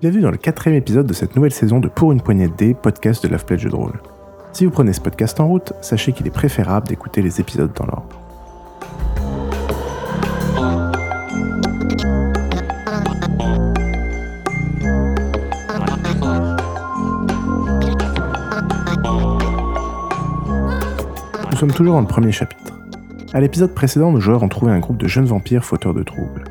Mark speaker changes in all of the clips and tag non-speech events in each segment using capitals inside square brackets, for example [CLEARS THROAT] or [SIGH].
Speaker 1: Bienvenue dans le quatrième épisode de cette nouvelle saison de Pour une poignée de dés, podcast de Love Play de Jeux de rôle. Si vous prenez ce podcast en route, sachez qu'il est préférable d'écouter les épisodes dans l'ordre. Nous sommes toujours dans le premier chapitre. À l'épisode précédent, nos joueurs ont trouvé un groupe de jeunes vampires fauteurs de troubles.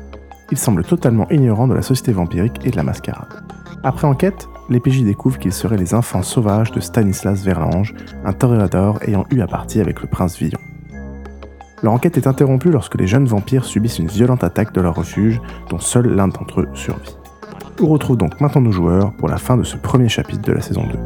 Speaker 1: Ils semblent totalement ignorants de la société vampirique et de la mascarade. Après enquête, les PJ découvrent qu'ils seraient les enfants sauvages de Stanislas Verlange, un toréador ayant eu à partie avec le prince Villon. Leur enquête est interrompue lorsque les jeunes vampires subissent une violente attaque de leur refuge, dont seul l'un d'entre eux survit. On retrouve donc maintenant nos joueurs pour la fin de ce premier chapitre de la saison 2.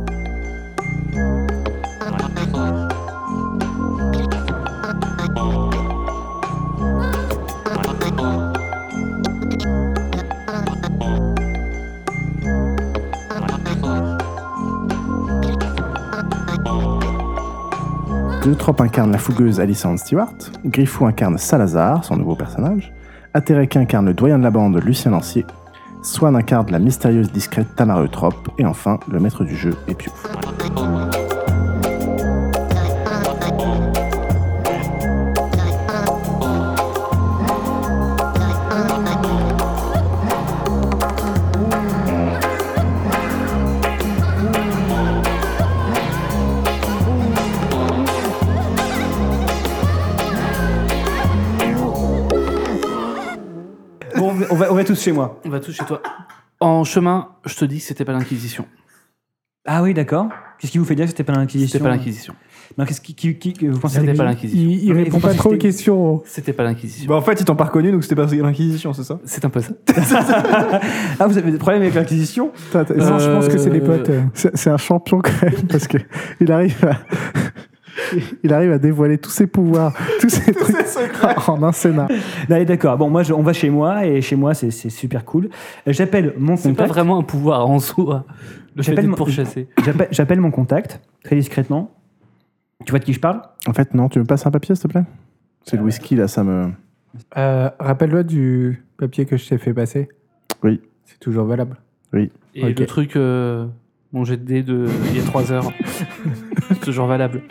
Speaker 1: Eutrope incarne la fougueuse Alison Stewart, Griffou incarne Salazar, son nouveau personnage, Aterek incarne le doyen de la bande Lucien Lancier, Swan incarne la mystérieuse discrète Tamara Eutrope, et enfin le maître du jeu Epiouf.
Speaker 2: Bon, on va, on va tous chez moi.
Speaker 3: On va tous chez toi. En chemin, je te dis que c'était pas l'Inquisition.
Speaker 2: Ah oui, d'accord. Qu'est-ce qui vous fait dire que c'était pas l'inquisition
Speaker 3: C'était pas l'Inquisition.
Speaker 2: Non, qu'est-ce qui, qui- qui- vous pensez
Speaker 3: C'était
Speaker 2: que-
Speaker 3: pas l'Inquisition.
Speaker 4: Il, il
Speaker 2: Mais
Speaker 4: répond
Speaker 2: faut
Speaker 4: pas trop aux
Speaker 2: insister.
Speaker 4: questions.
Speaker 3: C'était pas l'Inquisition.
Speaker 5: Bah en fait, ils t'ont pas reconnu, donc c'était pas l'Inquisition, c'est ça
Speaker 3: C'est un peu ça.
Speaker 2: Ah, vous avez des problèmes avec l'inquisition
Speaker 1: Putain, t'as-
Speaker 4: Non, je
Speaker 3: Euh,
Speaker 4: pense que c'est les potes. euh.
Speaker 1: C'est c'est un champion quand [LAUGHS] même, parce que il arrive à, [LAUGHS] il arrive à dévoiler tous ses [LAUGHS] pouvoirs, tous ses trucs [LAUGHS] en un scénar.
Speaker 2: Non, Allez, d'accord. Bon, moi, je- on va chez moi et chez moi, c'est c'est super cool. Euh, J'appelle mon
Speaker 3: C'est pas
Speaker 2: contact.
Speaker 3: vraiment un pouvoir en soi. Le fait
Speaker 2: J'appelle
Speaker 3: de
Speaker 2: mon-
Speaker 3: pourchasser.
Speaker 2: J'appelle- J'appelle mon contact très discrètement. Tu vois de qui je parle
Speaker 1: En fait, non, tu me passes un papier s'il te plaît C'est le whisky là, ça me.
Speaker 4: Euh, Rappelle-toi du papier que je t'ai fait passer.
Speaker 1: Oui.
Speaker 4: C'est toujours valable.
Speaker 3: Et
Speaker 4: Ok.
Speaker 3: le truc, euh, mon jet de dés de il y a 3 heures. C'est toujours valable.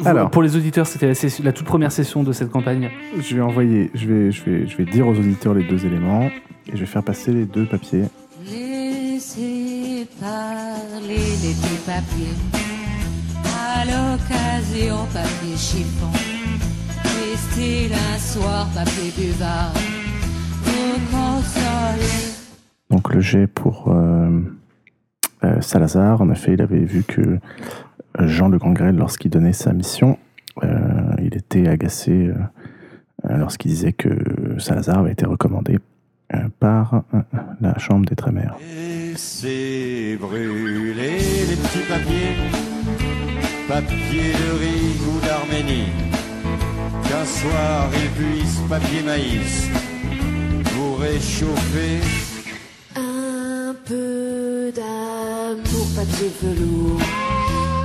Speaker 3: Vous-
Speaker 1: Alors.
Speaker 3: Pour les auditeurs, c'était la, session- la toute première session de cette campagne.
Speaker 1: Je vais envoyer, je vais, je vais, je vais dire aux auditeurs les deux éléments et je vais faire passer les deux papiers.
Speaker 6: Laissez parler les petits papiers à l'occasion papier chiffon. Restez un soir papier buvard pour consoler.
Speaker 1: Donc le jet pour euh, euh, Salazar, en effet, il avait vu que euh, Jean le Congrès, lorsqu'il donnait sa mission, euh, il était agacé euh, euh, lorsqu'il disait que Salazar avait été recommandé euh, par euh, la Chambre des Trémères.
Speaker 7: Et c'est brûler les petits papiers, papier de riz ou d'Arménie, qu'un soir ils puissent papier maïs pour réchauffer.
Speaker 6: Un peu d'amour, papier velours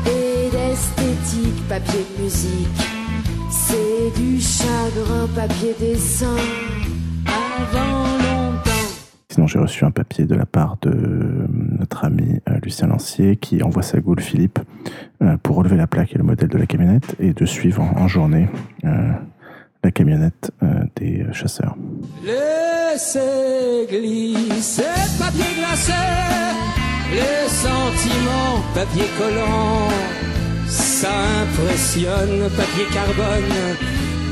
Speaker 6: et d'esthétique, papier musique. C'est du chagrin, papier dessin avant longtemps.
Speaker 1: Sinon, j'ai reçu un papier de la part de euh, notre ami euh, Lucien Lancier qui envoie sa goule Philippe euh, pour relever la plaque et le modèle de la camionnette et de suivre en, en journée euh, la camionnette euh, des chasseurs.
Speaker 8: Laissez glisser papier glacé, les sentiments papier collant. Ça impressionne papier carbone,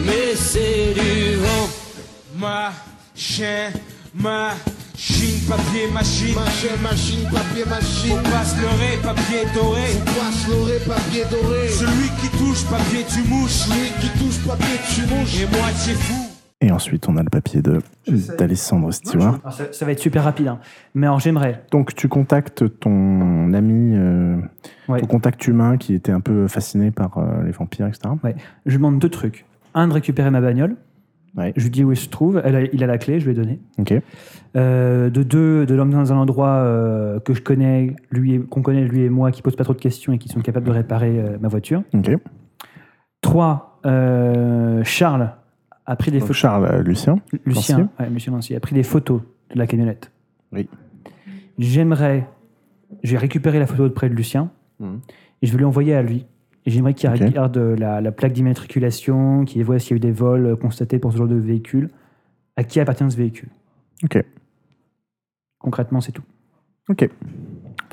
Speaker 8: mais c'est du vent.
Speaker 9: Machin, machine, papier, machine. Machin, machine, papier, machine. On passe le ré, papier doré. On passe le ré, papier doré. Celui qui touche, papier, tu mouches. Celui qui touche, papier, tu mouches. Et moi, tu fou.
Speaker 1: Et ensuite, on a le papier de d'Alessandre Stewart.
Speaker 2: Alors, ça, ça va être super rapide. hein. Mais alors, j'aimerais.
Speaker 1: Donc, tu contactes ton ami, euh,
Speaker 2: Ouais.
Speaker 1: ton contact humain qui était un peu fasciné par euh, les vampires, etc.
Speaker 2: Je lui demande deux trucs. Un, de récupérer ma bagnole.
Speaker 1: Ouais.
Speaker 2: Je lui dis où elle se trouve. Elle a- il a la clé, je lui ai donné.
Speaker 1: Ok.
Speaker 2: Euh, de deux, de l'emmener dans un endroit euh, que je connais, lui et- qu'on connaît lui et moi, qui pose pas trop de questions et qui sont capables de réparer euh, ma voiture.
Speaker 1: Ok.
Speaker 2: Trois, euh, Charles a pris des
Speaker 1: Donc,
Speaker 2: photos.
Speaker 1: Charles, euh, Lucien.
Speaker 2: Lucien,
Speaker 1: Lancier.
Speaker 2: ouais, Monsieur Lancier a pris des photos de la camionnette.
Speaker 1: Oui.
Speaker 2: j'aimerais. J'ai récupéré la photo de près de Lucien
Speaker 1: Mhm.
Speaker 2: et je vais lui envoyer à lui. Et j'aimerais qu'il
Speaker 1: Ok.
Speaker 2: regarde euh, la, la plaque d'immatriculation, qu'il voit s'il y a eu des vols euh, constatés pour ce genre de véhicule. À qui appartient ce véhicule
Speaker 1: Ok.
Speaker 2: Concrètement, c'est tout.
Speaker 1: Pour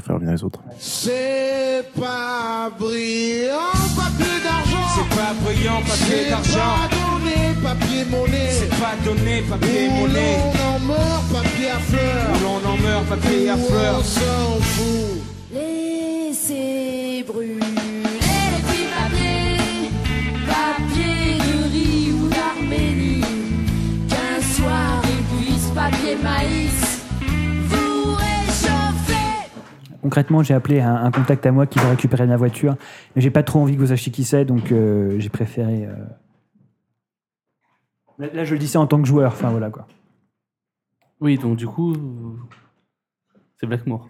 Speaker 1: faire revenir les autres.
Speaker 9: C'est pas brillant, papier d'argent. C'est pas brillant, papier d'argent. C'est pas donné, papier monnaie. C'est pas donné, papier monnaie. On en meurt, papier à fleurs. on en meurt, papier à fleurs. On s'en fout.
Speaker 6: Laissez brûler les petits papiers, papier de riz ou d'Arménie. Qu'un soir épuise papier maïs, vous réchauffez.
Speaker 2: Concrètement, j'ai appelé un, un contact à moi qui va récupérer ma voiture, mais j'ai pas trop envie que vous sachiez qui c'est, donc euh, j'ai préféré. euh, Là, là, je le dis ça en tant que joueur, enfin voilà quoi.
Speaker 3: Oui, donc du coup, euh, c'est Blackmore.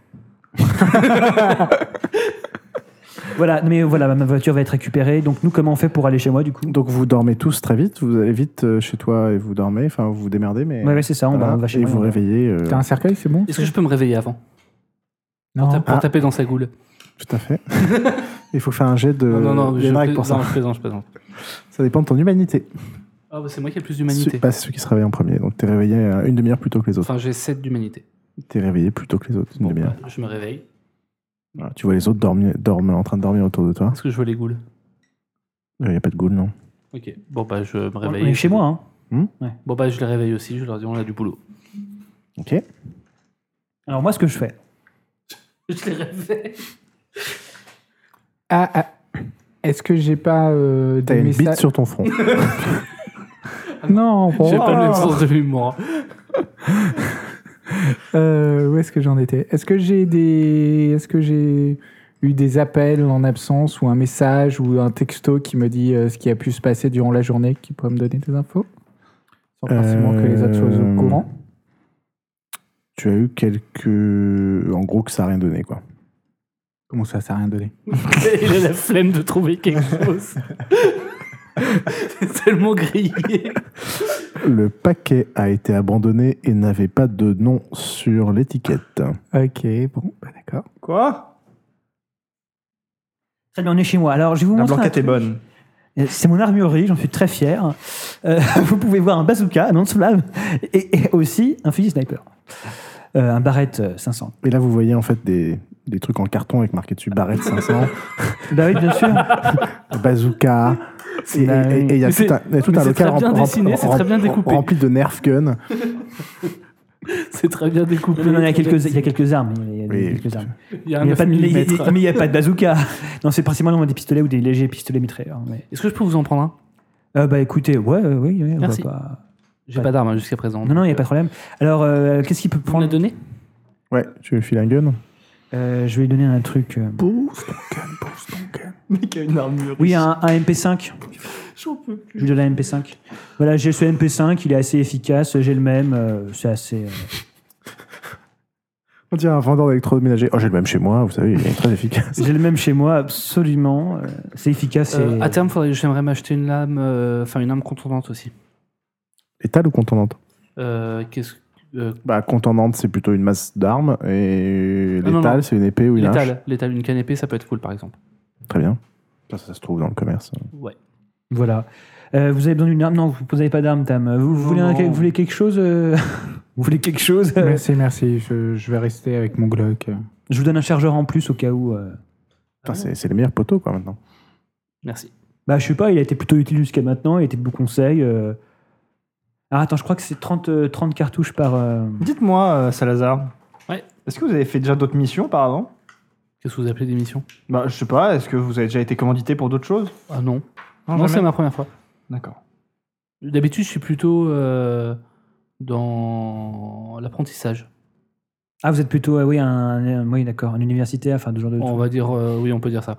Speaker 2: Voilà, mais voilà, ma voiture va être récupérée, donc nous, comment on fait pour aller chez moi du coup
Speaker 1: Donc vous dormez tous très vite, vous allez vite euh, chez toi et vous dormez, enfin vous vous démerdez, mais.
Speaker 2: Ouais, ouais, c'est ça, on,
Speaker 1: Voilà.
Speaker 2: va, on va chez
Speaker 1: et
Speaker 2: moi.
Speaker 1: vous réveillez. euh,
Speaker 4: T'as un cercueil, c'est bon
Speaker 3: Est-ce que je peux me réveiller avant
Speaker 4: Non.
Speaker 3: Pour
Speaker 1: Ah.
Speaker 3: taper dans sa goule.
Speaker 1: Tout à fait. [LAUGHS] Il faut faire un jet de.
Speaker 3: non, non, non,
Speaker 1: il y
Speaker 3: je,
Speaker 1: en a
Speaker 3: plais-
Speaker 1: Euh, pour
Speaker 3: non,
Speaker 1: ça.
Speaker 3: je plaisante, je plaisante.
Speaker 1: Ça dépend de ton humanité.
Speaker 3: Ah, bah, c'est moi qui ai le plus
Speaker 1: C'est
Speaker 3: d'humanité.
Speaker 1: pas ceux qui se réveillent en premier. Donc t'es réveillé euh, une demi-heure plus tôt que les autres.
Speaker 3: Enfin, j'ai 7 d'humanité.
Speaker 1: T'es réveillé plus tôt que les autres, une
Speaker 3: Bon,
Speaker 1: demi-heure.
Speaker 3: bah, je me réveille.
Speaker 1: Voilà, tu vois les autres dormir, dorment, en train de dormir autour de toi.
Speaker 3: Est-ce que je vois les goules
Speaker 1: Il n'y a pas de goule, non
Speaker 3: Ok. Bon, bah, je me
Speaker 2: On
Speaker 3: réveille.
Speaker 2: est chez moi, hein.
Speaker 3: Bon, bah, je les réveille aussi. Je leur dis, on a du boulot.
Speaker 1: Ok.
Speaker 2: Alors moi, ce que je fais,
Speaker 3: [LAUGHS] Je les réveille.
Speaker 4: Ah, ah. Est-ce que j'ai pas euh,
Speaker 1: T'as
Speaker 4: des
Speaker 1: une bite
Speaker 4: messages
Speaker 1: sur ton
Speaker 3: [LAUGHS]
Speaker 1: front.
Speaker 4: [LAUGHS] Non,
Speaker 2: Oh
Speaker 4: bon.
Speaker 3: J'ai pas le même sens de l'humour. hein. [LAUGHS]
Speaker 4: Euh, où est-ce que j'en étais Est-ce que j'ai des, est-ce que j'ai eu des appels en absence ou un message ou un texto qui me dit euh, ce qui a pu se passer durant la journée qui pourrait me donner des infos sans forcément que les autres soient
Speaker 1: Euh,
Speaker 4: au courant.
Speaker 1: tu as eu quelques. En gros, que ça n'a rien donné, quoi.
Speaker 4: Comment ça, ça a rien donné
Speaker 3: Il a la flemme de trouver quelque chose. c'est tellement grillé.
Speaker 1: Le paquet a été abandonné et n'avait pas de nom sur l'étiquette.
Speaker 4: Ok, bon, bah d'accord.
Speaker 5: Quoi
Speaker 2: très bien, on est chez moi. Alors, je vais vous
Speaker 5: La
Speaker 2: montrer. un
Speaker 5: blanquette est
Speaker 2: truc.
Speaker 5: bonne.
Speaker 2: Euh, C'est mon armurerie, j'en suis très fier. Euh, [LAUGHS] vous pouvez voir un bazooka, un lance-flamme et, et aussi un fusil sniper. Euh, un barrette euh,
Speaker 1: [LAUGHS]
Speaker 2: 500.
Speaker 1: Et là, vous voyez en fait des, des trucs en carton avec marqué dessus Barrette 500,
Speaker 3: [LAUGHS]
Speaker 2: Bah oui, bien sûr.
Speaker 1: Bazooka. Et et- et il y a
Speaker 3: Mais c'est-
Speaker 1: tout un, il y a tout
Speaker 3: mais
Speaker 1: un
Speaker 3: c'est
Speaker 1: local
Speaker 3: très bien
Speaker 1: rem- rem-
Speaker 3: dessiné, c'est très bien
Speaker 1: rem-
Speaker 3: découpé.
Speaker 1: rempli de Nerf Gun.
Speaker 3: C'est très bien découpé.
Speaker 2: Non, non, il, y a quelques, il y a quelques armes. Il y a des-
Speaker 1: Oui,
Speaker 2: quelques armes.
Speaker 3: Il y a
Speaker 2: Mais il
Speaker 3: un
Speaker 2: n'y a pas de-
Speaker 3: 9
Speaker 2: mais il y a-
Speaker 3: millimètres.
Speaker 2: mais il n'y a pas de bazooka. [LAUGHS] Non, c'est principalement des pistolets ou des légers pistolets mitrailleurs. mais-
Speaker 3: Est-ce que je peux vous en prendre un
Speaker 2: Euh, bah écoutez, ouais, euh, oui, oui, on
Speaker 3: Merci.
Speaker 2: va pas-
Speaker 3: J'ai
Speaker 2: Ouais.
Speaker 3: pas d'arme hein, jusqu'à présent.
Speaker 2: Non, non, il n'y a pas de problème. Alors, euh, qu'est-ce qu'il peut
Speaker 3: Vous me
Speaker 2: prendre
Speaker 3: la donnez
Speaker 1: Ouais, tu lui files un gun.
Speaker 2: Euh, Je vais lui donner un truc. euh, [LAUGHS]
Speaker 5: Mec a une armure.
Speaker 2: Oui, un, un MP5. Je lui donne un MP5. Voilà, j'ai ce MP5, il est assez efficace, j'ai le même, euh, c'est assez... euh, [LAUGHS]
Speaker 1: On dirait un vendeur d'électroménager. Oh, j'ai le même chez moi, vous savez, il est très efficace.
Speaker 2: j'ai le même chez moi, absolument. euh, c'est efficace et...
Speaker 3: Euh, À terme, faudrait- j'aimerais m'acheter une lame, euh, enfin une arme contondante aussi.
Speaker 1: Étale ou contendante
Speaker 3: Euh, Qu'est-ce euh,
Speaker 1: Bah, contendante, c'est plutôt une masse d'armes. Et
Speaker 3: Ah, non,
Speaker 1: l'étale,
Speaker 3: non.
Speaker 1: c'est une épée ou une hache.
Speaker 3: L'étal, l'étal, une canne épée, ça peut être cool par exemple.
Speaker 1: Très bien. Ça, ça se trouve dans le commerce.
Speaker 3: Ouais.
Speaker 2: Voilà. Euh, vous avez besoin d'une arme Non, vous n'avez pas d'arme, Tam. Vous, vous
Speaker 3: Non,
Speaker 2: voulez, un-
Speaker 3: non.
Speaker 2: vous voulez quelque chose euh, Vous voulez quelque [LAUGHS] chose euh,
Speaker 4: Merci, merci. Je, je vais rester avec mon Glock.
Speaker 2: Je vous donne un chargeur en plus au cas où... euh,
Speaker 3: Ah
Speaker 1: Putain, c'est c'est les meilleurs poteaux, quoi, maintenant.
Speaker 3: Merci.
Speaker 2: Bah, je sais pas, il a été plutôt utile jusqu'à maintenant, il a été de bons conseils. euh. Ah, attends, je crois que c'est 30, euh, 30 cartouches par. euh,
Speaker 5: Dites-moi, euh, Salazar.
Speaker 3: Ouais.
Speaker 5: Est-ce que vous avez fait déjà d'autres missions auparavant
Speaker 3: Qu'est-ce que vous appelez des missions
Speaker 5: Bah, je sais pas, est-ce que vous avez déjà été commandité pour d'autres choses
Speaker 3: Ah non.
Speaker 5: Non,
Speaker 3: non,
Speaker 5: jamais.
Speaker 3: c'est ma première fois.
Speaker 5: D'accord.
Speaker 3: D'habitude, je suis plutôt euh, dans l'apprentissage.
Speaker 2: Ah, vous êtes plutôt, euh, oui, un, un- oui, d'accord, un universitaire, enfin, de genre de.
Speaker 3: On va dire, euh, oui, on peut dire ça.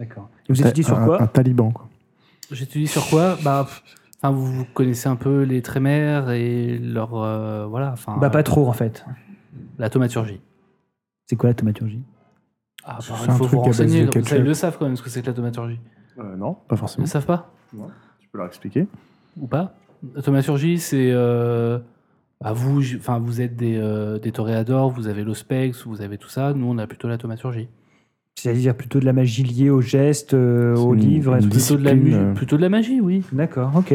Speaker 2: D'accord. Et vous étudiez sur
Speaker 1: Euh, un,
Speaker 2: quoi
Speaker 1: Un taliban, quoi.
Speaker 3: J'étudie sur quoi Bah, pff, enfin, vous, vous connaissez un peu les trémères et leur, euh, voilà, enfin,
Speaker 2: Bah, pas trop, en fait.
Speaker 3: la tomaturgie.
Speaker 2: C'est quoi la tomaturgie
Speaker 3: Ah,
Speaker 4: C'est
Speaker 3: bah,
Speaker 4: un
Speaker 3: il faut
Speaker 4: truc à
Speaker 3: vous
Speaker 4: base de
Speaker 3: renseigner. comme ça,
Speaker 4: ketchup. Mmh.
Speaker 3: ils le savent quand même ce que c'est que la tomaturgie.
Speaker 5: Euh,
Speaker 1: non, pas
Speaker 3: Ils
Speaker 1: forcément.
Speaker 3: le savent pas Ah,
Speaker 1: Tu peux leur expliquer.
Speaker 3: ou pas La tomaturgie, c'est euh, bah, vous, j- enfin, vous êtes des, euh, des toréadors, vous avez l'ospex, vous avez tout ça. Nous, on a plutôt la thaumaturgie.
Speaker 2: C'est-à-dire plutôt de la magie liée aux gestes, euh,
Speaker 1: C'est
Speaker 2: aux
Speaker 1: une-
Speaker 2: livres. et
Speaker 1: une
Speaker 2: tout.
Speaker 3: Plutôt de, la
Speaker 1: Discipline,
Speaker 3: mu-
Speaker 1: euh.
Speaker 3: plutôt de la magie, oui.
Speaker 2: D'accord, ok.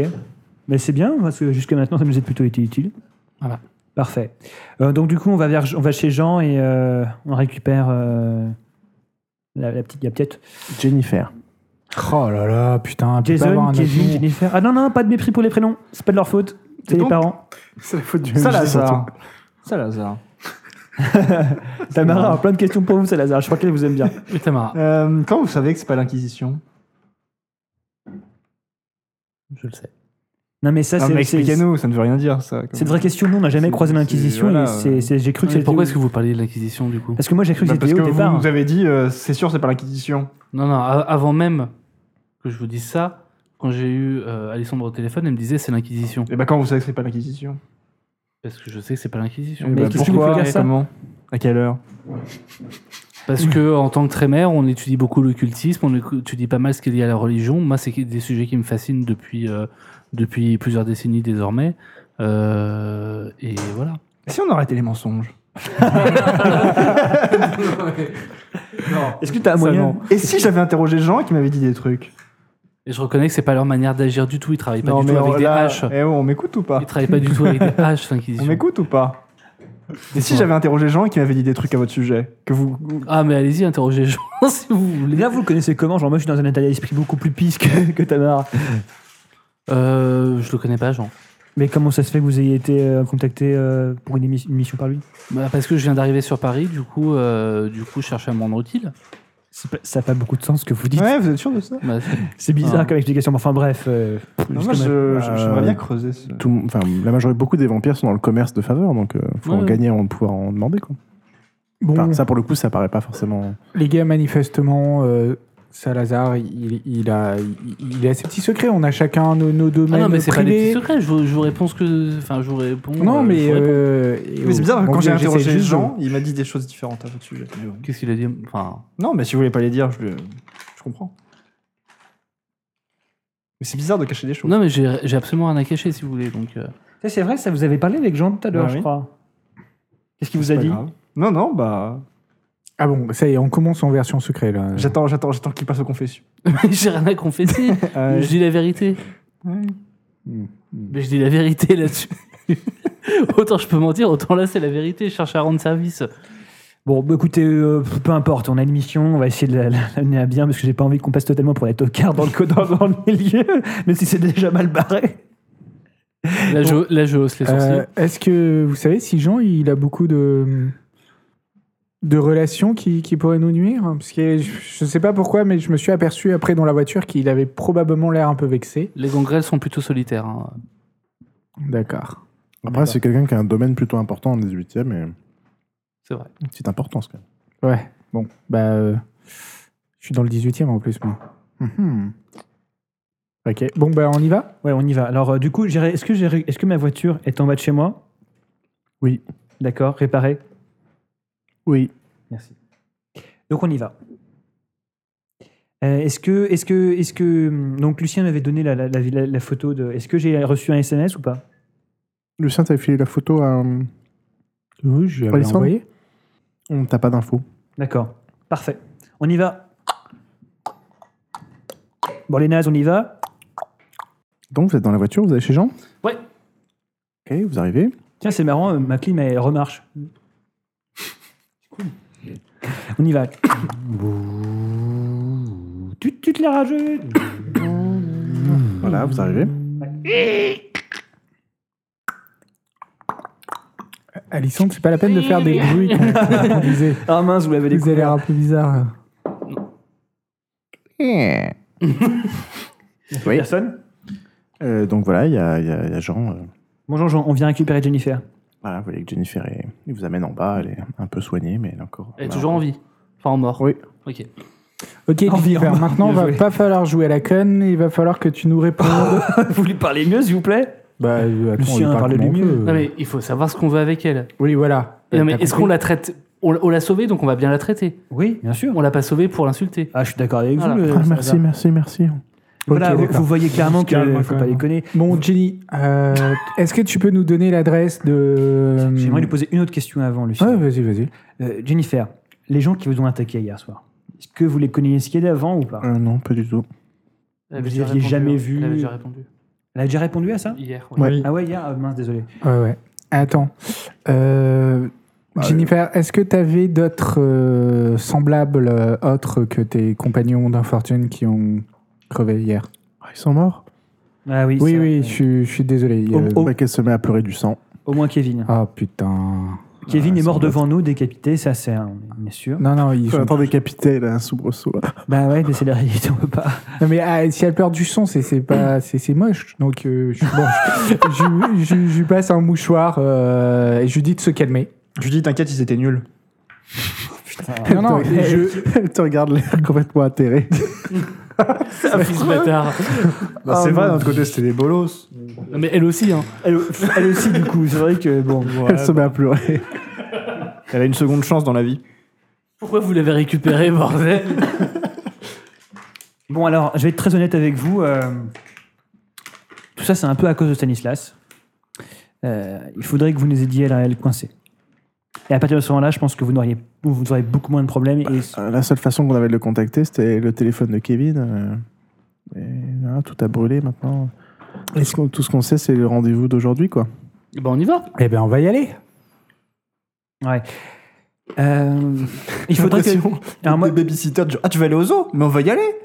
Speaker 2: Mais c'est bien, parce que jusqu'à maintenant, ça nous a plutôt été utile.
Speaker 3: Voilà.
Speaker 2: Parfait. Euh, donc, du coup, on va, vers, on va chez Jean et euh, on récupère euh, la, la petite gapette.
Speaker 5: [LAUGHS]
Speaker 1: Jennifer.
Speaker 4: Oh là là,
Speaker 5: Ah,
Speaker 4: putain, tu peux avoir
Speaker 2: Jason,
Speaker 4: un autre
Speaker 2: Kevin,
Speaker 4: nom.
Speaker 2: Jennifer. Ah non, non, pas de mépris pour les prénoms. C'est pas de leur faute. C'est
Speaker 5: Et
Speaker 2: les
Speaker 5: donc-
Speaker 2: parents.
Speaker 1: C'est la faute du
Speaker 5: Salazar. Salazar.
Speaker 2: Tamara a plein de questions pour vous, Salazar. Je crois qu'elle vous aime bien.
Speaker 3: Oui, Tamara.
Speaker 5: Euh, Quand vous savez que c'est pas l'Inquisition
Speaker 3: Je le sais.
Speaker 2: Non, mais ça,
Speaker 5: Non,
Speaker 2: c'est
Speaker 5: mais
Speaker 2: c'est-
Speaker 5: Expliquez-nous, ça ne veut rien dire, ça.
Speaker 2: c'est une vraie question. Nous, on n'a jamais
Speaker 5: C'est-
Speaker 2: croisé l'Inquisition.
Speaker 5: c'est- voilà,
Speaker 2: et c'est- c'est- J'ai cru que
Speaker 3: Mais
Speaker 2: c'était.
Speaker 3: pourquoi est-ce que vous parlez de l'Inquisition, du coup
Speaker 2: Parce que moi, j'ai cru que
Speaker 5: Bah,
Speaker 2: c'était
Speaker 5: parce que
Speaker 2: au
Speaker 5: vous
Speaker 2: départ. hein.
Speaker 5: nous avez dit, euh, c'est sûr, c'est pas l'Inquisition.
Speaker 3: Non, non, a- avant même que je vous dise ça, quand j'ai eu euh, Alessandre au téléphone, elle me disait c'est l'Inquisition.
Speaker 5: Et bah quand vous savez que c'est pas l'Inquisition
Speaker 3: Parce que je sais que c'est pas l'Inquisition.
Speaker 5: Eh
Speaker 2: Mais
Speaker 5: bah,
Speaker 2: qu'est-ce qui vous fait
Speaker 5: Pourquoi
Speaker 2: dire
Speaker 5: et
Speaker 2: ça
Speaker 5: Comment À quelle heure
Speaker 3: Parce que en tant que trémère, on étudie beaucoup l'occultisme, on écu- étudie pas mal ce qui est lié à la religion. Moi, c'est des sujets qui me fascinent depuis, euh, depuis plusieurs décennies désormais. Euh, et [LAUGHS] voilà.
Speaker 5: Et Si on arrêtait les mensonges
Speaker 2: Est-ce que tu as un
Speaker 5: Ça,
Speaker 2: moyen
Speaker 5: non. Et si j'avais interrogé Jean qui m'avait dit des trucs
Speaker 3: Et je reconnais que c'est pas leur manière d'agir du tout. Ils travaillent pas du tout
Speaker 5: on,
Speaker 3: avec des
Speaker 5: là,
Speaker 3: haches.
Speaker 5: eh, on m'écoute ou pas
Speaker 3: Ils travaillent pas du tout avec [LAUGHS] des haches, l'Inquisition.
Speaker 5: On m'écoute ou pas Et si j'avais interrogé Jean qui m'avait dit des trucs à votre sujet que vous...
Speaker 3: Ah, mais allez-y, interrogez Jean [LAUGHS] si vous voulez.
Speaker 2: Là, vous le connaissez comment Genre, moi, je suis dans un état d'esprit beaucoup plus pisse que, que Tamara.
Speaker 3: Euh, je le connais pas, Jean.
Speaker 2: Mais comment ça se fait que vous ayez été euh, contacté euh, pour une, émi- une mission par lui
Speaker 3: Bah, parce que je viens d'arriver sur Paris, du coup, euh, du coup, je cherche à me rendre utile.
Speaker 2: C'est pas- Ça n'a pas beaucoup de sens ce que vous dites.
Speaker 5: Ouais, vous êtes sûr de ça
Speaker 3: Bah,
Speaker 2: C'est bizarre
Speaker 3: Ah.
Speaker 2: comme explication. mais Enfin, bref. euh,
Speaker 5: Non,
Speaker 2: jusqu'à
Speaker 5: Moi, je-
Speaker 2: maintenant.
Speaker 5: je- j'aimerais bien creuser ce...
Speaker 1: Euh, Tout- enfin, la majorité, beaucoup des vampires sont dans le commerce de faveur, donc euh, faut
Speaker 3: Ouais,
Speaker 1: en
Speaker 3: ouais.
Speaker 1: gagner avant de pouvoir en demander. Quoi.
Speaker 4: Bon,
Speaker 1: Enfin, ça, pour le coup, ça paraît pas forcément.
Speaker 4: les gars, manifestement, euh, Salazar, il, il a, il, il a ses petits secrets. On a chacun nos, nos
Speaker 3: Ah
Speaker 4: domaines
Speaker 3: non, mais c'est pas des petits
Speaker 4: privés.
Speaker 3: secrets. Je vous, je vous réponds ce que. Enfin, je vous réponds.
Speaker 4: non,
Speaker 3: euh, je
Speaker 4: mais.
Speaker 3: vous réponds.
Speaker 4: euh, et-
Speaker 5: Mais c'est bizarre,
Speaker 4: bon,
Speaker 5: quand j'ai
Speaker 4: j'essaie
Speaker 5: interrogé
Speaker 4: juste de-
Speaker 5: Jean, il m'a dit des choses différentes à votre sujet. Mais bon.
Speaker 3: Qu'est-ce qu'il a dit Enfin,
Speaker 5: Non, mais si vous voulez pas les dire, je, le- je comprends. Mais c'est bizarre de cacher des choses.
Speaker 3: non, mais j'ai j'ai absolument rien à cacher si vous voulez. Donc, euh, [LAUGHS]
Speaker 2: Ça, C'est vrai, ça vous avez parlé avec Jean tout à l'heure,
Speaker 5: Bah
Speaker 2: je
Speaker 5: oui.
Speaker 2: crois. Qu'est-ce qu'il vous a dit
Speaker 5: Non, non, bah.
Speaker 4: Ah bon, ça y est, on commence en version secret là.
Speaker 5: J'attends, j'attends, j'attends qu'il passe aux confessions.
Speaker 3: j'ai rien à confesser.
Speaker 2: [LAUGHS]
Speaker 5: Euh,
Speaker 3: Je dis la vérité.
Speaker 5: ouais.
Speaker 3: Mais je dis la vérité là-dessus. [LAUGHS] autant je peux mentir, autant là c'est la vérité. Je cherche à rendre service.
Speaker 2: Bon, bah, écoutez, euh, peu importe, on a une mission, on va essayer de la- la- l'amener à bien parce que j'ai pas envie qu'on passe totalement pour les tocards dans le, [LAUGHS] co- dans, dans le milieu, même si c'est déjà mal barré.
Speaker 3: Là, je, là, je hausse les sourcils.
Speaker 4: Euh, Est-ce que vous savez si Jean, il a beaucoup de de relations qui, qui pourraient nous nuire Parce que je, je sais pas pourquoi, mais je me suis aperçu après dans la voiture qu'il avait probablement l'air un peu vexé.
Speaker 3: Les gangrels sont plutôt solitaires. hein.
Speaker 4: D'accord.
Speaker 1: Après, c'est quelqu'un qui a un domaine plutôt important en 18 e et une
Speaker 3: C'est vrai.
Speaker 1: petite importance quand même.
Speaker 4: Ouais. Bon, bah, euh, je suis dans le 18e en plus moi.
Speaker 2: Mm-hmm.
Speaker 4: Mhm. Ok. Bon, bah, on y va.
Speaker 2: Ouais, on y va. Alors, euh, du coup, j'irai- est-ce que, j'ai ré- est-ce que ma voiture est en bas de chez moi
Speaker 1: Oui.
Speaker 2: D'accord, réparée
Speaker 1: Oui.
Speaker 2: Merci. Donc on y va. Euh, est-ce que, est-ce que, est-ce que, hum, donc Lucien m'avait donné la, la, la, la- la photo de. Est-ce que j'ai reçu un SMS ou pas
Speaker 1: Lucien, t'avais filé la photo à. euh,
Speaker 4: Oui, je
Speaker 1: avais envoyé. On t'a pas d'infos.
Speaker 2: D'accord. Parfait. On y va. Bon les nazes, on y va.
Speaker 1: Donc, vous êtes dans la voiture, vous allez chez Jean
Speaker 3: Ouais.
Speaker 1: Ok, vous arrivez.
Speaker 2: Tiens, c'est marrant, euh, ma clim elle remarche. On y va. tu, tu te l'as rageux.
Speaker 5: Mmh.
Speaker 1: Voilà, vous arrivez.
Speaker 4: Alissandre, c'est pas la peine de faire des bruits qu'on
Speaker 3: [LAUGHS]
Speaker 4: qu'on disait.
Speaker 2: Ah mince, vous l'avez
Speaker 4: Vous avez l'air
Speaker 2: découvert.
Speaker 4: un peu bizarre.
Speaker 1: Oui.
Speaker 2: Personne
Speaker 1: Euh, donc voilà, il y a, il y a- il y a Jean. euh,
Speaker 2: Bonjour Jean, on vient récupérer Jennifer.
Speaker 1: voilà, vous voyez que Jennifer est- il vous amène en bas, elle est un peu soignée, mais elle est encore.
Speaker 3: Elle est
Speaker 1: voilà.
Speaker 3: toujours en vie. Enfin, en mort.
Speaker 1: Bah, Oui.
Speaker 3: Ok.
Speaker 4: Ok,
Speaker 2: Au revoir.
Speaker 4: Jennifer, maintenant,
Speaker 2: Bien
Speaker 4: va
Speaker 2: joué.
Speaker 4: pas falloir jouer à la conne, il va falloir que tu nous répondes.
Speaker 2: [LAUGHS] vous lui parlez mieux, s'il vous plaît
Speaker 4: bah, euh, attends,
Speaker 2: Lucien,
Speaker 4: on lui parle
Speaker 2: parlez-lui
Speaker 4: comment on
Speaker 2: mieux.
Speaker 4: peut.
Speaker 3: Non, mais il faut savoir ce qu'on veut avec elle.
Speaker 4: Oui, voilà.
Speaker 3: Non, mais
Speaker 4: T'as
Speaker 3: est-ce
Speaker 4: compris
Speaker 3: qu'on la traite on, on l'a sauvée, donc on va bien la traiter.
Speaker 2: Oui, bien sûr.
Speaker 3: On l'a pas sauvée pour l'insulter.
Speaker 2: Ah, je suis d'accord avec
Speaker 3: Voilà.
Speaker 2: vous. euh,
Speaker 1: Ah,
Speaker 2: ça
Speaker 1: merci,
Speaker 2: va.
Speaker 1: merci, merci.
Speaker 2: Voilà, vous,
Speaker 4: d'accord.
Speaker 2: vous voyez clairement qu'il
Speaker 4: Calme,
Speaker 2: ne
Speaker 4: quand
Speaker 2: faut pas
Speaker 4: même.
Speaker 2: déconner.
Speaker 4: Bon, Jenny, euh, est-ce que tu peux nous donner l'adresse de.
Speaker 2: J'aimerais lui poser une autre question avant, Lucien.
Speaker 4: Euh, Ouais, vas-y, vas-y.
Speaker 2: Euh, Jennifer, les gens qui vous ont attaqué hier soir, est-ce que vous les connaissiez d'avant ou pas
Speaker 1: Euh, non, pas du tout.
Speaker 3: Elle avait
Speaker 2: Vous
Speaker 3: déjà
Speaker 2: aviez
Speaker 3: répondu,
Speaker 2: jamais
Speaker 3: hein.
Speaker 2: vu-
Speaker 3: Elle avait déjà répondu.
Speaker 2: Elle a déjà répondu à ça
Speaker 3: Hier.
Speaker 4: Ouais.
Speaker 2: Ah ouais, hier Ah, mince, désolé.
Speaker 4: Ouais, ouais. Attends. Euh, Jennifer, est-ce que tu avais d'autres euh, semblables euh, autres que tes compagnons d'infortune qui ont crevé hier
Speaker 1: Ah, ils sont morts
Speaker 2: Ah oui,
Speaker 4: Oui,
Speaker 2: ça,
Speaker 4: oui,
Speaker 2: euh,
Speaker 4: je suis- je suis désolé.
Speaker 2: Oh,
Speaker 4: euh,
Speaker 2: oh.
Speaker 1: Bah, qu'elle se met à pleurer du sang.
Speaker 2: Au moins Kevin.
Speaker 4: Ah putain.
Speaker 2: Kevin
Speaker 1: ouais,
Speaker 2: est mort
Speaker 1: sans doute.
Speaker 2: devant nous, décapité, ça c'est un, bien sûr.
Speaker 4: Non, non, ils
Speaker 1: Faut
Speaker 4: sont-
Speaker 1: attendre décapiter, là, un soubresaut. là.
Speaker 2: Bah ouais, mais c'est la réalité, on peut pas.
Speaker 4: Non, mais ah, si elle perd du son, c'est c'est pas c'est c'est moche. Donc euh, je, bon, [LAUGHS] je, je- je- je lui passe un mouchoir euh, et je lui dis de se calmer.
Speaker 5: Je dis, t'inquiète, ils étaient nuls.
Speaker 4: Non, non, et je,
Speaker 1: Elle te regarde l'air complètement atterré.
Speaker 3: [LAUGHS] Fils bâtard.
Speaker 1: Ah,
Speaker 5: Bah, c'est vrai, d'un autre côté, c'était des bolos.
Speaker 3: Non, mais elle aussi, hein.
Speaker 2: Elle, elle aussi, du coup, c'est vrai que bon.
Speaker 1: [LAUGHS] Elle se met à pleurer.
Speaker 5: Elle a une seconde chance dans la vie.
Speaker 3: Pourquoi vous l'avez récupéré, bordel
Speaker 2: Bon, alors, je vais être très honnête avec vous. euh, tout ça, c'est un peu à cause de Stanislas. Euh, il faudrait que vous nous aidiez à la réelle coincée. Et à partir de ce moment-là, je pense que vous, n'auriez, vous aurez beaucoup moins de problèmes. Et
Speaker 1: Euh, La seule façon qu'on avait de le contacter, c'était le téléphone de Kevin. euh, et voilà, tout a brûlé maintenant. Tout ce qu'on- tout ce qu'on sait, c'est le rendez-vous d'aujourd'hui, quoi.
Speaker 3: Ben, on y va.
Speaker 4: eh ben on va y aller.
Speaker 2: Euh, il faudrait que. Alors moi,
Speaker 5: Des babysitters, genre, ah, tu vas aller au zoo Mais on va y aller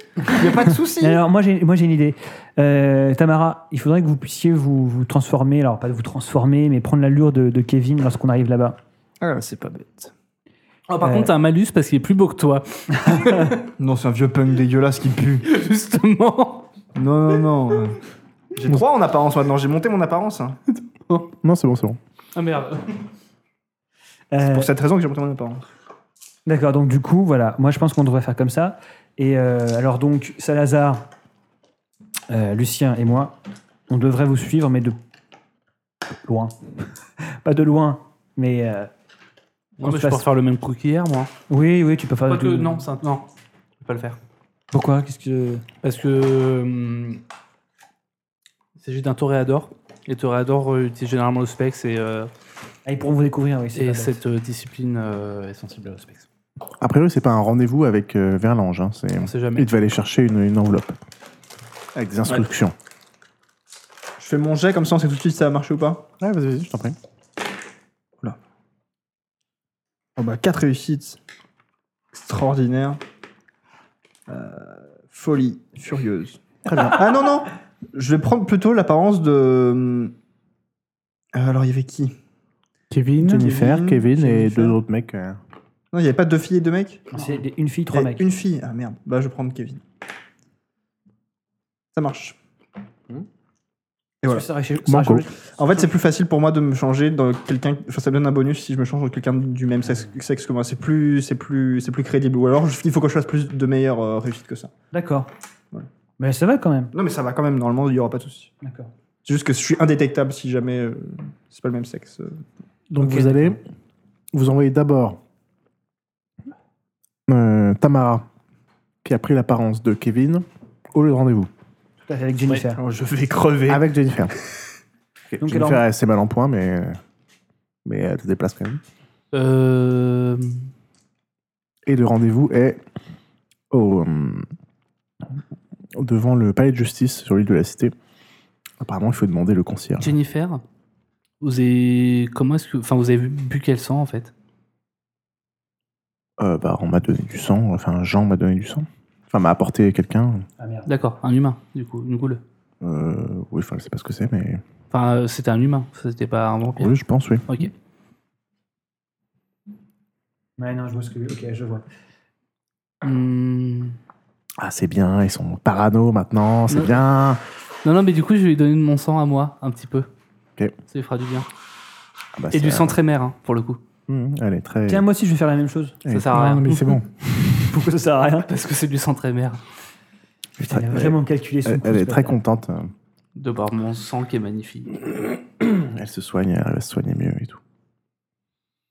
Speaker 5: Y a pas
Speaker 2: [LAUGHS]
Speaker 5: de souci
Speaker 2: alors, moi, j'ai, moi, j'ai une idée. Euh, Tamara, il faudrait que vous puissiez vous, vous transformer. Alors, pas vous transformer, mais prendre l'allure de, de Kevin lorsqu'on arrive là-bas.
Speaker 5: Ah, c'est pas bête.
Speaker 3: Ah, par
Speaker 2: Euh.
Speaker 3: contre, t'as un malus parce qu'il est plus beau que toi, [LAUGHS]
Speaker 5: Non, c'est un vieux punk dégueulasse qui pue.
Speaker 3: justement.
Speaker 5: Non, non, non. J'ai trois en apparence maintenant, j'ai monté mon apparence. hein.
Speaker 1: Non, c'est bon, c'est bon.
Speaker 3: Ah merde.
Speaker 2: Euh,
Speaker 5: Pour cette raison que j'ai monté mon apparence.
Speaker 2: D'accord, donc du coup, voilà, moi je pense qu'on devrait faire comme ça. Et euh, alors donc, Salazar, euh, Lucien et moi, on devrait vous suivre, mais de loin. [LAUGHS] Pas de loin, mais... euh,
Speaker 3: Non,
Speaker 2: On
Speaker 3: mais
Speaker 2: se
Speaker 3: je peux
Speaker 2: passe-
Speaker 3: refaire le même coup qu'hier, moi.
Speaker 2: Oui, oui, tu peux faire...
Speaker 3: Pas
Speaker 2: de-
Speaker 3: que, non, ça, non. Je peux pas le faire.
Speaker 2: Pourquoi Qu'est-ce que...
Speaker 3: Parce que. euh, il s'agit d'un toréador. Et toréador euh, utilise généralement le spex et, euh,
Speaker 2: Ah, ils pourront vous découvrir, oui. c'est
Speaker 3: et
Speaker 2: pas bête.
Speaker 3: cette euh, discipline euh, est sensible au spex.
Speaker 1: A priori, c'est pas un rendez-vous avec euh, Verlange. hein, c'est-
Speaker 3: On sait jamais.
Speaker 1: Il devait aller chercher une, une enveloppe. Avec des instructions.
Speaker 5: Je fais mon jet comme ça, on sait tout de suite si ça a marché ou pas.
Speaker 1: Ouais, vas-y, vas-y, je t'en prie.
Speaker 5: Oh bah, quatre réussites. Extraordinaire. Euh, folie furieuse. Très bien. Ah non, non Je vais prendre plutôt l'apparence de. euh, Alors, il y avait qui
Speaker 4: Kevin,
Speaker 1: Jennifer,
Speaker 5: Kevin,
Speaker 1: Kevin et
Speaker 5: Jennifer.
Speaker 1: deux autres mecs. euh.
Speaker 5: Non, il n'y avait pas deux filles et deux mecs
Speaker 2: C'est des- une fille, trois
Speaker 5: Il y a
Speaker 2: mecs.
Speaker 5: Une fille. Ah merde. Bah, je vais prendre Kevin. Ça marche. Et voilà.
Speaker 2: Ça aurait- ça aurait
Speaker 1: Banco.
Speaker 2: changé-
Speaker 5: En fait, c'est plus facile pour moi de me changer dans quelqu'un. Enfin, ça me donne un bonus si je me change dans quelqu'un du même sexe, sexe que moi. C'est plus, c'est plus, c'est plus crédible. Ou alors, je- il faut que je fasse plus de meilleures euh, réussites que ça.
Speaker 2: D'accord.
Speaker 5: Voilà.
Speaker 2: Mais ça va quand même.
Speaker 5: Non, mais ça va quand même. Normalement, il n'y aura pas de souci.
Speaker 2: D'accord.
Speaker 5: C'est juste que je suis indétectable si jamais euh, c'est pas le même sexe. euh.
Speaker 1: Donc
Speaker 2: Ok,
Speaker 1: vous allez vous envoyer d'abord euh, Tamara, qui a pris l'apparence de Kevin, au lieu de rendez-vous.
Speaker 2: Tout à fait, Avec Jennifer.
Speaker 5: je vais
Speaker 3: Ah,
Speaker 5: crever.
Speaker 1: Avec Jennifer. [LAUGHS] Ok,
Speaker 2: Donc,
Speaker 1: Jennifer,
Speaker 2: alors-
Speaker 1: elle s'est mal en point, mais, euh, mais elle se déplace quand même.
Speaker 3: Euh,
Speaker 1: Et le rendez-vous est au, euh, devant le palais de justice sur l'île de la Cité. Apparemment, il faut demander le concierge.
Speaker 3: Jennifer, vous avez. Comment est-ce que. Enfin, vous avez bu, bu quel sang, en fait
Speaker 1: Euh, bah, on m'a donné du sang, enfin, Jean m'a donné du sang. Enfin, m'a apporté quelqu'un.
Speaker 2: Ah merde.
Speaker 3: D'accord, un humain, du coup, une goule.
Speaker 1: Euh, oui, enfin, je sais pas ce que c'est, mais.
Speaker 3: Enfin, euh, c'était un humain, c'était pas un vampire.
Speaker 1: Oui, je pense, oui.
Speaker 3: Ok.
Speaker 2: Ouais, non, je vois ce que... Ok, je vois.
Speaker 3: Hum,
Speaker 1: Ah, c'est bien, ils sont parano maintenant, c'est
Speaker 3: Non.
Speaker 1: bien.
Speaker 3: Non, non, mais du coup, je vais lui donner de mon sang à moi, un petit peu.
Speaker 1: Ok.
Speaker 3: Ça lui fera du bien.
Speaker 1: Ah bah,
Speaker 3: Et
Speaker 1: c'est-
Speaker 3: du sang très mère, hein, pour le coup.
Speaker 1: Mmh, elle est très.
Speaker 2: Tiens, moi aussi, je vais faire la même chose.
Speaker 1: Ouais.
Speaker 3: Ça sert à rien.
Speaker 4: Non, mais c'est bon.
Speaker 2: [LAUGHS] Pourquoi ça sert à rien
Speaker 3: Parce que c'est du sang très mère.
Speaker 2: Putain, il a
Speaker 1: Ouais.
Speaker 2: vraiment calculé son
Speaker 1: Elle,
Speaker 2: coup,
Speaker 1: elle
Speaker 2: ce
Speaker 1: est très
Speaker 2: bâtard.
Speaker 1: contente.
Speaker 3: De par mon sang qui est magnifique.
Speaker 1: Elle se soigne, elle va se soigner mieux et tout.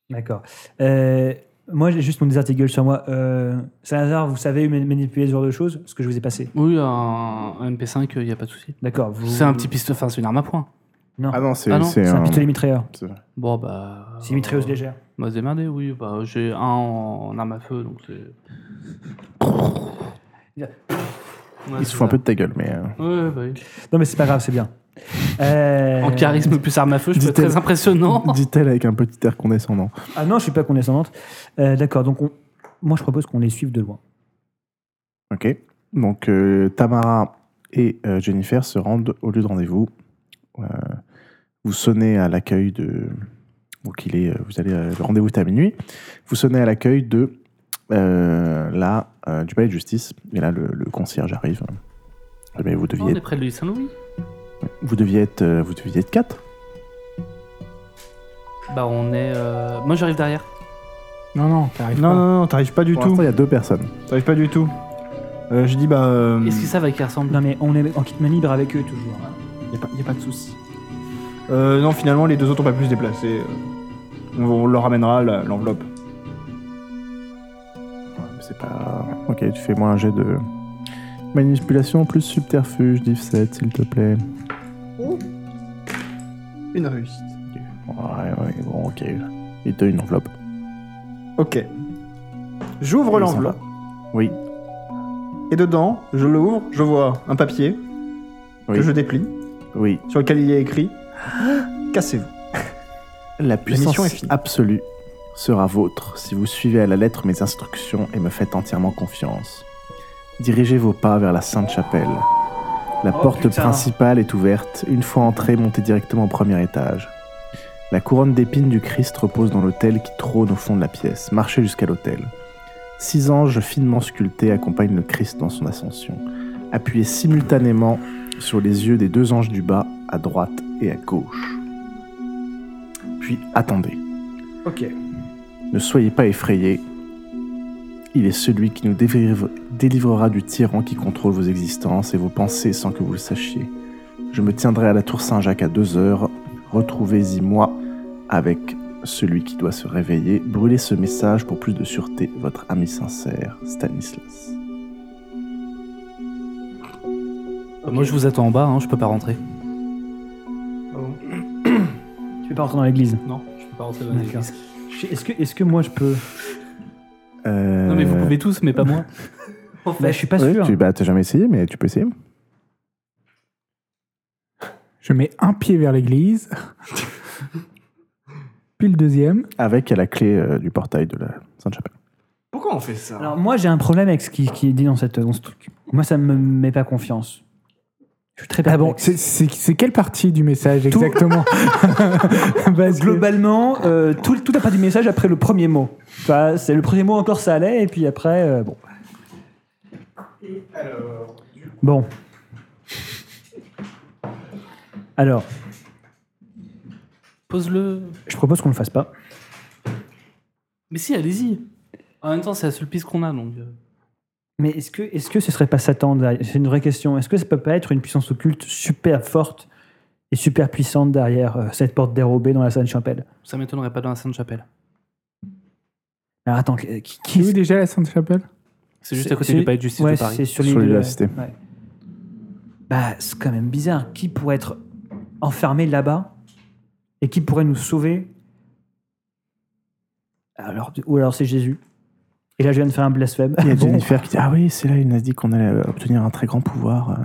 Speaker 2: D'accord. Euh, Moi, j'ai juste mon désert gueule sur moi. Euh, Salazar, vous savez man- manipuler ce genre de choses Ce que je vous ai passé.
Speaker 3: Oui, un, un MP5, il n'y a pas de souci.
Speaker 2: D'accord. vous-
Speaker 3: C'est un petit pistolet, enfin, c'est une arme à poing.
Speaker 2: Non,
Speaker 1: Ah non, c'est
Speaker 3: Ah non,
Speaker 1: c'est
Speaker 2: c'est un
Speaker 1: un.
Speaker 2: pistolet mitrailleur.
Speaker 1: c'est vrai.
Speaker 3: Bon, bah.
Speaker 2: C'est une mitrailleuse
Speaker 3: euh,
Speaker 2: légère.
Speaker 3: Bah, se démerder, oui. Bah, j'ai un en, en arme à feu, donc c'est.
Speaker 2: Il a-
Speaker 3: Ouais,
Speaker 1: Il
Speaker 3: c'est
Speaker 1: se fout un
Speaker 3: ça.
Speaker 1: peu de ta gueule, mais. euh,
Speaker 3: Ouais, bah oui.
Speaker 2: Non, mais c'est pas grave, c'est bien. Euh,
Speaker 3: En charisme plus arme à feu, je peux être
Speaker 1: Dit-elle.
Speaker 3: très impressionnant.
Speaker 1: Dit-elle avec un petit air condescendant.
Speaker 2: Ah non, je suis pas condescendante. Euh, D'accord, donc on- moi, je propose qu'on les suive de loin.
Speaker 1: Ok. Donc euh, Tamara et euh, Jennifer se rendent au lieu de rendez-vous. Euh, vous sonnez à l'accueil de. Donc il est. euh, Vous allez. euh, le rendez-vous est à minuit. Vous sonnez à l'accueil de. euh, là, euh, du palais de justice. Et là, le, le concierge arrive. Euh, Mais vous
Speaker 3: On
Speaker 1: deviez,
Speaker 3: est près de l'île Saint-Louis.
Speaker 1: vous deviez être, euh, vous deviez être quatre.
Speaker 3: Bah, on est. euh, Moi, j'arrive derrière.
Speaker 4: Non, non, t'arrives
Speaker 5: Non,
Speaker 4: pas.
Speaker 5: non, non, t'arrives pas du
Speaker 1: Pour
Speaker 5: tout.
Speaker 1: l'instant, il y a deux personnes.
Speaker 5: T'arrives pas du tout. Euh, je dis, bah. euh,
Speaker 3: Est-ce qu'ils savent à qui ils ressemblent
Speaker 2: Non, mais on est en kit main libre avec eux toujours.
Speaker 5: Y a pas, y a pas de souci. Euh, non, finalement, les deux autres ont pas pu se déplacer. Euh, On, on leur ramènera la- l'enveloppe.
Speaker 1: C'est pas. Ok, tu fais moi un jet de manipulation plus subterfuge, div 7, s'il te plaît.
Speaker 5: Une réussite.
Speaker 1: Ouais, ouais, bon, ok. Il te donne une enveloppe.
Speaker 5: Ok. J'ouvre
Speaker 1: Il est
Speaker 5: l'enveloppe.
Speaker 1: Oui.
Speaker 5: Et dedans, je l'ouvre, je vois un papier
Speaker 1: Oui.
Speaker 5: que je déplie,
Speaker 1: Oui.
Speaker 5: sur lequel il est [GASPS] écrit Cassez-vous.
Speaker 1: La puissance
Speaker 5: mission est finie.
Speaker 1: absolue sera vôtre si vous suivez à la lettre mes instructions et me faites entièrement confiance. Dirigez vos pas vers la Sainte Chapelle. La
Speaker 2: Oh,
Speaker 1: porte
Speaker 2: putain.
Speaker 1: principale est ouverte. Une fois entrée, montez directement au premier étage. La couronne d'épines du Christ repose dans l'autel qui trône au fond de la pièce. Marchez jusqu'à l'autel. Six anges finement sculptés accompagnent le Christ dans son ascension. Appuyez simultanément sur les yeux des deux anges du bas, à droite et à gauche. Puis attendez.
Speaker 2: Ok.
Speaker 1: Ne soyez pas effrayés. Il est celui qui nous délivre- délivrera du tyran qui contrôle vos existences et vos pensées sans que vous le sachiez. Je me tiendrai à la tour Saint-Jacques à deux heures. Retrouvez-y moi avec celui qui doit se réveiller. Brûlez ce message pour plus de sûreté. Votre ami sincère, Stanislas.
Speaker 3: Bah, Moi, je vous attends en bas, hein, je peux pas rentrer.
Speaker 2: Tu peux pas rentrer dans l'église.
Speaker 3: Non, je peux pas rentrer dans
Speaker 2: D'accord. Je- Est-ce que, est que moi je peux.
Speaker 1: Euh,
Speaker 3: Non, mais vous pouvez tous, mais pas [LAUGHS] moi. en
Speaker 2: Bah,
Speaker 3: fait,
Speaker 2: je suis pas
Speaker 1: ouais,
Speaker 2: sûr.
Speaker 1: tu bah, t'as jamais essayé, mais tu peux essayer.
Speaker 4: Je mets un pied vers l'église, puis le deuxième.
Speaker 1: Avec à la clé euh, du portail de la Sainte-Chapelle.
Speaker 5: Pourquoi on fait ça
Speaker 2: Alors moi j'ai un problème avec ce qui, qui est dit dans, cette, dans ce truc. Moi ça me met pas confiance. Je suis très
Speaker 4: Ah bon,
Speaker 2: perplexe.
Speaker 4: c'est- c'est c'est quelle partie du message exactement Parce que-
Speaker 2: Globalement, euh, tout, tout à part du message après le premier mot. Enfin, c'est le premier mot encore ça allait et puis après euh, bon. Bon. Alors,
Speaker 3: pose-le.
Speaker 2: je propose qu'on le fasse pas.
Speaker 3: Mais si, allez-y. En même temps, c'est la seule piste qu'on a, donc. euh,
Speaker 2: Mais est-ce que, est que ce serait pas Satan derrière C'est une vraie question. Est-ce que ça peut pas être une puissance occulte super forte et super puissante derrière euh, cette porte dérobée dans la sainte chapelle
Speaker 3: Ça m'étonnerait pas dans la Sainte-Chapelle.
Speaker 2: Alors attends, qui, qui-
Speaker 4: C'est où déjà la Sainte-Chapelle
Speaker 3: C'est juste
Speaker 2: C'est-
Speaker 3: à côté
Speaker 2: c'est-
Speaker 3: du palais de justice
Speaker 2: ouais,
Speaker 3: de Paris.
Speaker 2: c'est sur
Speaker 1: Sur l'île
Speaker 2: l'île de
Speaker 1: de la Cité.
Speaker 2: ouais. Bah, c'est quand même bizarre. Qui pourrait être enfermé là-bas et qui pourrait nous sauver alors, Ou alors c'est Jésus. Et là, je viens de faire un blasphème.
Speaker 1: Il y a
Speaker 2: [LAUGHS] Bon.
Speaker 1: Jennifer qui dit Ah oui, c'est là, il nous a dit qu'on allait euh, obtenir un très grand pouvoir. euh.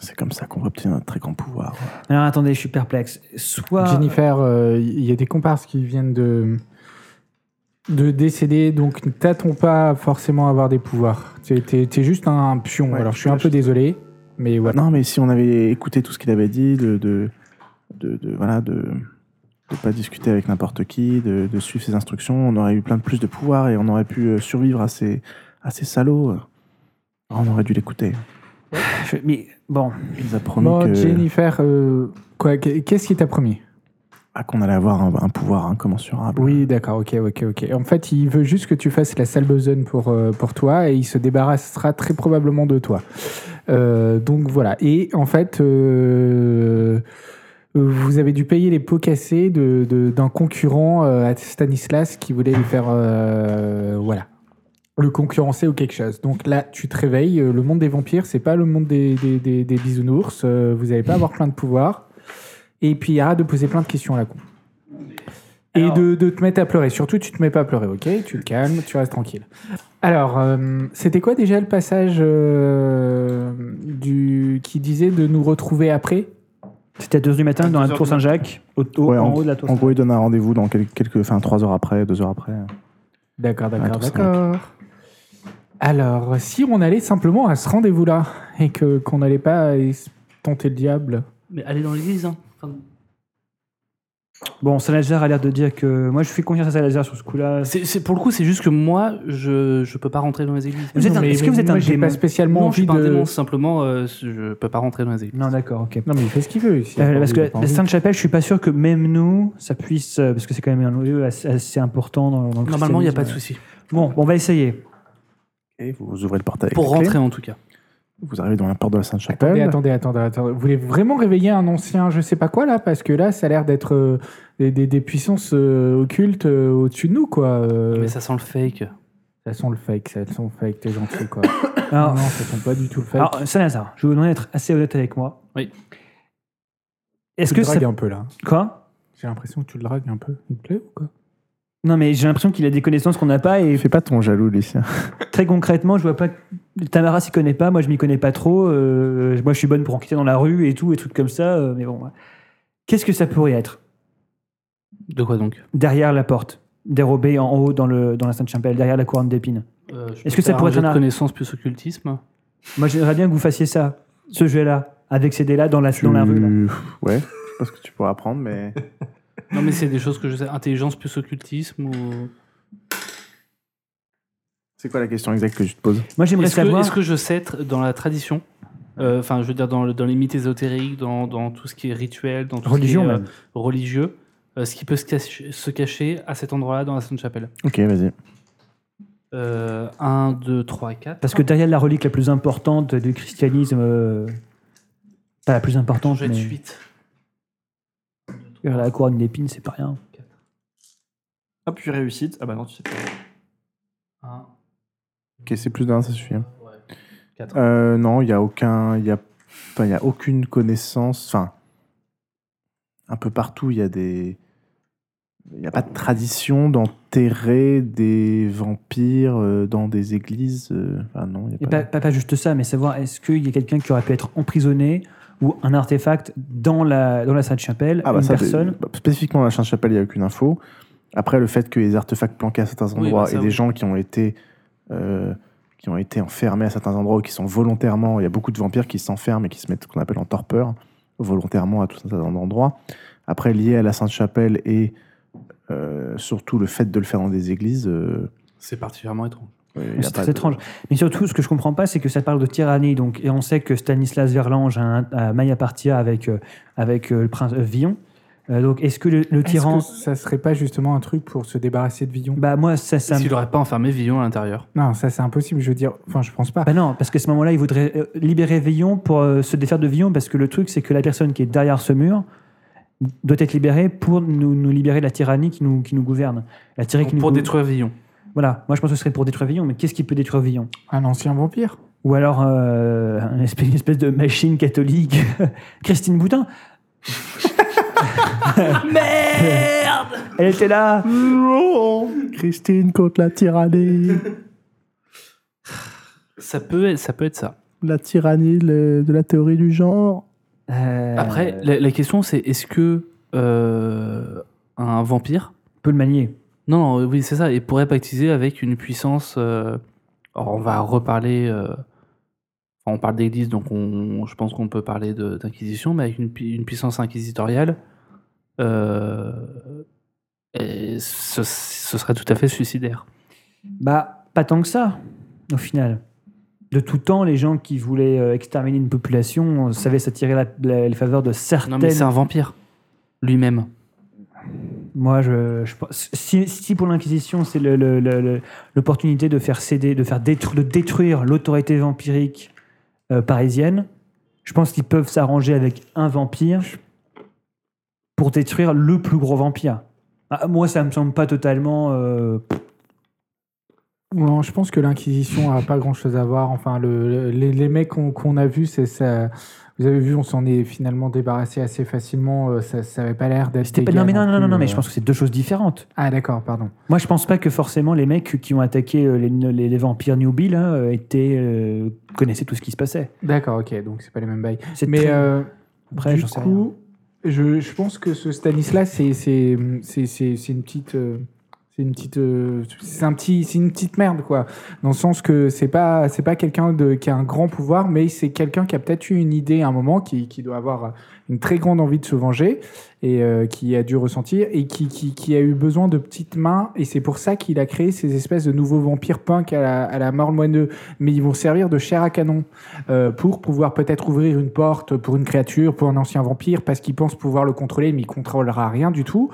Speaker 1: C'est comme ça qu'on va obtenir un très grand pouvoir.
Speaker 2: Alors attendez, je suis perplexe. Soit.
Speaker 4: Jennifer, euh, il y a des comparses qui viennent de, de décéder, donc ne t'attends pas forcément à avoir des pouvoirs. T'es- T'es t'es juste un pion.
Speaker 1: Ouais,
Speaker 4: Alors je suis un peu
Speaker 1: je-
Speaker 4: désolé, mais voilà.
Speaker 1: Non, mais si on avait écouté tout ce qu'il avait dit, de, de, de, de- voilà, de, de pas discuter avec n'importe qui, de, de suivre ses instructions, on aurait eu plein de plus de pouvoir et on aurait pu euh, survivre à ces, à ces salauds. On aurait dû l'écouter.
Speaker 2: Je- Mais bon,
Speaker 1: Il nous a promis
Speaker 4: Bon,
Speaker 1: que-
Speaker 4: Jennifer, euh, quoi, qu'est- qu'est-ce qui t'a promis
Speaker 1: ah, qu'on allait avoir un, un pouvoir incommensurable.
Speaker 4: Oui, d'accord, ok, ok, ok. En fait, il veut juste que tu fasses la sale besogne pour, euh, pour toi et il se débarrassera très probablement de toi. Euh, donc voilà. Et en fait, euh, euh, vous avez dû payer les pots cassés de- de- d'un concurrent euh, à Stanislas qui voulait lui faire. euh, voilà. Le concurrencer ou quelque chose. Donc là, tu te réveilles. euh, Le monde des vampires, c'est pas le monde des, des, des- des bisounours. euh, vous n'allez pas avoir plein de pouvoirs. Et puis, arrête de poser plein de questions à la con. Et
Speaker 2: Alors-
Speaker 4: de, de te mettre à pleurer. Surtout, tu te mets pas à pleurer, ok Tu te calmes, tu restes tranquille. Alors, euh, c'était quoi déjà le passage euh, du, qui disait de nous retrouver après
Speaker 2: C'était à 2h du matin dans la tour Saint-Jacques, au, au-
Speaker 1: Ouais,
Speaker 2: en, haut de la tour
Speaker 1: En
Speaker 2: Saint-Jacques.
Speaker 1: gros, il donne un rendez-vous dans quel- quelques, enfin, trois heures après, deux heures après.
Speaker 4: D'accord, d'accord,
Speaker 1: Attends, ça
Speaker 4: d'accord. Alors, si on allait simplement à ce rendez-vous-là et que qu'on n'allait pas euh, tenter le diable,
Speaker 3: Mais allez dans l'église, hein. Enfin,
Speaker 2: Bon, Salazar a l'air de dire que. Moi, je suis confiant à Salazar sur ce coup-là.
Speaker 3: c'est- c'est- pour le coup, c'est juste que moi, je je peux pas rentrer dans les églises.
Speaker 2: Vous êtes
Speaker 4: Non,
Speaker 2: un-
Speaker 4: mais-
Speaker 2: Est-ce que vous êtes
Speaker 4: moi,
Speaker 2: un
Speaker 4: j'ai
Speaker 2: démon
Speaker 4: pas spécialement
Speaker 3: Non, je
Speaker 4: envie
Speaker 3: suis pas un
Speaker 4: de.
Speaker 3: démon, simplement, euh, je peux pas rentrer dans les églises.
Speaker 2: Non, d'accord, ok.
Speaker 4: Non, mais il fait ce qu'il veut ici.
Speaker 2: Euh, parce que la- la
Speaker 4: sainte
Speaker 2: Sainte-Chapelle, je suis pas sûr que même nous, ça puisse. euh, Parce que c'est quand même un lieu assez, assez important dans, dans le
Speaker 3: Normalement, il n'y a pas de
Speaker 2: christianisme.
Speaker 3: souci.
Speaker 2: Bon, on va essayer.
Speaker 1: Et vous ouvrez le portail. avec
Speaker 3: Pour
Speaker 1: la clé,
Speaker 3: rentrer, en tout cas.
Speaker 1: Vous arrivez dans la porte de la Sainte-Chapelle.
Speaker 4: Attendez, attendez, attendez, attendez. Vous voulez vraiment réveiller un ancien je sais pas quoi là Parce que là, ça a l'air d'être euh, des, des- des puissances euh, occultes euh, au-dessus de nous quoi. euh.
Speaker 3: Mais ça sent le fake.
Speaker 4: Ça sent le fake, ça sent le fake, t'es gentil quoi.
Speaker 2: [COUGHS] Alors,
Speaker 4: non, ça sent pas du tout le fake.
Speaker 2: alors, Salazar, je vais vous demander d'être assez honnête avec moi.
Speaker 3: Oui.
Speaker 2: Est-ce
Speaker 4: tu
Speaker 2: que
Speaker 4: le
Speaker 2: ça.
Speaker 4: dragues un peu là
Speaker 2: Quoi
Speaker 4: J'ai l'impression que tu le dragues un peu. Il te plaît ou quoi
Speaker 2: Non, mais j'ai l'impression qu'il a des connaissances qu'on n'a pas et
Speaker 1: Fais pas ton jaloux, Lucien.
Speaker 2: Très concrètement, je vois pas. que- Tamara s'y connaît pas, moi je m'y connais pas trop. euh, moi je suis bonne pour enquêter dans la rue et tout, et trucs comme ça, euh, mais bon. ouais. Qu'est-ce que ça pourrait être
Speaker 3: De quoi donc
Speaker 2: derrière la porte, dérobée en haut dans, le, dans la Sainte-Chapelle, derrière la couronne d'épines Euh, Est-ce que ça pourrait être un-
Speaker 3: une connaissance plus occultisme
Speaker 2: Moi j'aimerais bien que vous fassiez ça, ce jeu-là, avec ces dés-là dans la, dans la rue. là.
Speaker 1: Tu- Ouais, je sais pas ce que tu pourras apprendre, mais.
Speaker 3: Non, mais c'est des choses que je sais. Intelligence plus occultisme ou.
Speaker 1: C'est quoi la question exacte que je te pose
Speaker 2: Moi j'aimerais
Speaker 3: Est-ce que,
Speaker 2: savoir.
Speaker 3: est-ce que je sais être dans la tradition euh, Enfin, je veux dire, dans, le- dans les mythes ésotériques, dans, dans tout ce qui est rituel, dans tout
Speaker 2: Religion
Speaker 3: ce qui est euh,
Speaker 2: même.
Speaker 3: religieux, euh, ce qui peut se cacher, se cacher à cet endroit-là dans la Sainte-Chapelle.
Speaker 1: Ok, vas-y.
Speaker 3: 1, 2, 3, 4.
Speaker 2: Parce que derrière la relique la plus importante du christianisme. euh, Pas la plus importante,
Speaker 3: Ah, je vais de
Speaker 2: mais.
Speaker 3: suite.
Speaker 2: derrière La couronne d'épines, c'est pas rien.
Speaker 5: Hop, puis réussite. Ah bah non, tu sais pas.
Speaker 3: Un,
Speaker 1: Ok, c'est plus d'un, ça suffit. hein.
Speaker 3: ouais. Quatre.
Speaker 1: Euh, non, il n'y a aucun. Il y a, enfin, il y a aucune connaissance. Enfin, un peu partout, il y a des. Il n'y a pas de tradition d'enterrer des vampires euh, dans des églises. euh, Enfin, non, il
Speaker 2: Et
Speaker 1: n'y
Speaker 2: bah,
Speaker 1: a pas.
Speaker 2: pas, pas- pas juste ça, mais savoir est-ce qu'il y a quelqu'un qui aurait pu être emprisonné ou un artefact dans la, dans la Sainte-Chapelle,
Speaker 1: Ah, bah,
Speaker 2: une
Speaker 1: ça,
Speaker 2: personne.
Speaker 1: bah, spécifiquement à la Sainte-Chapelle, il n'y a aucune info. Après, le fait que les artefacts planqués à certains
Speaker 3: Oui,
Speaker 1: endroits
Speaker 3: bah, ça,
Speaker 1: et des
Speaker 3: oui.
Speaker 1: gens qui ont été. euh, qui ont été enfermés à certains endroits ou qui sont volontairement. Il y a beaucoup de vampires qui s'enferment et qui se mettent ce qu'on appelle en torpeur, volontairement à tout un tas d'endroits. Après, lié à la Sainte-Chapelle et euh, surtout le fait de le faire dans des églises. euh,
Speaker 3: C'est particulièrement étrange.
Speaker 1: euh, il y a
Speaker 2: C'est
Speaker 1: pas
Speaker 2: très
Speaker 1: de-
Speaker 2: étrange. Mais surtout, ce que je comprends pas, c'est que ça parle de tyrannie. Donc, et on sait que Stanislas Verlange a, un- a maille à partir avec, euh, avec euh, le prince euh, Villon. Euh, donc, est-ce que le, le
Speaker 4: Est-ce
Speaker 2: tyran.
Speaker 4: que ça serait pas justement un truc pour se débarrasser de Villon
Speaker 2: Bah, moi, ça. ça me-
Speaker 3: S'il n'aurait pas enfermé Villon à l'intérieur.
Speaker 4: Non, ça c'est impossible, je veux dire. Enfin, je pense pas.
Speaker 2: Bah non, parce qu'à ce moment-là, il voudrait euh, libérer Villon pour euh, se défaire de Villon, parce que le truc, c'est que la personne qui est derrière ce mur doit être libérée pour nous, nous libérer de la tyrannie qui nous, qui nous gouverne. La tyrannie qui
Speaker 3: Donc,
Speaker 2: nous
Speaker 3: Pour
Speaker 2: gou-
Speaker 3: détruire Villon.
Speaker 2: Voilà, moi je pense que ce serait pour détruire Villon, mais qu'est-ce qui peut détruire Villon
Speaker 4: Un ancien vampire
Speaker 2: Ou alors euh, une, espèce, une espèce de machine catholique, [LAUGHS] Christine Boutin Merde Elle était là
Speaker 1: Christine contre la tyrannie.
Speaker 3: Ça peut, être- ça peut être ça.
Speaker 1: la tyrannie le- de la théorie du genre.
Speaker 2: Euh,
Speaker 3: Après, la, la question c'est est-ce que euh, un vampire
Speaker 2: on peut le manier.
Speaker 3: Non, non, oui, c'est ça. Et pourrait pactiser avec une puissance. euh, alors, on va reparler. euh, enfin, on parle d'église, donc on, je pense qu'on peut parler de- d'inquisition, mais avec une, pu- une puissance inquisitoriale, euh, et ce, ce serait tout à fait suicidaire.
Speaker 2: Bah, pas tant que ça, au final. De tout temps, les gens qui voulaient euh, exterminer une population euh, savaient s'attirer la- la- les faveurs de certaines.
Speaker 3: Non, mais c'est un vampire lui-même.
Speaker 2: Moi, je, je pense. Si, si pour l'Inquisition, c'est le- le- le- le- l'opportunité de faire céder, de faire détru- de détruire l'autorité vampirique euh, parisienne, je pense qu'ils peuvent s'arranger avec un vampire pour détruire le plus gros vampire. Ah, moi, ça me semble pas totalement. euh,
Speaker 4: Non, je pense que l'Inquisition a pas grand-chose à voir. Enfin, le- le- les, les mecs qu'on qu'on a vus, c'est ça. Vous avez vu, on s'en est finalement débarrassé assez facilement. euh, Ça, ça avait pas l'air d'être.
Speaker 2: c'était pas-
Speaker 4: des
Speaker 2: non,
Speaker 4: gars
Speaker 2: mais non, non, non,
Speaker 4: plus,
Speaker 2: non, mais
Speaker 4: euh.
Speaker 2: je pense que c'est deux choses différentes.
Speaker 4: Ah, d'accord, pardon.
Speaker 2: Moi, je pense pas que forcément les mecs qui ont attaqué euh, les, les- les vampires newbies là, euh, étaient, euh, connaissaient tout ce qui se passait.
Speaker 4: D'accord, ok, donc c'est pas les mêmes bails.
Speaker 2: C'est
Speaker 4: Mais
Speaker 2: très-
Speaker 4: euh,
Speaker 2: après,
Speaker 4: du
Speaker 2: j'en sais rien.
Speaker 4: coup, je, je pense que ce Stanislas, c'est c'est c'est c'est c'est une petite euh, c'est une petite euh, c'est un petit c'est une petite merde quoi. Dans le sens que c'est pas c'est pas quelqu'un de qui a un grand pouvoir, mais c'est quelqu'un qui a peut-être eu une idée à un moment qui qui doit avoir une très grande envie de se venger et euh, qui a dû ressentir et qui, qui qui a eu besoin de petites mains et c'est pour ça qu'il a créé ces espèces de nouveaux vampires punk à la à la mort moineux, mais ils vont servir de chair à canon euh, pour pouvoir peut-être ouvrir une porte pour une créature, pour un ancien vampire, parce qu'il pense pouvoir le contrôler, mais il contrôlera rien du tout.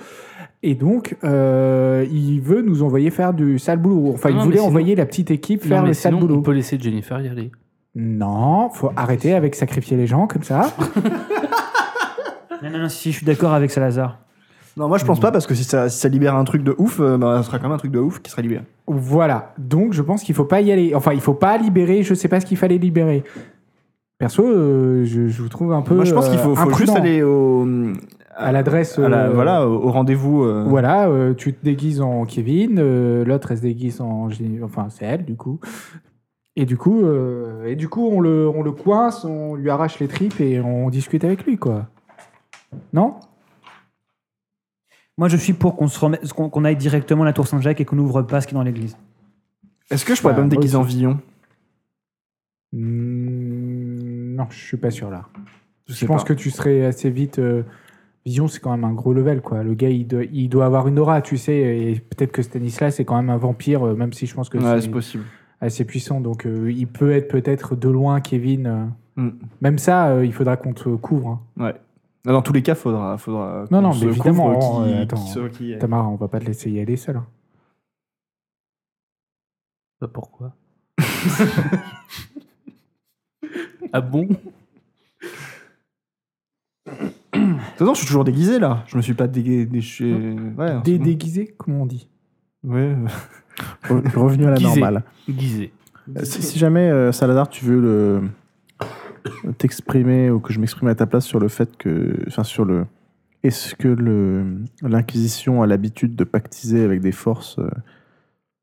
Speaker 4: Et donc, euh, il veut nous envoyer faire du sale boulot. Enfin,
Speaker 3: Non,
Speaker 4: il
Speaker 3: mais
Speaker 4: voulait
Speaker 3: sinon-
Speaker 4: envoyer la petite équipe
Speaker 3: Non,
Speaker 4: faire
Speaker 3: mais
Speaker 4: le sale
Speaker 3: sinon,
Speaker 4: boulot.
Speaker 3: On peut laisser Jennifer y aller.
Speaker 4: Non, faut arrêter avec sacrifier les gens comme ça.
Speaker 2: Non, non, non, si, je suis d'accord avec Salazar.
Speaker 5: Non, moi je pense pas parce que si ça, si ça libère un truc de ouf, euh, bah, ça sera quand même un truc de ouf qui sera libéré.
Speaker 4: Voilà. Donc, je pense qu'il faut pas y aller. Enfin, il faut pas libérer. Je sais pas ce qu'il fallait libérer. Perso, euh, je, je vous trouve un peu.
Speaker 5: moi je pense qu'il
Speaker 4: euh,
Speaker 5: faut, faut juste
Speaker 4: imprudent.
Speaker 5: aller au. hum,
Speaker 4: à l'adresse.
Speaker 5: à la-
Speaker 4: euh,
Speaker 5: Voilà, au, au rendez-vous. euh,
Speaker 4: Voilà, euh, tu te déguises en Kevin, euh, l'autre elle se déguise en, Gé- enfin c'est elle du coup. Et du coup, euh, et du coup on le, on le coince, on lui arrache les tripes et on discute avec lui quoi. Non
Speaker 2: Moi, je suis pour qu'on se remette- qu'on qu'on aille directement à la Tour Saint-Jacques et qu'on n'ouvre pas ce qui est dans l'église.
Speaker 5: Est-ce que je pourrais
Speaker 4: Bah,
Speaker 5: pas me
Speaker 4: moi
Speaker 5: déguiser en Villon
Speaker 4: Hmm, Non, je suis pas sûr là. Je
Speaker 5: sais
Speaker 4: pense
Speaker 5: pas.
Speaker 4: que tu serais assez vite. euh, Vision, c'est quand même un gros level quoi. Le gars, il doit, il doit avoir une aura, tu sais. Et peut-être que Stanislas c'est quand même un vampire, euh, même si je pense que
Speaker 5: Ouais,
Speaker 4: c'est
Speaker 5: c'est possible.
Speaker 4: assez puissant. Donc euh, il peut être peut-être de loin, Kevin. euh.
Speaker 5: Mm.
Speaker 4: Même ça, euh, il faudra qu'on te couvre. hein.
Speaker 5: Non, dans tous les cas, faudra. faudra
Speaker 4: Non,
Speaker 5: qu'on
Speaker 4: non,
Speaker 5: se
Speaker 4: mais
Speaker 5: couvre
Speaker 4: évidemment,
Speaker 5: qui-
Speaker 4: euh,
Speaker 5: qui
Speaker 4: attends.
Speaker 5: se- qui-
Speaker 4: Tamara, on va pas te laisser y aller seul. hein.
Speaker 3: Bah, pourquoi [LAUGHS] Ah bon
Speaker 5: De toute façon, je suis toujours déguisé là. Je me suis pas déguisé.
Speaker 3: Hein
Speaker 5: Ouais, en
Speaker 4: Dé-
Speaker 5: ce moment.
Speaker 4: Déguisé, comment on dit
Speaker 5: Ouais.
Speaker 1: Revenu à la
Speaker 3: Guisé.
Speaker 1: normale.
Speaker 3: Guisé.
Speaker 1: Euh, Si, si jamais, euh, Salazar, tu veux le- t'exprimer ou que je m'exprime à ta place sur le fait que. Enfin, sur le. Est-ce que le- l'Inquisition a l'habitude de pactiser avec des forces euh,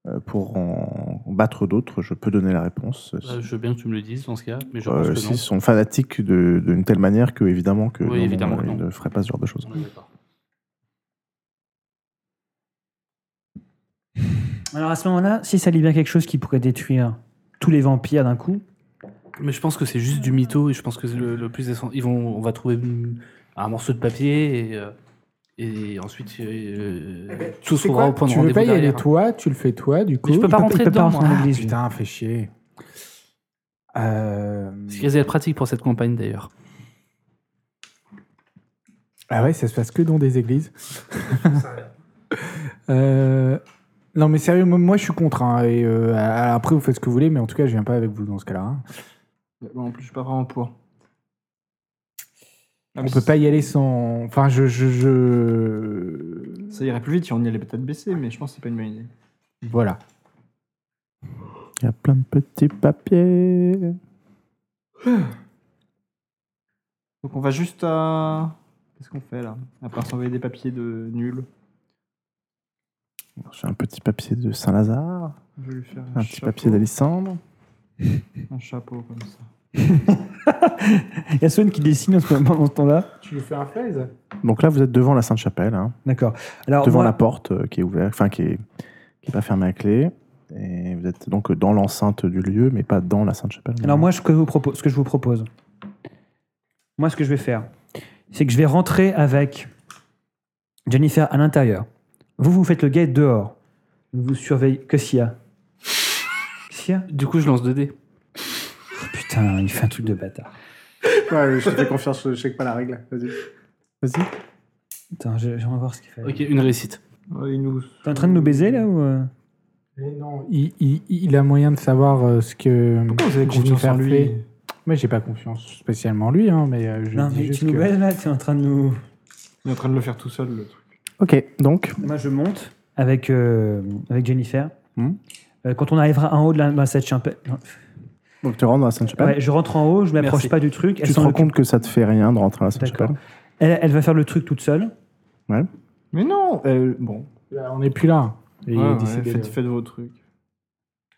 Speaker 1: euh, pour en battre d'autres Je peux donner la réponse.
Speaker 3: Bah, je veux bien que tu me le dises dans ce cas, mais je
Speaker 1: Euh,
Speaker 3: pense que non.
Speaker 1: S'ils sont fanatiques de- d'une telle manière que, évidemment, que
Speaker 3: Oui,
Speaker 1: non,
Speaker 3: évidemment
Speaker 1: non,
Speaker 3: que
Speaker 1: ils
Speaker 3: non.
Speaker 1: ne feraient pas ce genre de choses.
Speaker 3: On est d'accord.
Speaker 2: Alors à ce moment-là, si ça libère quelque chose qui pourrait détruire tous les vampires d'un coup,
Speaker 3: Mais je pense que c'est juste du mytho et je pense que le, le plus essentiel, ils vont, on va trouver une- un morceau de papier et, euh, et ensuite euh, tout se
Speaker 4: C'est
Speaker 3: trouvera
Speaker 4: quoi
Speaker 3: au point de
Speaker 4: Tu veux
Speaker 3: rendez-vous
Speaker 4: pas y aller
Speaker 3: derrière.
Speaker 4: toi, tu le fais toi, du coup.
Speaker 3: je peux
Speaker 2: il
Speaker 3: pas
Speaker 2: peut-
Speaker 3: rentrer
Speaker 2: il peut
Speaker 3: dedans,
Speaker 2: rentrer dans
Speaker 3: moi.
Speaker 2: l'église. lui.
Speaker 4: Putain, fais chier. Euh,
Speaker 3: Ce qui risque d'être pratique pour cette campagne d'ailleurs.
Speaker 4: Ah ouais, ça se passe que dans des églises. Euh, Non, mais sérieux, moi, moi, je suis contre. hein, et, euh, a- après, vous faites ce que vous voulez, mais en tout cas, je viens pas avec vous dans ce cas-là. hein.
Speaker 5: Non, en plus, je suis pas vraiment pour. Ah,
Speaker 10: Ah,
Speaker 4: On peut pas y aller sans. Enfin, je. je, je...
Speaker 5: Ça irait plus vite si on y allait peut-être baisser, mais je pense que c'est pas une bonne idée.
Speaker 4: Voilà.
Speaker 1: Il y a plein de petits papiers.
Speaker 5: Donc on va juste à. Qu'est-ce qu'on fait là À part s'envoyer des papiers de nul.
Speaker 1: J'ai un petit papier de Saint-Lazare,
Speaker 5: Je vais lui faire un,
Speaker 1: un petit
Speaker 5: chapeau,
Speaker 1: papier d'Alissandre.
Speaker 5: Un chapeau comme ça.
Speaker 2: il y a Swan qui dessine en ce moment dans ce temps-là.
Speaker 4: Tu lui fais un flaise
Speaker 1: Donc là, vous êtes devant la Sainte-Chapelle. hein.
Speaker 2: D'accord. Alors
Speaker 1: devant
Speaker 2: moi-
Speaker 1: la porte euh, qui est ouverte, enfin qui est, qui est pas fermée à clé. Et vous êtes donc euh, dans l'enceinte du lieu, mais pas dans la Sainte-Chapelle.
Speaker 2: Alors moi, ce que, vous propose, ce que je vous propose, moi, ce que je vais faire, c'est que je vais rentrer avec Jennifer à l'intérieur. Vous, vous faites le guet dehors. Vous surveillez. Que s'il y a Qu'est-ce qu'il y a
Speaker 3: Du coup, je lance 2 dés.
Speaker 2: Putain, il fait un truc de bâtard.
Speaker 1: je te fais confiance, je sais pas la règle. Vas-y. Vas-y.
Speaker 2: Attends, je- j'aimerais voir ce qu'il fait.
Speaker 3: Ok, une réussite.
Speaker 5: Ouais, il nous.
Speaker 2: T'es en train de nous baiser là ou euh
Speaker 4: non, il, il- il a moyen de savoir euh, ce que.
Speaker 5: Pourquoi vous avez confiance en
Speaker 4: Jennifer
Speaker 5: lui
Speaker 4: fait. Moi, j'ai pas confiance spécialement en lui, hein, mais euh, je.
Speaker 2: Non,
Speaker 4: dis
Speaker 2: mais
Speaker 4: juste
Speaker 2: tu nous
Speaker 4: que-
Speaker 2: baises là, t'es en train de nous.
Speaker 10: Il est en train de le faire tout seul, le truc.
Speaker 1: Ok, donc.
Speaker 2: Moi, je monte avec, euh, avec Jennifer.
Speaker 1: Hmm.
Speaker 2: Euh, quand on arrivera en haut de la, de cette chapelle,
Speaker 1: Donc tu rentres dans la Sainte-Chapelle.
Speaker 2: Ouais, je rentre en haut, je m'approche
Speaker 3: Merci.
Speaker 2: pas du truc.
Speaker 1: tu te
Speaker 2: s'en
Speaker 1: rends
Speaker 2: occupe.
Speaker 1: compte que ça te fait rien de rentrer dans la
Speaker 2: D'accord.
Speaker 1: Sainte-Chapelle.
Speaker 2: Elle, elle va faire le truc toute seule.
Speaker 10: Mais non euh, Bon.
Speaker 4: Là, on n'est plus là. Il est
Speaker 10: Ouais, ouais,
Speaker 4: décédé,
Speaker 10: faites,
Speaker 4: là.
Speaker 10: faites vos trucs.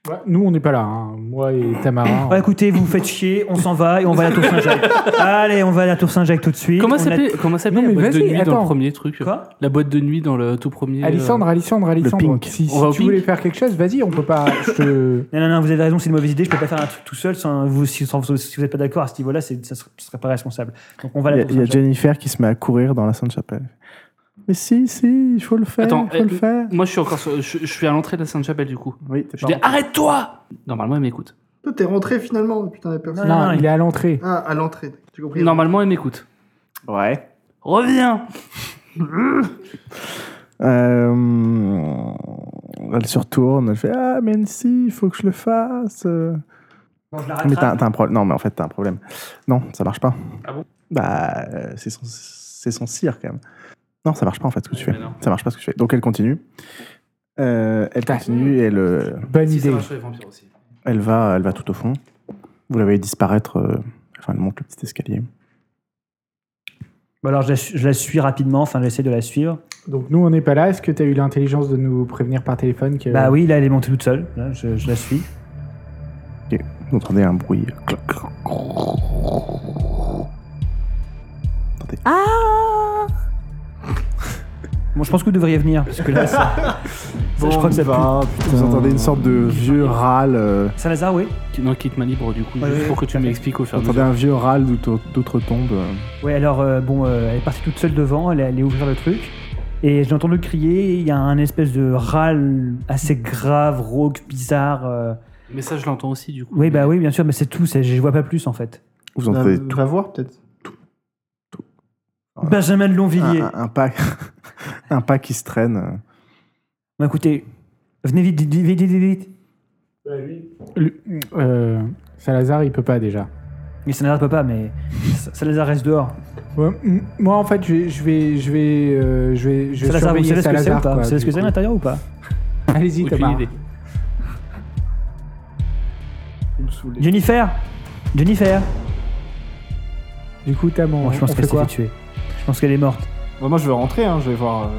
Speaker 4: Ouais, nous, on n'est pas là. hein. Moi et
Speaker 1: Oh.
Speaker 4: Tamara.
Speaker 2: [COUGHS] Ouais, écoutez, vous vous faites chier, on s'en va et on va à la Tour
Speaker 3: [LAUGHS]
Speaker 2: Saint-Jacques. Allez, on va à la Tour Saint-Jacques tout de suite.
Speaker 3: Comment
Speaker 2: On
Speaker 3: s'appelait comment s'appelait la
Speaker 4: Non, mais
Speaker 3: boîte de
Speaker 4: vas-y,
Speaker 3: nuit dans
Speaker 4: attends.
Speaker 3: le premier truc
Speaker 2: a- Quoi
Speaker 3: La boîte de nuit dans le tout premier. euh,
Speaker 4: Alissandre, Alissandre, Alissandre.
Speaker 1: pink.
Speaker 4: Si, si
Speaker 3: On va au
Speaker 4: tu voulais
Speaker 3: pink
Speaker 4: faire quelque chose, vas-y, on peut pas. Je te.
Speaker 2: Non, non, non, vous avez raison, c'est une mauvaise idée. Je peux pas faire un truc tout seul sans vous. Si, sans- si vous n'êtes pas d'accord à ce niveau-là, c'est- ça serait, ce serait pas responsable. Donc on va à
Speaker 1: Il y
Speaker 2: la
Speaker 1: a-
Speaker 2: Tour
Speaker 1: il y, a
Speaker 2: Saint-Jacques.
Speaker 1: Jennifer qui se met à courir dans la Sainte-Chapelle. Mais si, si, il faut le faire.
Speaker 3: Attends,
Speaker 1: il faut le
Speaker 3: euh,
Speaker 1: faire.
Speaker 3: Moi, je suis encore. sur- Je, je suis à l'entrée de la Sainte-Chapelle, du coup.
Speaker 1: Oui, t'es
Speaker 3: Je dis arrête-toi Normalement, elle m'écoute.
Speaker 11: Toi, t'es rentré finalement, putain, la personne.
Speaker 2: Non,
Speaker 4: Non,
Speaker 2: non, non,
Speaker 4: il est à l'entrée.
Speaker 11: Ah, à l'entrée, tu compris
Speaker 3: Normalement, elle m'écoute.
Speaker 1: Ouais.
Speaker 3: Reviens
Speaker 1: Euh, elle se retourne, elle fait Ah, mais si, il faut que je le fasse. Euh,
Speaker 2: Bon, je la
Speaker 1: Mais t'as,
Speaker 2: rattrape.
Speaker 1: t'as un problème. Non, mais en fait, t'as un problème. Non, ça marche pas.
Speaker 3: Ah bon
Speaker 1: Bah, euh, c'est son, c'est son cire quand même. Non, ça marche pas en fait ce que tu
Speaker 3: Mais
Speaker 1: fais.
Speaker 3: non.
Speaker 1: Ça marche pas ce que tu fais. Donc elle continue. Euh, elle
Speaker 4: Putain.
Speaker 1: continue et elle, euh,
Speaker 4: Bonne
Speaker 3: Si, ça
Speaker 4: idée.
Speaker 3: marche sur les vampires aussi.
Speaker 1: elle, va, elle va tout au fond. Vous la voyez disparaître. euh, enfin, elle monte le petit escalier.
Speaker 2: Bon, alors je la, su- je la suis rapidement, enfin j'essaie de la suivre.
Speaker 4: Donc nous, on n'est pas là. Est-ce que tu as eu l'intelligence de nous prévenir par téléphone
Speaker 1: Euh.
Speaker 4: que...
Speaker 2: Bah oui, là elle est montée toute seule. Là, je, je la suis.
Speaker 1: Vous entendez un bruit. euh, Clac, clac. Attendez.
Speaker 2: Bon, je pense que vous devriez venir parce que
Speaker 1: [LAUGHS]
Speaker 2: là, ça, ça, je crois que ça
Speaker 1: bah.
Speaker 2: pue.
Speaker 5: bah,
Speaker 1: Vous entendez une sorte de vieux râle. euh,
Speaker 2: Saint-Lazare, oui.
Speaker 3: Qui- Non, quitte ma libre, du coup.
Speaker 2: Ouais,
Speaker 3: juste
Speaker 2: ouais,
Speaker 3: pour que
Speaker 2: tout
Speaker 3: tu
Speaker 2: à fait.
Speaker 3: m'expliques au fur
Speaker 1: Vous
Speaker 3: et à
Speaker 1: entendez
Speaker 3: mesure.
Speaker 1: un vieux râle d'outre- d'outre-tombe. euh.
Speaker 2: Ouais, alors euh, bon, euh, elle est partie toute seule devant, elle est allée ouvrir le truc. Et je l'ai entendu crier, il y a un espèce de râle assez grave, rauque, bizarre. euh.
Speaker 3: Mais ça, je l'entends aussi, du coup.
Speaker 2: Oui, bah oui, bien sûr, mais c'est tout, c'est- je vois pas plus en fait.
Speaker 1: Vous
Speaker 5: Bah,
Speaker 1: entendez
Speaker 5: va voir peut-être.
Speaker 1: Voilà.
Speaker 2: Benjamin de Longvilliers.
Speaker 1: un, un- un pas, [LAUGHS] un pas qui se traîne. euh.
Speaker 2: Bah, écoutez, venez vite, vite, vite, vite, vite, vite.
Speaker 4: Lu- euh, Salazar, il peut pas déjà.
Speaker 2: Mais Saint-Lazare peut pas, mais Sa- Saint-Lazare reste dehors.
Speaker 4: Ouais, m- moi, en fait, je vais, je vais, je vais, euh, je vais, je vais
Speaker 2: Saint-Lazare, vous savez
Speaker 4: surveiller
Speaker 2: ce que c'est ou pas
Speaker 4: Salazar. quoi,
Speaker 2: Vous savez ce
Speaker 4: du
Speaker 2: que c'est à
Speaker 4: coup.
Speaker 2: l'intérieur ou pas
Speaker 4: Allez-y,
Speaker 3: Aucune
Speaker 4: Thomas.
Speaker 3: idée.
Speaker 10: Vous me saoulez.
Speaker 2: Jennifer Jennifer
Speaker 4: Du coup, Thomas,
Speaker 2: Bon, je pense
Speaker 4: on fait
Speaker 2: qu'elle s'est
Speaker 4: quoi
Speaker 2: fait tuer. Je pense qu'elle est morte.
Speaker 10: Bah, moi, je vais rentrer, hein, je vais voir. euh,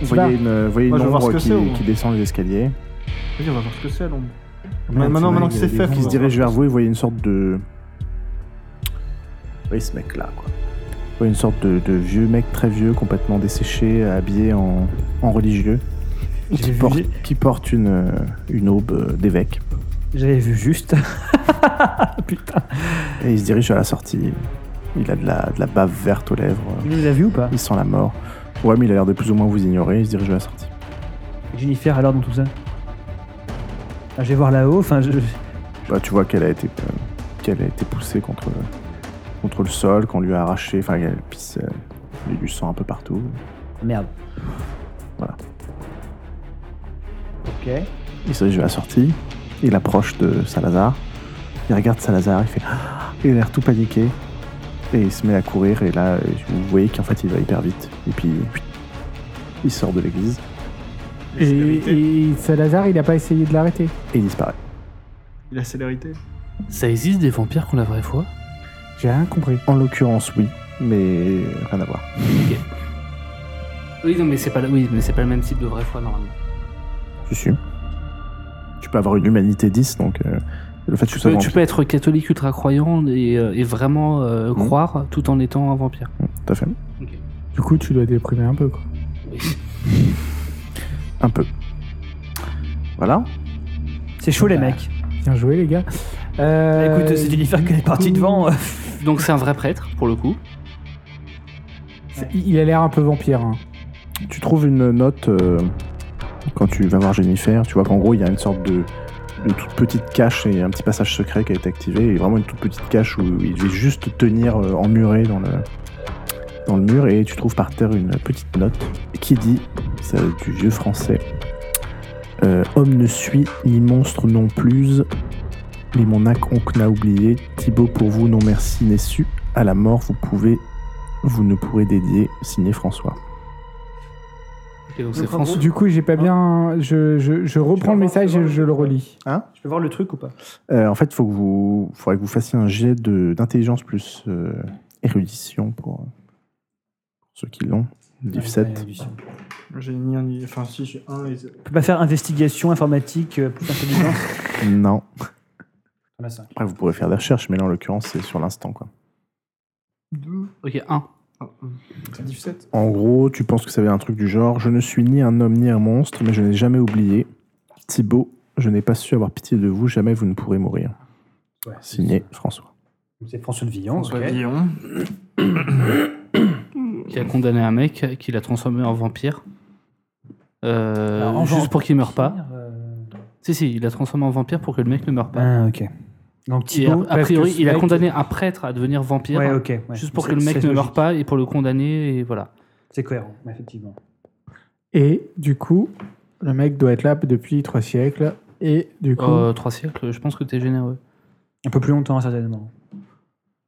Speaker 1: Vous
Speaker 4: C'est pas-
Speaker 1: voyez une, vous voyez
Speaker 10: Moi,
Speaker 1: une
Speaker 10: je veux voir
Speaker 1: ombre
Speaker 10: ce que
Speaker 1: qui,
Speaker 10: c'est, au moins.
Speaker 1: qui descend les escaliers.
Speaker 10: Vas-y, on va voir ce que c'est, l'ombre.
Speaker 1: Ouais,
Speaker 10: Maintenant,
Speaker 1: c'est
Speaker 10: maintenant
Speaker 1: vrai,
Speaker 10: que
Speaker 1: il y
Speaker 10: c'est
Speaker 1: a des
Speaker 10: fait,
Speaker 1: gens
Speaker 10: on
Speaker 1: qui se
Speaker 10: va
Speaker 1: dirige vers vous et vous voyez une sorte de. Vous voyez ce mec-là, quoi. Vous voyez une sorte de, de vieux mec très vieux, complètement desséché, habillé en, en religieux, qui
Speaker 2: vu-
Speaker 1: porte, qui porte une, euh, une aube euh, d'évêque.
Speaker 2: J'avais vu juste. [LAUGHS] Putain.
Speaker 1: Et il se dirige à la sortie. Il a de la, de la bave verte aux lèvres.
Speaker 2: Il nous a vu ou pas
Speaker 1: Il sent la mort. Ouais, mais il a l'air de plus ou moins vous ignorer. Il se dirige à la sortie.
Speaker 2: Jennifer alors dans tout ça Ah, Je vais voir là-haut, enfin je...
Speaker 1: Bah, tu vois qu'elle a été euh, qu'elle a été poussée contre contre le sol, qu'on lui a arraché, enfin elle pisse euh, il y a du sang un peu partout.
Speaker 2: Merde.
Speaker 1: Voilà.
Speaker 2: Ok.
Speaker 1: Il se dirige à la sortie, il approche de Salazar, il regarde Salazar, il fait [GASPS] Ah il a l'air tout paniqué et il se met à courir et là euh, vous voyez qu'en fait il va hyper vite et puis il sort de l'église
Speaker 4: Et, et Salazar, il a pas essayé de l'arrêter.
Speaker 1: et il disparaît.
Speaker 10: La célérité.
Speaker 3: Ça existe des vampires qui ont la vraie foi
Speaker 4: J'ai rien compris.
Speaker 1: En l'occurrence oui, mais rien à voir.
Speaker 3: Oui, non, mais c'est pas, le- oui, mais c'est pas le même type de vraie foi, normalement.
Speaker 1: Je suis. Tu peux avoir une humanité 10 donc euh, le fait que tu
Speaker 3: Tu
Speaker 1: sois
Speaker 3: peux,
Speaker 1: vampire,
Speaker 3: tu peux être catholique ultra croyant et, euh, et vraiment euh,
Speaker 1: Mhm.
Speaker 3: croire tout en étant un vampire.
Speaker 1: tout à fait.
Speaker 4: Du coup, tu dois déprimer un peu. Quoi.
Speaker 1: Un peu. Voilà.
Speaker 2: C'est chaud
Speaker 4: Bah.
Speaker 2: les mecs.
Speaker 4: Bien joué, les gars. Euh,
Speaker 2: Écoute, c'est Jennifer qui est partie devant.
Speaker 3: Donc c'est un vrai prêtre, pour le coup.
Speaker 4: c'est- Il a l'air un peu vampire. hein.
Speaker 1: Tu trouves une note euh, quand tu vas voir Jennifer. Tu vois qu'en gros, il y a une sorte de, de toute petite cache et un petit passage secret qui a été activé. Et vraiment une toute petite cache où il devait juste tenir euh, emmuré dans le, dans le mur. Et tu trouves par terre une petite note qui dit, c'est du vieux français, euh, Homme ne suit, ni monstre non plus, ni mon onc n'a oublié, Thibaut pour vous, non merci, n'est su. À la mort, vous pouvez vous ne pourrez dédier, signé François.
Speaker 3: Et
Speaker 2: Le
Speaker 3: donc c'est
Speaker 2: crapaud.
Speaker 3: François.
Speaker 4: Du coup, j'ai pas bien. Je, je- je reprends
Speaker 2: voir,
Speaker 4: le message
Speaker 2: je
Speaker 4: et
Speaker 2: vois.
Speaker 4: je le relis.
Speaker 2: [LAUGHS] Je peux voir le truc ou pas
Speaker 1: Euh, en fait, faut que vous, faudrait que vous fassiez un jet de- d'intelligence plus euh, érudition pour, euh, pour ceux qui l'ont. Div 7.
Speaker 2: Je
Speaker 10: J'ai ni un ni. Enfin, si, j'ai un et zéro.
Speaker 2: peux pas faire investigation informatique euh, plus intelligence
Speaker 3: [LAUGHS]
Speaker 1: Non.
Speaker 2: On a cinq.
Speaker 1: Après, vous pourrez faire des recherches, mais là, en l'occurrence, c'est sur l'instant. quoi.
Speaker 3: Ok, 1.
Speaker 10: C'est 17.
Speaker 1: En gros, tu penses que ça va être un truc du genre Je ne suis ni un homme ni un monstre, mais je n'ai jamais oublié. Thibaut, je n'ai pas su avoir pitié de vous, jamais vous ne pourrez mourir.
Speaker 2: Ouais.
Speaker 1: Signé François.
Speaker 2: C'est François de Villon.
Speaker 10: François
Speaker 2: ok.
Speaker 10: Villon.
Speaker 3: Qui a condamné un mec, qui l'a transformé en vampire. Euh,
Speaker 2: Alors, en
Speaker 3: juste
Speaker 2: vampire,
Speaker 3: pour qu'il meure pas.
Speaker 2: euh,
Speaker 3: Si, si, il l'a transformé en vampire pour que le mec ne meure pas.
Speaker 2: Ah, ok. Donc,
Speaker 3: Et
Speaker 2: Thibaut.
Speaker 3: a, a
Speaker 4: parce
Speaker 3: priori,
Speaker 4: que ce
Speaker 3: il a
Speaker 4: mec-
Speaker 3: condamné un prêtre à devenir vampire.
Speaker 2: Ouais, ok. ouais.
Speaker 3: Juste pour
Speaker 2: C'est-
Speaker 3: que le mec
Speaker 2: c'est
Speaker 3: ne meure
Speaker 2: logique.
Speaker 3: pas et pour le condamner, et voilà.
Speaker 2: C'est cohérent, effectivement.
Speaker 4: Et du coup, le mec doit être là depuis trois siècles. Et du coup.
Speaker 3: Euh, trois siècles, je pense que t'es généreux.
Speaker 2: Un peu plus longtemps, hein, certainement.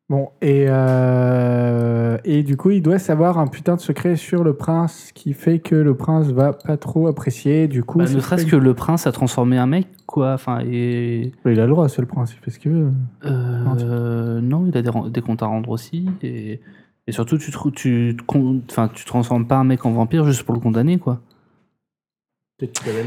Speaker 4: Bon, et, euh, et du coup, il doit savoir un putain de secret sur le prince, ce qui fait que le prince va pas trop apprécier. Du coup,
Speaker 3: Bah,
Speaker 4: ça
Speaker 3: ne serait-ce
Speaker 4: fait-
Speaker 3: que le prince a transformé un mec, quoi. Enfin, et.
Speaker 4: Il a le droit, c'est le prince, il fait ce qu'il veut.
Speaker 3: euh,
Speaker 4: Non, tu-
Speaker 3: euh, non, il a des, ren- des comptes à rendre aussi. Et, et surtout, tu, trou- tu, te con- enfin, tu transformes pas un mec en vampire juste pour le condamner, quoi.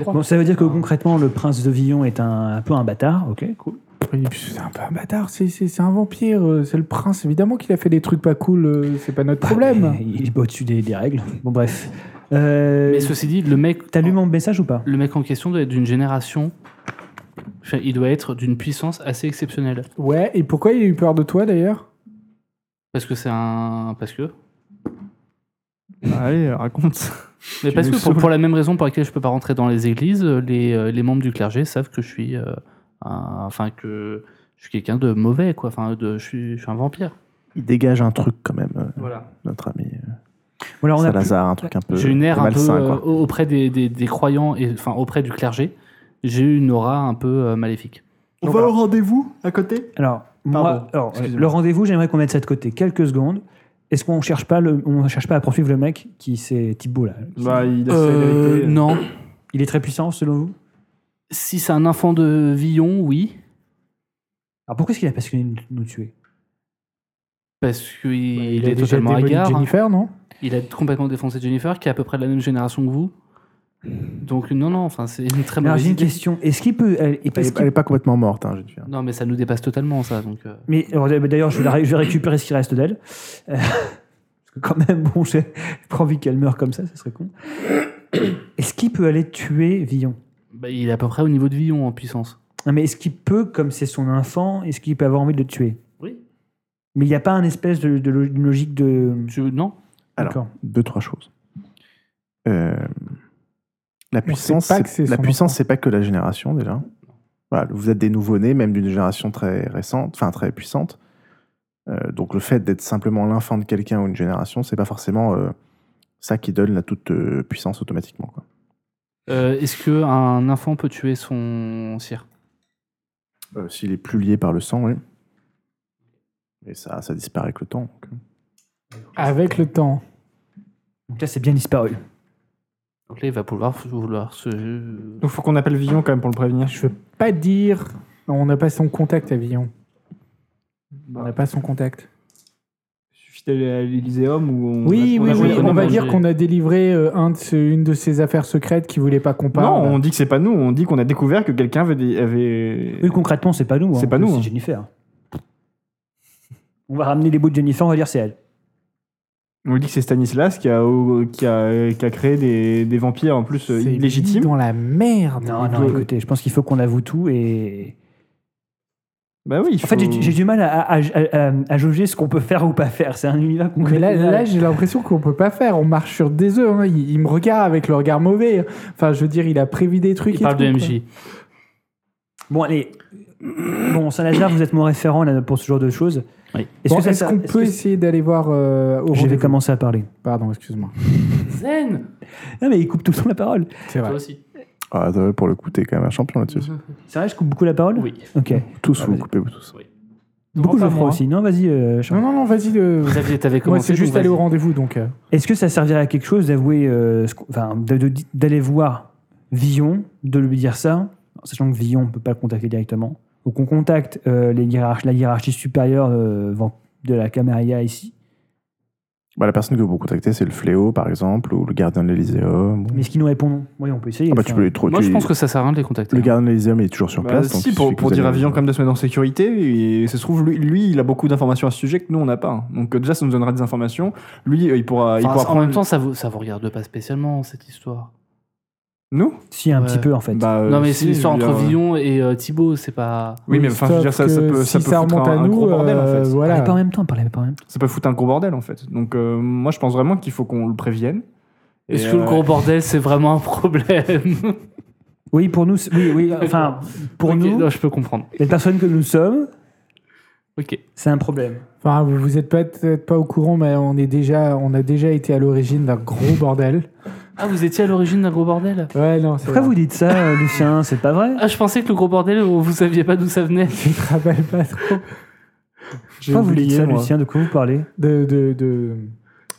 Speaker 2: Bon, ça veut dire que concrètement, le prince de Villon est un, un peu un bâtard. Ok, cool.
Speaker 4: Oui, puis C'est un peu un bâtard, c'est- c'est c'est un vampire, euh, c'est le prince. Évidemment qu'il a fait des trucs pas cool, euh, c'est pas notre
Speaker 10: Ah,
Speaker 4: problème.
Speaker 2: Il est au-dessus des, des règles. Bon, bref. Euh,
Speaker 3: Mais ceci dit, le mec.
Speaker 2: T'as lu mon message ou pas
Speaker 3: Le mec en question doit être d'une génération. Enfin, il doit être d'une puissance assez exceptionnelle.
Speaker 4: Ouais, et pourquoi il a eu peur de toi d'ailleurs
Speaker 3: Parce que c'est un. Parce que.
Speaker 10: Allez, raconte.
Speaker 3: Mais parce
Speaker 10: nous
Speaker 3: que pour,
Speaker 10: saoules.
Speaker 3: pour la même raison pour laquelle je peux pas rentrer dans les églises, euh, les, euh, les membres du clergé savent que je suis, euh, un- enfin que je suis quelqu'un de mauvais, quoi. Enfin, de, je suis, je suis un vampire.
Speaker 1: Il dégage un truc quand même, euh,
Speaker 3: Voilà.
Speaker 1: notre ami euh,
Speaker 2: Bon, alors, Bah, on a plus-
Speaker 1: Salazar, un truc un peu
Speaker 3: J'ai une aire un peu
Speaker 1: malsain.
Speaker 3: euh,
Speaker 1: quoi.
Speaker 3: auprès des, des- des croyants et enfin auprès du clergé, j'ai eu une aura un peu euh, maléfique.
Speaker 11: On
Speaker 2: Donc
Speaker 11: va
Speaker 2: voilà.
Speaker 11: au rendez-vous à côté
Speaker 2: Alors, moi,
Speaker 11: Pardon,
Speaker 2: alors, euh,
Speaker 11: excusez-moi.
Speaker 2: le rendez-vous, j'aimerais qu'on mette ça de côté quelques secondes. Est-ce qu'on cherche pas le, on cherche pas à poursuivre le mec qui c'est Thibaut là qui-
Speaker 10: Bah, il a
Speaker 3: Euh,
Speaker 10: sa vérité.
Speaker 3: non.
Speaker 2: Il est très puissant selon vous
Speaker 3: Si c'est un enfant de Villon, oui,
Speaker 2: Alors pourquoi est-ce qu'il a passionné de nous tuer
Speaker 3: parce qu'il
Speaker 4: a
Speaker 3: est
Speaker 4: déjà
Speaker 3: totalement
Speaker 4: démoli
Speaker 10: hein.
Speaker 3: hagard.
Speaker 4: Jennifer, non
Speaker 3: Il a complètement défoncé Jennifer, qui est à peu près de la même génération que vous. Donc non, non, enfin c'est une très
Speaker 2: Alors
Speaker 3: mauvaise
Speaker 2: j'ai une
Speaker 3: idée.
Speaker 2: question. Est-ce qu'il peut elle-
Speaker 1: Elle
Speaker 2: est-ce
Speaker 1: est-
Speaker 2: qu'il-
Speaker 1: elle est pas complètement morte, hein, je te dis.
Speaker 3: Non, mais ça nous dépasse totalement, ça. Donc, euh,
Speaker 2: Mais alors, d'ailleurs, je vais, la ré- je vais récupérer ce qui reste d'elle. Euh, [LAUGHS] Parce que quand même, bon, j'ai j'ai pas envie qu'elle meure comme ça, ça serait con. Est-ce qu'il peut aller tuer Villon
Speaker 3: bah, il est à peu près au niveau de Villon en puissance.
Speaker 2: Non, mais est-ce qu'il peut, comme c'est son enfant, est-ce qu'il peut avoir envie de le tuer
Speaker 3: Oui.
Speaker 2: Mais il n'y a pas un espèce de, de lo- une logique de.
Speaker 3: Tu, non
Speaker 1: Alors,
Speaker 2: D'accord.
Speaker 1: deux, trois choses. Euh, la puissance,
Speaker 4: pas que
Speaker 1: c'est
Speaker 4: c'est
Speaker 1: la
Speaker 4: son
Speaker 1: puissance,
Speaker 4: enfant.
Speaker 1: c'est pas que la génération déjà. Voilà, vous êtes des nouveau-nés, même d'une génération très récente, enfin très puissante. Euh, donc le fait d'être simplement l'enfant de quelqu'un ou une génération, c'est pas forcément euh, ça qui donne la toute euh, puissance automatiquement. quoi.
Speaker 3: Euh, Est-ce que un enfant peut tuer son sire
Speaker 1: Euh, S'il est plus lié par le sang, oui. Et ça, ça disparaît avec le temps. donc. euh.
Speaker 4: Avec le temps.
Speaker 2: Donc là, c'est bien disparu.
Speaker 3: Donc là, il va pouvoir vouloir se.
Speaker 10: Donc, faut qu'on appelle Villon quand même pour le prévenir.
Speaker 4: Je veux pas dire. Non, on n'a pas son contact à Villon. On n'a pas son contact.
Speaker 10: Il suffit d'aller à l'Elyséeum où on.
Speaker 4: Oui,
Speaker 10: on
Speaker 4: oui,
Speaker 10: a-
Speaker 4: oui.
Speaker 10: a-
Speaker 4: On va
Speaker 3: manger.
Speaker 4: dire qu'on a délivré euh, un de ce- une de ses affaires secrètes qui voulait pas qu'on
Speaker 10: Non,
Speaker 4: parle.
Speaker 10: on euh, dit que c'est pas nous, on dit qu'on a découvert que quelqu'un avait. des- avait...
Speaker 2: Oui, concrètement, c'est pas nous.
Speaker 10: C'est
Speaker 2: hein.
Speaker 10: pas nous,
Speaker 2: C'est
Speaker 10: hein.
Speaker 2: Jennifer. On va ramener les bouts de Jennifer, on va dire c'est elle.
Speaker 10: On dit que c'est Stanislas qui a, au- qui a, euh, qui a créé des, des vampires en plus euh,
Speaker 4: C'est
Speaker 10: illégitimes.
Speaker 4: Dans la merde.
Speaker 2: Non, non, écoutez, je pense qu'il faut qu'on avoue tout et.
Speaker 10: Bah oui, il
Speaker 2: En fait,
Speaker 10: faut-
Speaker 2: j'ai j'ai du mal à, à- à- à- à jauger ce qu'on peut faire ou pas faire. C'est un univers qu'on
Speaker 4: Mais là,
Speaker 2: connaît.
Speaker 4: là, j'ai l'impression qu'on peut pas faire. On marche sur des œufs. hein. Il, il me regarde avec le regard mauvais. Enfin, je veux dire, il a prévu des trucs.
Speaker 3: Il
Speaker 4: et
Speaker 3: parle
Speaker 4: tout,
Speaker 3: de
Speaker 4: quoi.
Speaker 3: MJ.
Speaker 2: Bon, allez. Bon, Saint-Lazare, vous êtes mon référent là, pour ce genre de choses.
Speaker 3: Oui.
Speaker 2: Est-ce
Speaker 4: Bon,
Speaker 2: que ça-
Speaker 4: Est-ce
Speaker 2: ça-
Speaker 4: qu'on
Speaker 2: est-ce
Speaker 4: peut
Speaker 2: que-
Speaker 4: essayer d'aller voir euh, au
Speaker 2: Je vais
Speaker 4: rendez-vous
Speaker 2: commencer à parler.
Speaker 4: Pardon, excuse-moi.
Speaker 3: Zen
Speaker 2: Ah, mais il coupe tout le temps la parole.
Speaker 4: C'est
Speaker 3: Toi
Speaker 4: vrai.
Speaker 3: aussi.
Speaker 1: Ah, attends,
Speaker 4: Mhm.
Speaker 1: pour le coup, t'es quand même un champion là-dessus.
Speaker 2: C'est vrai, je coupe beaucoup la parole
Speaker 3: Oui.
Speaker 4: Ah,
Speaker 2: Ok. Ah,
Speaker 1: Tous, vous
Speaker 2: vas-y.
Speaker 1: coupez, vous tous.
Speaker 2: Beaucoup
Speaker 4: pas
Speaker 2: je crois
Speaker 4: moi.
Speaker 2: aussi. Non, vas-y, euh, Charles.
Speaker 4: Non, non, non, vas-y. euh,
Speaker 3: Xavier, t'avais
Speaker 4: Moi,
Speaker 3: commencé.
Speaker 4: c'est juste
Speaker 3: donc
Speaker 4: aller au
Speaker 3: vas-y.
Speaker 4: rendez-vous, donc. euh,
Speaker 2: Est-ce que ça servirait à quelque chose d'avouer, euh, ce qu'on- enfin, de- de- d'aller voir Villon, de lui dire ça, sachant que Villon ne peut pas le contacter directement, ou qu'on contacte euh, les hiérarch- la hiérarchie supérieure euh, van- de la Caméria ici.
Speaker 1: Bah, la personne que vous contactez, c'est le fléau, par exemple, ou le gardien de l'Elyséum. ou-
Speaker 2: Mais ce qu'ils nous répondent, oui, on peut essayer.
Speaker 1: Ah bah, tu peux les trouver.
Speaker 3: Moi, je
Speaker 1: tu-
Speaker 3: pense que ça sert à rien de les contacter.
Speaker 1: Le gardien de l'Elyséum est toujours sur
Speaker 10: Bah,
Speaker 1: place. donc
Speaker 10: si,
Speaker 1: il
Speaker 10: pour,
Speaker 1: suffit que
Speaker 10: pour
Speaker 1: vous
Speaker 10: dire à
Speaker 1: alliez-
Speaker 10: Villon quand même de se mettre en sécurité, et ça se trouve, lui, lui, il a beaucoup d'informations à ce sujet que nous, on n'a pas. hein. Donc euh, déjà, ça nous donnera des informations. Lui, euh, il pourra, il
Speaker 3: Enfin,
Speaker 10: pourra
Speaker 3: en
Speaker 10: prendre-
Speaker 3: même temps, ça vous, ça vous regarde pas spécialement cette histoire.
Speaker 10: Nous
Speaker 2: Si, un
Speaker 3: Ouais.
Speaker 2: petit peu en fait.
Speaker 10: Bah, euh,
Speaker 3: non, mais
Speaker 10: si,
Speaker 3: c'est l'histoire
Speaker 10: je veux
Speaker 3: entre
Speaker 10: dire, euh,
Speaker 3: Villon et euh, Thibaut, c'est pas.
Speaker 10: Oui, mais enfin, je veux
Speaker 4: sauf
Speaker 10: dire, ça, ça
Speaker 4: que
Speaker 10: peut, ça
Speaker 4: si
Speaker 10: peut
Speaker 4: ça
Speaker 10: foutre
Speaker 4: remonte
Speaker 10: un,
Speaker 4: à
Speaker 10: un
Speaker 4: nous,
Speaker 10: gros bordel, en
Speaker 4: euh,
Speaker 10: fait. Ah,
Speaker 4: voilà.
Speaker 2: Parlez pas en même temps, parlez pas en même temps.
Speaker 10: Ça peut foutre un gros bordel, en fait. Donc euh, moi, je pense vraiment qu'il faut qu'on le prévienne. Et,
Speaker 3: Est-ce que le
Speaker 10: euh,
Speaker 3: gros bordel, c'est vraiment un problème
Speaker 2: Oui, pour nous, c'est- oui,
Speaker 3: [LAUGHS]
Speaker 2: oui, enfin, pour
Speaker 3: Ok,
Speaker 2: nous,
Speaker 3: non, je peux comprendre.
Speaker 2: les personnes que nous sommes,
Speaker 3: Ok.
Speaker 2: c'est un problème.
Speaker 4: Enfin, vous vous êtes peut-être pas au courant, mais on est déjà, on a déjà été à l'origine d'un gros bordel.
Speaker 3: Ah, vous étiez à l'origine d'un gros bordel
Speaker 4: Ouais, non, c'est.
Speaker 2: Pourquoi vous dites ça, euh, Lucien C'est pas vrai
Speaker 3: Ah, je pensais que le gros bordel, vous saviez pas d'où ça venait.
Speaker 4: Je te rappelle pas trop. J'ai
Speaker 2: Pourquoi vous dites
Speaker 4: oublié,
Speaker 2: ça,
Speaker 4: moi.
Speaker 2: Lucien De quoi vous parlez
Speaker 4: De, de, de,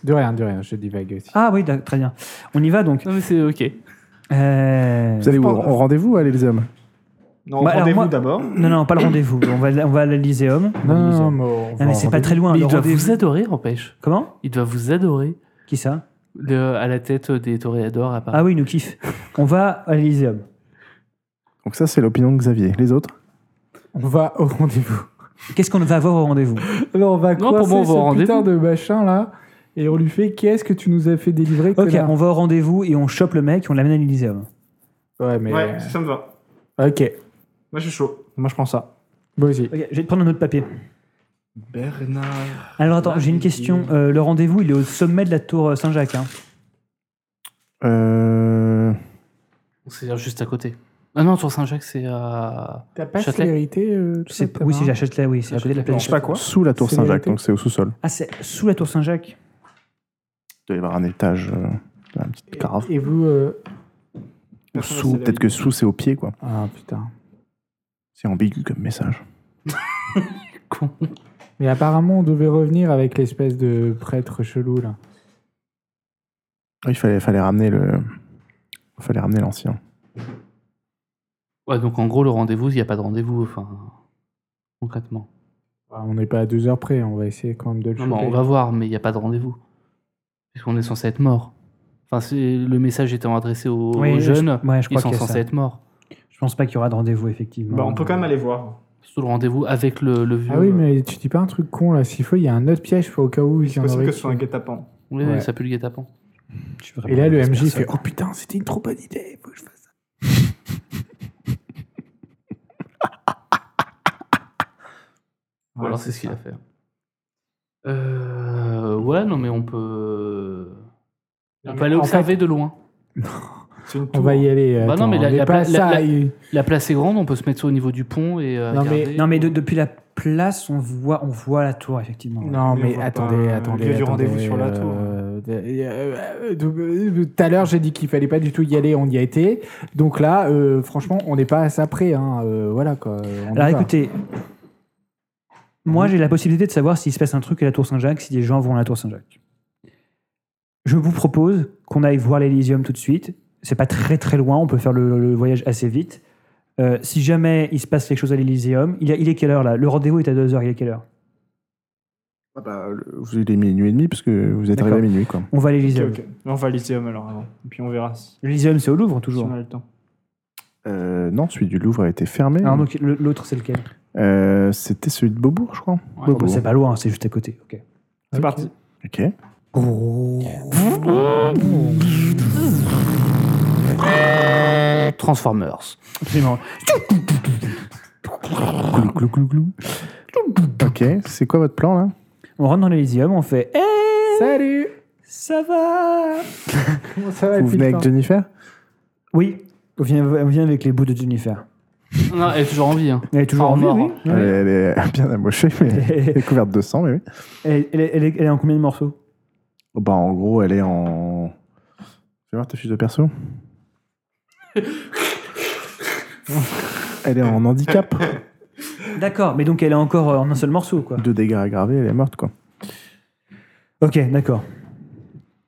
Speaker 4: de rien, de rien. Je divague aussi.
Speaker 2: Ah oui, d'ac- très bien. On y va donc.
Speaker 3: Non, mais c'est ok.
Speaker 2: Euh,
Speaker 1: Vous allez au au rendez-vous à l'Elyséum
Speaker 10: euh, Non,
Speaker 2: Bah, alors,
Speaker 10: rendez-vous
Speaker 2: moi-
Speaker 10: d'abord.
Speaker 2: Non, non, pas le rendez-vous. On va, on va à l'Elyséum.
Speaker 4: non, non,
Speaker 2: L'Elyséum.
Speaker 4: non, mais, on
Speaker 2: Ah,
Speaker 4: va
Speaker 2: mais
Speaker 4: en
Speaker 2: c'est pas
Speaker 4: rendez-vous.
Speaker 2: très loin.
Speaker 3: Mais il
Speaker 2: le
Speaker 3: doit vous
Speaker 2: rendez-vous-
Speaker 3: adorer, empêche.
Speaker 2: Comment
Speaker 3: Il doit vous adorer.
Speaker 2: Qui ça
Speaker 3: Le- à la tête des toréadors à Paris.
Speaker 2: Ah oui, il nous kiffe. On va à l'Elyséum.
Speaker 1: Donc ça, c'est l'opinion de Xavier. Les autres
Speaker 4: On va au [LAUGHS] rendez-vous.
Speaker 2: Qu'est-ce qu'on va avoir au rendez-vous
Speaker 4: Alors, on va
Speaker 3: Non, pour
Speaker 4: croiser
Speaker 3: moi, on va au
Speaker 4: ce putain
Speaker 3: rendez-vous.
Speaker 4: de machin là, et on lui fait qu'est-ce que tu nous as fait délivrer
Speaker 2: Ok,
Speaker 4: connard
Speaker 2: on va au rendez-vous et on chope le mec et on l'amène à l'Elyséum.
Speaker 4: Ouais, mais. euh,
Speaker 10: Ouais, ça me va.
Speaker 4: Ok,
Speaker 10: Moi, je suis chaud. Moi, je prends ça.
Speaker 4: moi aussi.
Speaker 2: Ok, je vais te prendre un autre papier.
Speaker 10: Bernard.
Speaker 2: Alors attends, j'ai une question. Euh, le rendez-vous, il est au sommet de la tour euh, Saint-Jacques. hein.
Speaker 1: Euh,
Speaker 3: C'est juste à côté. Ah non, Tour Saint-Jacques, c'est à.
Speaker 4: T'as pas
Speaker 3: Châtelet.
Speaker 4: célérité euh, tout ça,
Speaker 2: C'est-
Speaker 4: t'as
Speaker 2: Oui,
Speaker 4: pas
Speaker 2: c'est à Châtelet, oui, c'est à côté de la place.
Speaker 10: Je sais pas quoi.
Speaker 1: Sous la tour
Speaker 4: C'est
Speaker 1: Saint-Jacques,
Speaker 4: vérité.
Speaker 1: donc c'est au sous-sol.
Speaker 2: Ah, c'est sous la tour Saint-Jacques.
Speaker 1: Vous allez voir un étage, euh, un petit carafe.
Speaker 4: Et vous. euh,
Speaker 1: Ou sous, peut-être que sous, c'est au pied, quoi.
Speaker 4: Ah putain.
Speaker 1: C'est ambigu comme message.
Speaker 3: Con.
Speaker 4: Mais apparemment, on devait revenir avec l'espèce de prêtre chelou là.
Speaker 1: Il fallait, fallait ramener le... Fallait ramener l'ancien.
Speaker 3: Ouais, donc en gros, le rendez-vous, il n'y a pas de rendez-vous, enfin. Concrètement.
Speaker 4: Bah, On n'est pas à deux heures près, on va essayer quand même de le
Speaker 3: Non, bon,
Speaker 4: choper.
Speaker 3: on va voir, mais il n'y a pas de rendez-vous. Puisqu'on est censé être mort. Enfin, c'est- le message étant adressé aux, aux
Speaker 2: Oui, je-
Speaker 3: jeunes,
Speaker 2: ouais, je
Speaker 3: ils
Speaker 2: crois
Speaker 3: sont
Speaker 2: qu'il y a
Speaker 3: censés
Speaker 2: ça.
Speaker 3: être morts.
Speaker 2: Je pense pas qu'il y aura de rendez-vous, effectivement.
Speaker 10: Bah, on peut quand même aller voir.
Speaker 3: Surtout le rendez-vous avec le, le vieux.
Speaker 4: Ah oui, mais tu dis pas un truc con là. S'il faut, il y a un autre piège faut au cas où il y
Speaker 10: C'est
Speaker 4: en
Speaker 10: possible
Speaker 4: aurait
Speaker 10: que ce soit un
Speaker 4: qui-
Speaker 10: guet-apens.
Speaker 3: Oui,
Speaker 4: Ouais.
Speaker 3: euh, ça pue le guet-apens.
Speaker 2: Je suis vraiment
Speaker 4: Et là, le
Speaker 2: une
Speaker 4: MJ
Speaker 2: personne.
Speaker 4: fait Oh putain, c'était une trop bonne idée, faut que je fasse ça.
Speaker 3: Ou alors c'est ce qu'il a fait. Euh, ouais, non, mais on peut. On peut aller
Speaker 4: en
Speaker 3: observer de loin. [LAUGHS]
Speaker 10: C'est une
Speaker 4: On
Speaker 10: tour.
Speaker 4: va y aller.
Speaker 3: Bah non,
Speaker 4: attends,
Speaker 3: mais la-
Speaker 4: on est
Speaker 3: la
Speaker 4: pas
Speaker 3: pla- la-
Speaker 4: ça,
Speaker 3: la-
Speaker 4: il-
Speaker 3: La place est grande, on peut se mettre au niveau du pont et. euh,
Speaker 4: Non, mais-
Speaker 3: regarder.
Speaker 2: Non, mais de- depuis la place, on voit, on voit la tour, effectivement. ouais.
Speaker 4: Non,
Speaker 10: Mais on
Speaker 4: mais
Speaker 10: voit
Speaker 4: attendez,
Speaker 10: pas, euh,
Speaker 4: attendez.
Speaker 10: il y a du
Speaker 4: attendez,
Speaker 10: rendez-vous sur la
Speaker 4: euh,
Speaker 10: tour.
Speaker 4: euh, euh, euh, Tout à l'heure, j'ai dit qu'il fallait pas du tout y aller, on y a été. Donc là, euh, franchement, on n'est pas à ça près. Hein. euh, voilà quoi. on y
Speaker 2: Alors
Speaker 4: va.
Speaker 2: écoutez, moi j'ai la possibilité de savoir s'il se passe un truc à la tour Saint-Jacques, si des gens vont à la tour Saint-Jacques. Je vous propose qu'on aille voir l'Elysium tout de suite. C'est pas très très loin, on peut faire le, le voyage assez vite. Euh, si jamais il se passe quelque chose à l'Elysium, il, est- il est quelle heure là Le rendez-vous est à 2h, il est quelle heure
Speaker 1: Ah bah, le- vous êtes minuit et demi, parce que vous êtes
Speaker 2: D'accord.
Speaker 1: arrivé à minuit, quoi.
Speaker 2: On va à
Speaker 10: Ok,
Speaker 2: l'Elysium.
Speaker 10: ok. On va à l'Elysium alors avant. Et puis on verra si,
Speaker 2: L'Elysium c'est au Louvre
Speaker 10: si
Speaker 2: toujours.
Speaker 10: on a le temps.
Speaker 1: Euh, non, celui du Louvre a été fermé.
Speaker 2: Alors Ah, donc le- l'autre c'est lequel
Speaker 1: Euh, C'était celui de Beaubourg, je crois.
Speaker 3: Ouais.
Speaker 1: Beaubourg.
Speaker 2: C'est pas loin, c'est juste à côté. ok.
Speaker 10: C'est parti.
Speaker 1: Ok.
Speaker 3: Transformers.
Speaker 2: Absolument.
Speaker 1: Clou, clou, clou, clou. Ok, c'est quoi votre plan, là
Speaker 2: On rentre dans l'Elysium, on fait Eh,
Speaker 4: Salut
Speaker 2: ça va
Speaker 4: [LAUGHS] Comment ça va
Speaker 1: Vous
Speaker 4: depuis
Speaker 1: venez
Speaker 4: le
Speaker 1: avec
Speaker 4: temps
Speaker 1: Jennifer
Speaker 2: Oui, on vient, on vient avec les bouts de Jennifer.
Speaker 3: [LAUGHS] Non, elle est toujours en vie. Hein.
Speaker 2: Elle est toujours
Speaker 3: Oh,
Speaker 4: Ah
Speaker 2: en vie,
Speaker 3: mort.
Speaker 2: oui. Oui.
Speaker 1: elle, est- elle est bien amochée, mais elle
Speaker 2: Elle,
Speaker 1: est couverte de sang, mais oui.
Speaker 2: elle est- elle est- elle est en combien de morceaux
Speaker 1: Bah, en gros, elle est en. Tu veux voir ta fiche de perso Elle est en handicap.
Speaker 2: D'accord, mais donc elle est encore euh, en un seul morceau, quoi.
Speaker 1: Deux dégâts aggravés, elle est morte, quoi.
Speaker 2: Ok, d'accord.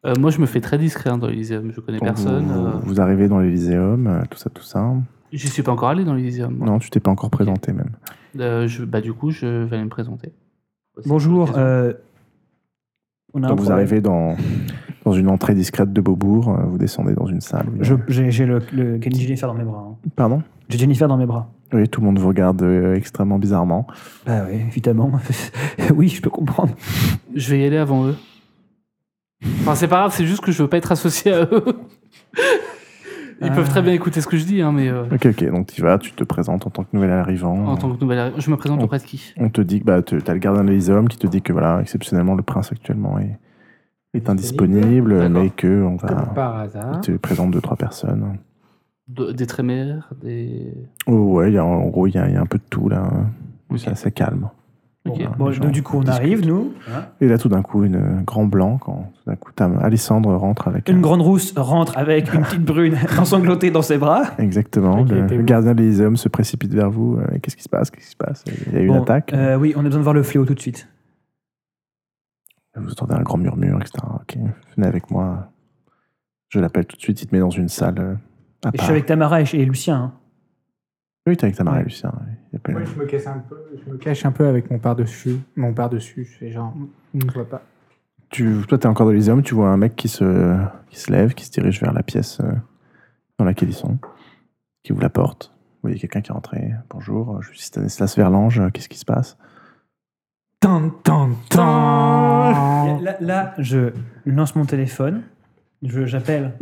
Speaker 3: Euh, moi, je me fais très discret hein, dans l'Elysium. Je connais
Speaker 1: Donc,
Speaker 3: personne.
Speaker 1: Vous,
Speaker 3: euh,
Speaker 1: vous arrivez dans l'Elyséum, euh, tout ça, tout ça.
Speaker 3: J'y suis pas encore allé dans l'Elysium. moi.
Speaker 1: Non, tu t'es pas encore présenté, même.
Speaker 3: Euh, je- bah, du coup, je vais aller me présenter.
Speaker 2: Bonjour. euh, on a un
Speaker 1: Donc vous
Speaker 2: problème.
Speaker 1: arrivez dans, dans une entrée discrète de Beaubourg, euh, vous descendez dans une salle. oui.
Speaker 2: Je- J'ai j'ai le, le Kenny Jennifer dans mes bras. hein.
Speaker 1: Pardon
Speaker 2: J'ai Jennifer dans mes bras.
Speaker 1: Oui, tout le monde vous regarde euh, extrêmement bizarrement.
Speaker 2: Bah oui, évidemment. [LAUGHS] oui, je peux comprendre.
Speaker 3: Je vais y aller avant eux. Enfin, c'est pas grave, c'est juste que je veux pas être associé à eux. [LAUGHS] Ils
Speaker 2: Ah.
Speaker 3: peuvent très bien écouter ce que je dis, hein, mais euh,
Speaker 1: Ok, ok, donc tu vas, tu te présentes en tant que nouvel arrivant.
Speaker 3: en tant que nouvelle, arrivée- je me présente
Speaker 1: On-
Speaker 3: auprès de qui
Speaker 1: On te dit que bah, tu as le gardien de l'Elyséum qui te dit que, voilà, exceptionnellement, le prince actuellement est, est indisponible,
Speaker 3: D'accord.
Speaker 1: mais que on
Speaker 4: Comme
Speaker 1: va.
Speaker 4: par hasard.
Speaker 1: Il te présente deux, trois personnes.
Speaker 3: De- Des trémères, des.
Speaker 1: Oh, ouais, il y a- en gros, il y, a- il y a un peu de tout, là. hein.
Speaker 3: Ok.
Speaker 1: C'est assez calme.
Speaker 3: Ok.
Speaker 4: bah.
Speaker 1: Voilà,
Speaker 2: Bon, bah,
Speaker 1: les gens
Speaker 2: donc, du coup, on
Speaker 1: discutent.
Speaker 2: arrive, nous.
Speaker 1: Et là, tout d'un coup, une un grand blanc, quand tout d'un coup, ta- Alessandre rentre avec.
Speaker 2: Une grande rousse rentre avec une petite brune [LAUGHS] ensanglotée dans ses bras.
Speaker 1: Exactement.
Speaker 3: Ok,
Speaker 1: le,
Speaker 3: t'es
Speaker 1: le
Speaker 3: bon.
Speaker 1: gardien de l'Elysium se précipite vers vous. Euh, Qu'est-ce qui se passe Qu'est-ce qui se passe Il y a eu Ah, une
Speaker 2: Bon,
Speaker 1: attaque.
Speaker 2: euh, oui, on a besoin de voir le fléau tout de suite.
Speaker 1: Vous entendez un grand murmure, etc. Ok, venez avec moi. Je l'appelle tout de suite. Il te met dans une salle euh, à
Speaker 2: Et je
Speaker 1: part.
Speaker 2: suis avec Tamara et, et Lucien. hein.
Speaker 1: Oui, t'es avec ta marie
Speaker 2: Ouais.
Speaker 1: Lucien. ouais. Il appelle-
Speaker 4: Moi, je me cache un peu, je me cache un peu avec mon par-dessus. Mon par-dessus, je fais genre, on ne voit pas.
Speaker 1: Tu, toi, t'es encore dans l'Elysium. Tu vois un mec qui se, qui se lève, qui se dirige vers la pièce euh, dans laquelle ils sont, qui ouvre la porte. Vous voyez quelqu'un qui est rentré. Bonjour, je suis Stanislas Verlange. euh, Qu'est-ce qui se passe
Speaker 4: Tan, tan, tan
Speaker 2: Là, là, je lance mon téléphone. Je- J'appelle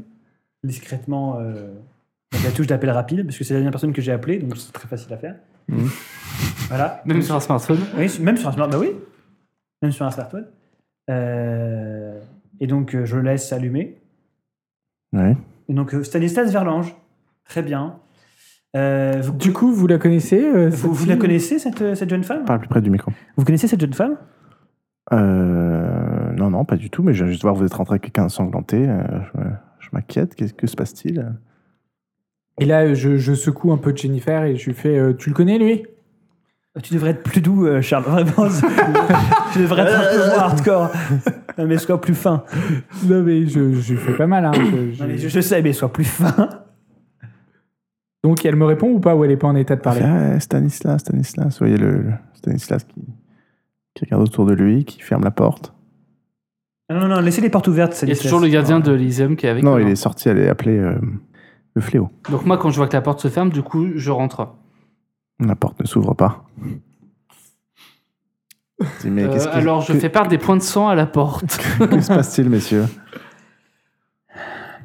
Speaker 2: discrètement euh, la touche d'appel rapide, parce que c'est la dernière personne que j'ai appelée, donc c'est très facile à faire.
Speaker 1: Mhm.
Speaker 2: Voilà.
Speaker 3: Même sur un smartphone.
Speaker 2: Oui, su- même sur un smartphone. Bah oui, même sur un smartphone. Euh, et donc, euh, je laisse allumer.
Speaker 1: Ouais.
Speaker 2: Et donc, euh, Stanislas Verlange. Très bien. Euh, vous,
Speaker 4: Du coup, vous la connaissez euh, cette
Speaker 2: vous, vous la
Speaker 4: fille
Speaker 2: connaissez, cette, euh, cette jeune femme
Speaker 1: Parle plus près du micro.
Speaker 2: Vous connaissez cette jeune femme
Speaker 1: Euh, non, non, pas du tout, mais je viens juste voir, vous êtes rentré avec quelqu'un sanglanté. euh, je je m'inquiète, qu'est-ce que se passe-t-il
Speaker 4: Et là, je, je secoue un peu Jennifer et je lui fais euh, Tu le connais, lui
Speaker 2: Tu devrais être plus doux, euh, Charles.
Speaker 1: [LAUGHS]
Speaker 2: Vraiment, tu devrais être un peu moins hardcore. Non, mais sois plus fin.
Speaker 4: Non, mais je, je lui fais pas mal. hein, je- je-
Speaker 2: Non, mais je, je sais, mais sois plus fin. Ah,
Speaker 4: Donc, elle me répond ou pas Ou elle est pas en état de parler
Speaker 1: Ah, Stanislas, Stanislas, vous voyez le, le Stanislas qui, qui regarde autour de lui, qui ferme la porte.
Speaker 2: Ah Non, non, non, laissez les portes ouvertes.
Speaker 3: Il y a toujours le
Speaker 4: Ah.
Speaker 3: gardien de l'Elysium qui est avec
Speaker 1: non,
Speaker 3: eux,
Speaker 1: il
Speaker 3: hein.
Speaker 1: est sorti, elle est appelée euh, le fléau.
Speaker 3: Donc, moi, quand je vois que la porte se ferme, du coup, je rentre.
Speaker 1: La porte ne s'ouvre pas. Je dis, mais
Speaker 3: Euh,
Speaker 1: qu'est-ce qui-
Speaker 3: alors, je
Speaker 1: que-
Speaker 3: fais part des points de sang à
Speaker 1: [LAUGHS]
Speaker 3: la porte.
Speaker 1: Que se passe-t-il, messieurs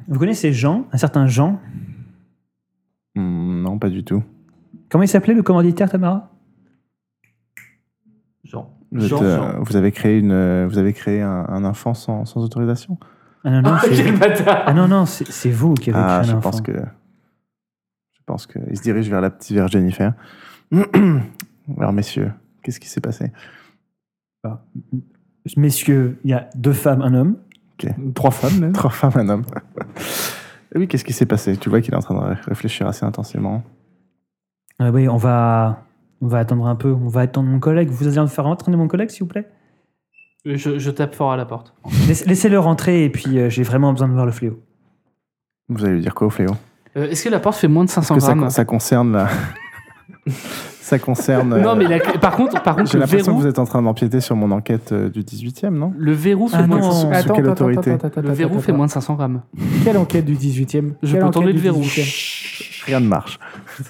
Speaker 2: Vous connaissez Jean, un certain Jean.
Speaker 1: Hmm, Non, pas du tout.
Speaker 2: Comment il s'appelait le commanditaire, Tamara
Speaker 3: Genre.
Speaker 1: Vous, êtes,
Speaker 3: Jean,
Speaker 1: euh,
Speaker 3: Jean.
Speaker 1: vous avez créé, une, euh, vous avez créé un, un enfant sans, sans autorisation
Speaker 2: Ah non, non,
Speaker 3: Ah,
Speaker 2: c'est-
Speaker 3: quel bâtard
Speaker 2: Ah non, non, c'est c'est vous qui avez
Speaker 1: Ah,
Speaker 2: créé
Speaker 1: je
Speaker 2: un enfant.
Speaker 1: pense que. Je pense que. Il se dirige vers la petite, vers Jennifer. [CLEARS THROAT] Alors, messieurs, qu'est-ce qui s'est passé
Speaker 2: Messieurs, il y a deux femmes, un homme.
Speaker 10: Trois femmes, même.
Speaker 1: Trois femmes, un homme. [LAUGHS] oui, qu'est-ce qui s'est passé Tu vois qu'il est en train de ré- réfléchir assez intensément.
Speaker 2: Ah oui, on va, on va attendre un peu. On va attendre mon collègue. Vous allez me faire rentrer mon collègue, s'il vous plaît
Speaker 3: Je, je tape fort à la porte.
Speaker 2: Laisse- Laissez-le rentrer et puis euh, j'ai vraiment besoin de voir le fléau.
Speaker 1: Vous allez lui dire quoi au fléau
Speaker 3: Euh, Est-ce que la porte fait moins de 500
Speaker 1: Parce que ça,
Speaker 3: grammes
Speaker 1: con- ça concerne la. [LAUGHS] ça concerne. euh,
Speaker 3: Non, mais la clé- par contre, par contre
Speaker 1: J'ai
Speaker 3: le,
Speaker 1: l'impression
Speaker 3: verrou,
Speaker 1: que vous êtes en train d'empiéter sur mon enquête euh, du 18e, non
Speaker 3: le verrou fait
Speaker 2: Ah
Speaker 3: moins de
Speaker 2: non.
Speaker 3: 500
Speaker 1: Sous quelle autorité
Speaker 3: Le verrou fait moins de 500 grammes.
Speaker 4: Quelle enquête du 18e
Speaker 3: Je
Speaker 4: Quelle
Speaker 3: peux
Speaker 4: enquête
Speaker 3: tourner
Speaker 4: du
Speaker 3: le verrou.
Speaker 4: 18e?
Speaker 1: Rien ne marche.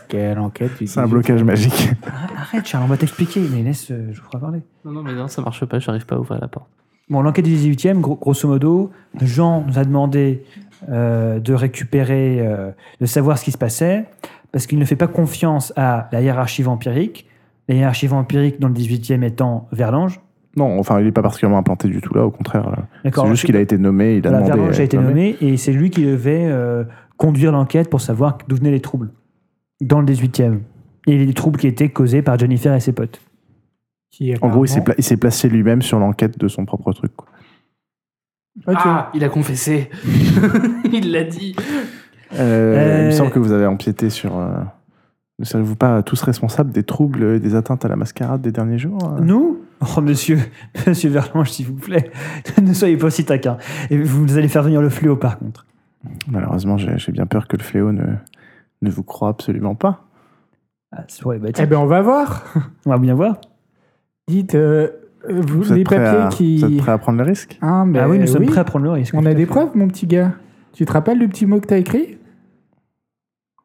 Speaker 4: Quelle enquête du 18e
Speaker 1: C'est un blocage magique. [LAUGHS]
Speaker 2: Arrête, Charles, hein, on va t'expliquer. Mais laisse, euh, je vous ferai parler.
Speaker 3: Non, non, mais non, ça marche pas, j'arrive pas à ouvrir la porte.
Speaker 2: Bon, l'enquête du 18e, gro- grosso modo, Jean nous a demandé euh, de récupérer, euh, de savoir ce qui se passait, parce qu'il ne fait pas confiance à la hiérarchie vampirique. La hiérarchie vampirique dans le 18e étant Verlange.
Speaker 1: Non, enfin, il n'est pas particulièrement implanté du tout là, au contraire. euh,
Speaker 2: D'accord
Speaker 1: C'est juste qu'il a été nommé, il a
Speaker 2: Voilà,
Speaker 1: demandé.
Speaker 2: Verlange
Speaker 1: à
Speaker 2: a
Speaker 1: être
Speaker 2: été nommé et c'est lui qui devait euh, conduire l'enquête pour savoir d'où venaient les troubles dans le 18e. Et les troubles qui étaient causés par Jennifer et ses potes.
Speaker 4: Qui,
Speaker 1: En gros, il s'est
Speaker 4: apparemment-
Speaker 1: pla- il s'est placé lui-même sur l'enquête de son propre truc. quoi.
Speaker 4: Ok.
Speaker 3: Ah, il a confessé. [LAUGHS] il l'a dit.
Speaker 1: Euh, Il
Speaker 2: Euh,
Speaker 1: me semble que vous avez empiété sur euh, Ne serez-vous pas tous responsables des troubles et des atteintes à la mascarade des derniers jours euh
Speaker 2: Nous Oh monsieur, [LAUGHS] monsieur Verlange, s'il vous plaît, [LAUGHS] ne soyez pas si taquin. Et vous allez faire venir le fléau par contre.
Speaker 1: Malheureusement, j'ai j'ai bien peur que le fléau ne, ne vous croit absolument pas.
Speaker 2: Ah, c'est pour les bêtises.
Speaker 4: Eh bien, on va voir.
Speaker 2: On va bien voir.
Speaker 4: Dites, euh, euh, vous,
Speaker 1: Vous êtes,
Speaker 4: les
Speaker 1: prêts
Speaker 4: papiers
Speaker 1: à,
Speaker 4: qui.
Speaker 1: vous êtes prêts à prendre le risque
Speaker 4: Hein, ben
Speaker 2: ah oui, nous sommes prêts à prendre le risque.
Speaker 4: On a des preuves, mon petit gars. Tu te rappelles le petit mot que t'as écrit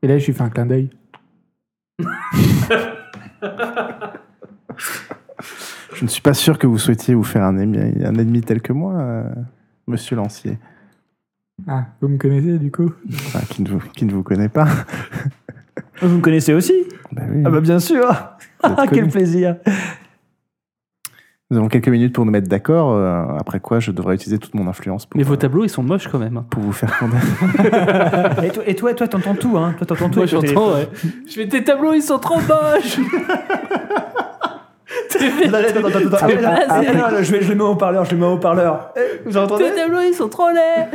Speaker 4: Et là, je lui fais un clin d'œil.
Speaker 1: Je ne suis pas sûr que vous souhaitiez vous faire un ennemi, un ennemi tel que moi, euh, monsieur Lancier,
Speaker 4: Ah, vous me connaissez du coup
Speaker 1: Enfin, qui, ne vous, qui ne vous connaît pas.
Speaker 2: Vous me connaissez aussi
Speaker 1: Ben oui.
Speaker 2: Ah bah bien sûr [LAUGHS] Ah,
Speaker 1: Vous êtes
Speaker 2: Quel
Speaker 1: connu.
Speaker 2: plaisir
Speaker 1: Nous avons quelques minutes pour nous mettre d'accord, euh, après quoi je devrais utiliser toute mon influence pour,
Speaker 3: Mais vos tableaux, ils sont moches quand même. hein.
Speaker 1: pour vous faire condamner.
Speaker 2: Et toi, et toi, toi, t'entends tout, hein Toi, t'entends tout.
Speaker 3: Moi,
Speaker 2: avec le
Speaker 3: j'entends, ouais.
Speaker 2: téléphone.
Speaker 3: Je fais tes tableaux, ils sont trop moches T'es fait-
Speaker 2: Attends, attends, attends, attends.
Speaker 3: Fais pas,
Speaker 2: Ah,
Speaker 3: c'est-
Speaker 2: non, non, je, vais- je le mets au parleur, je le mets au parleur. Eh, Vous entendez
Speaker 3: Tes tableaux, ils sont trop laids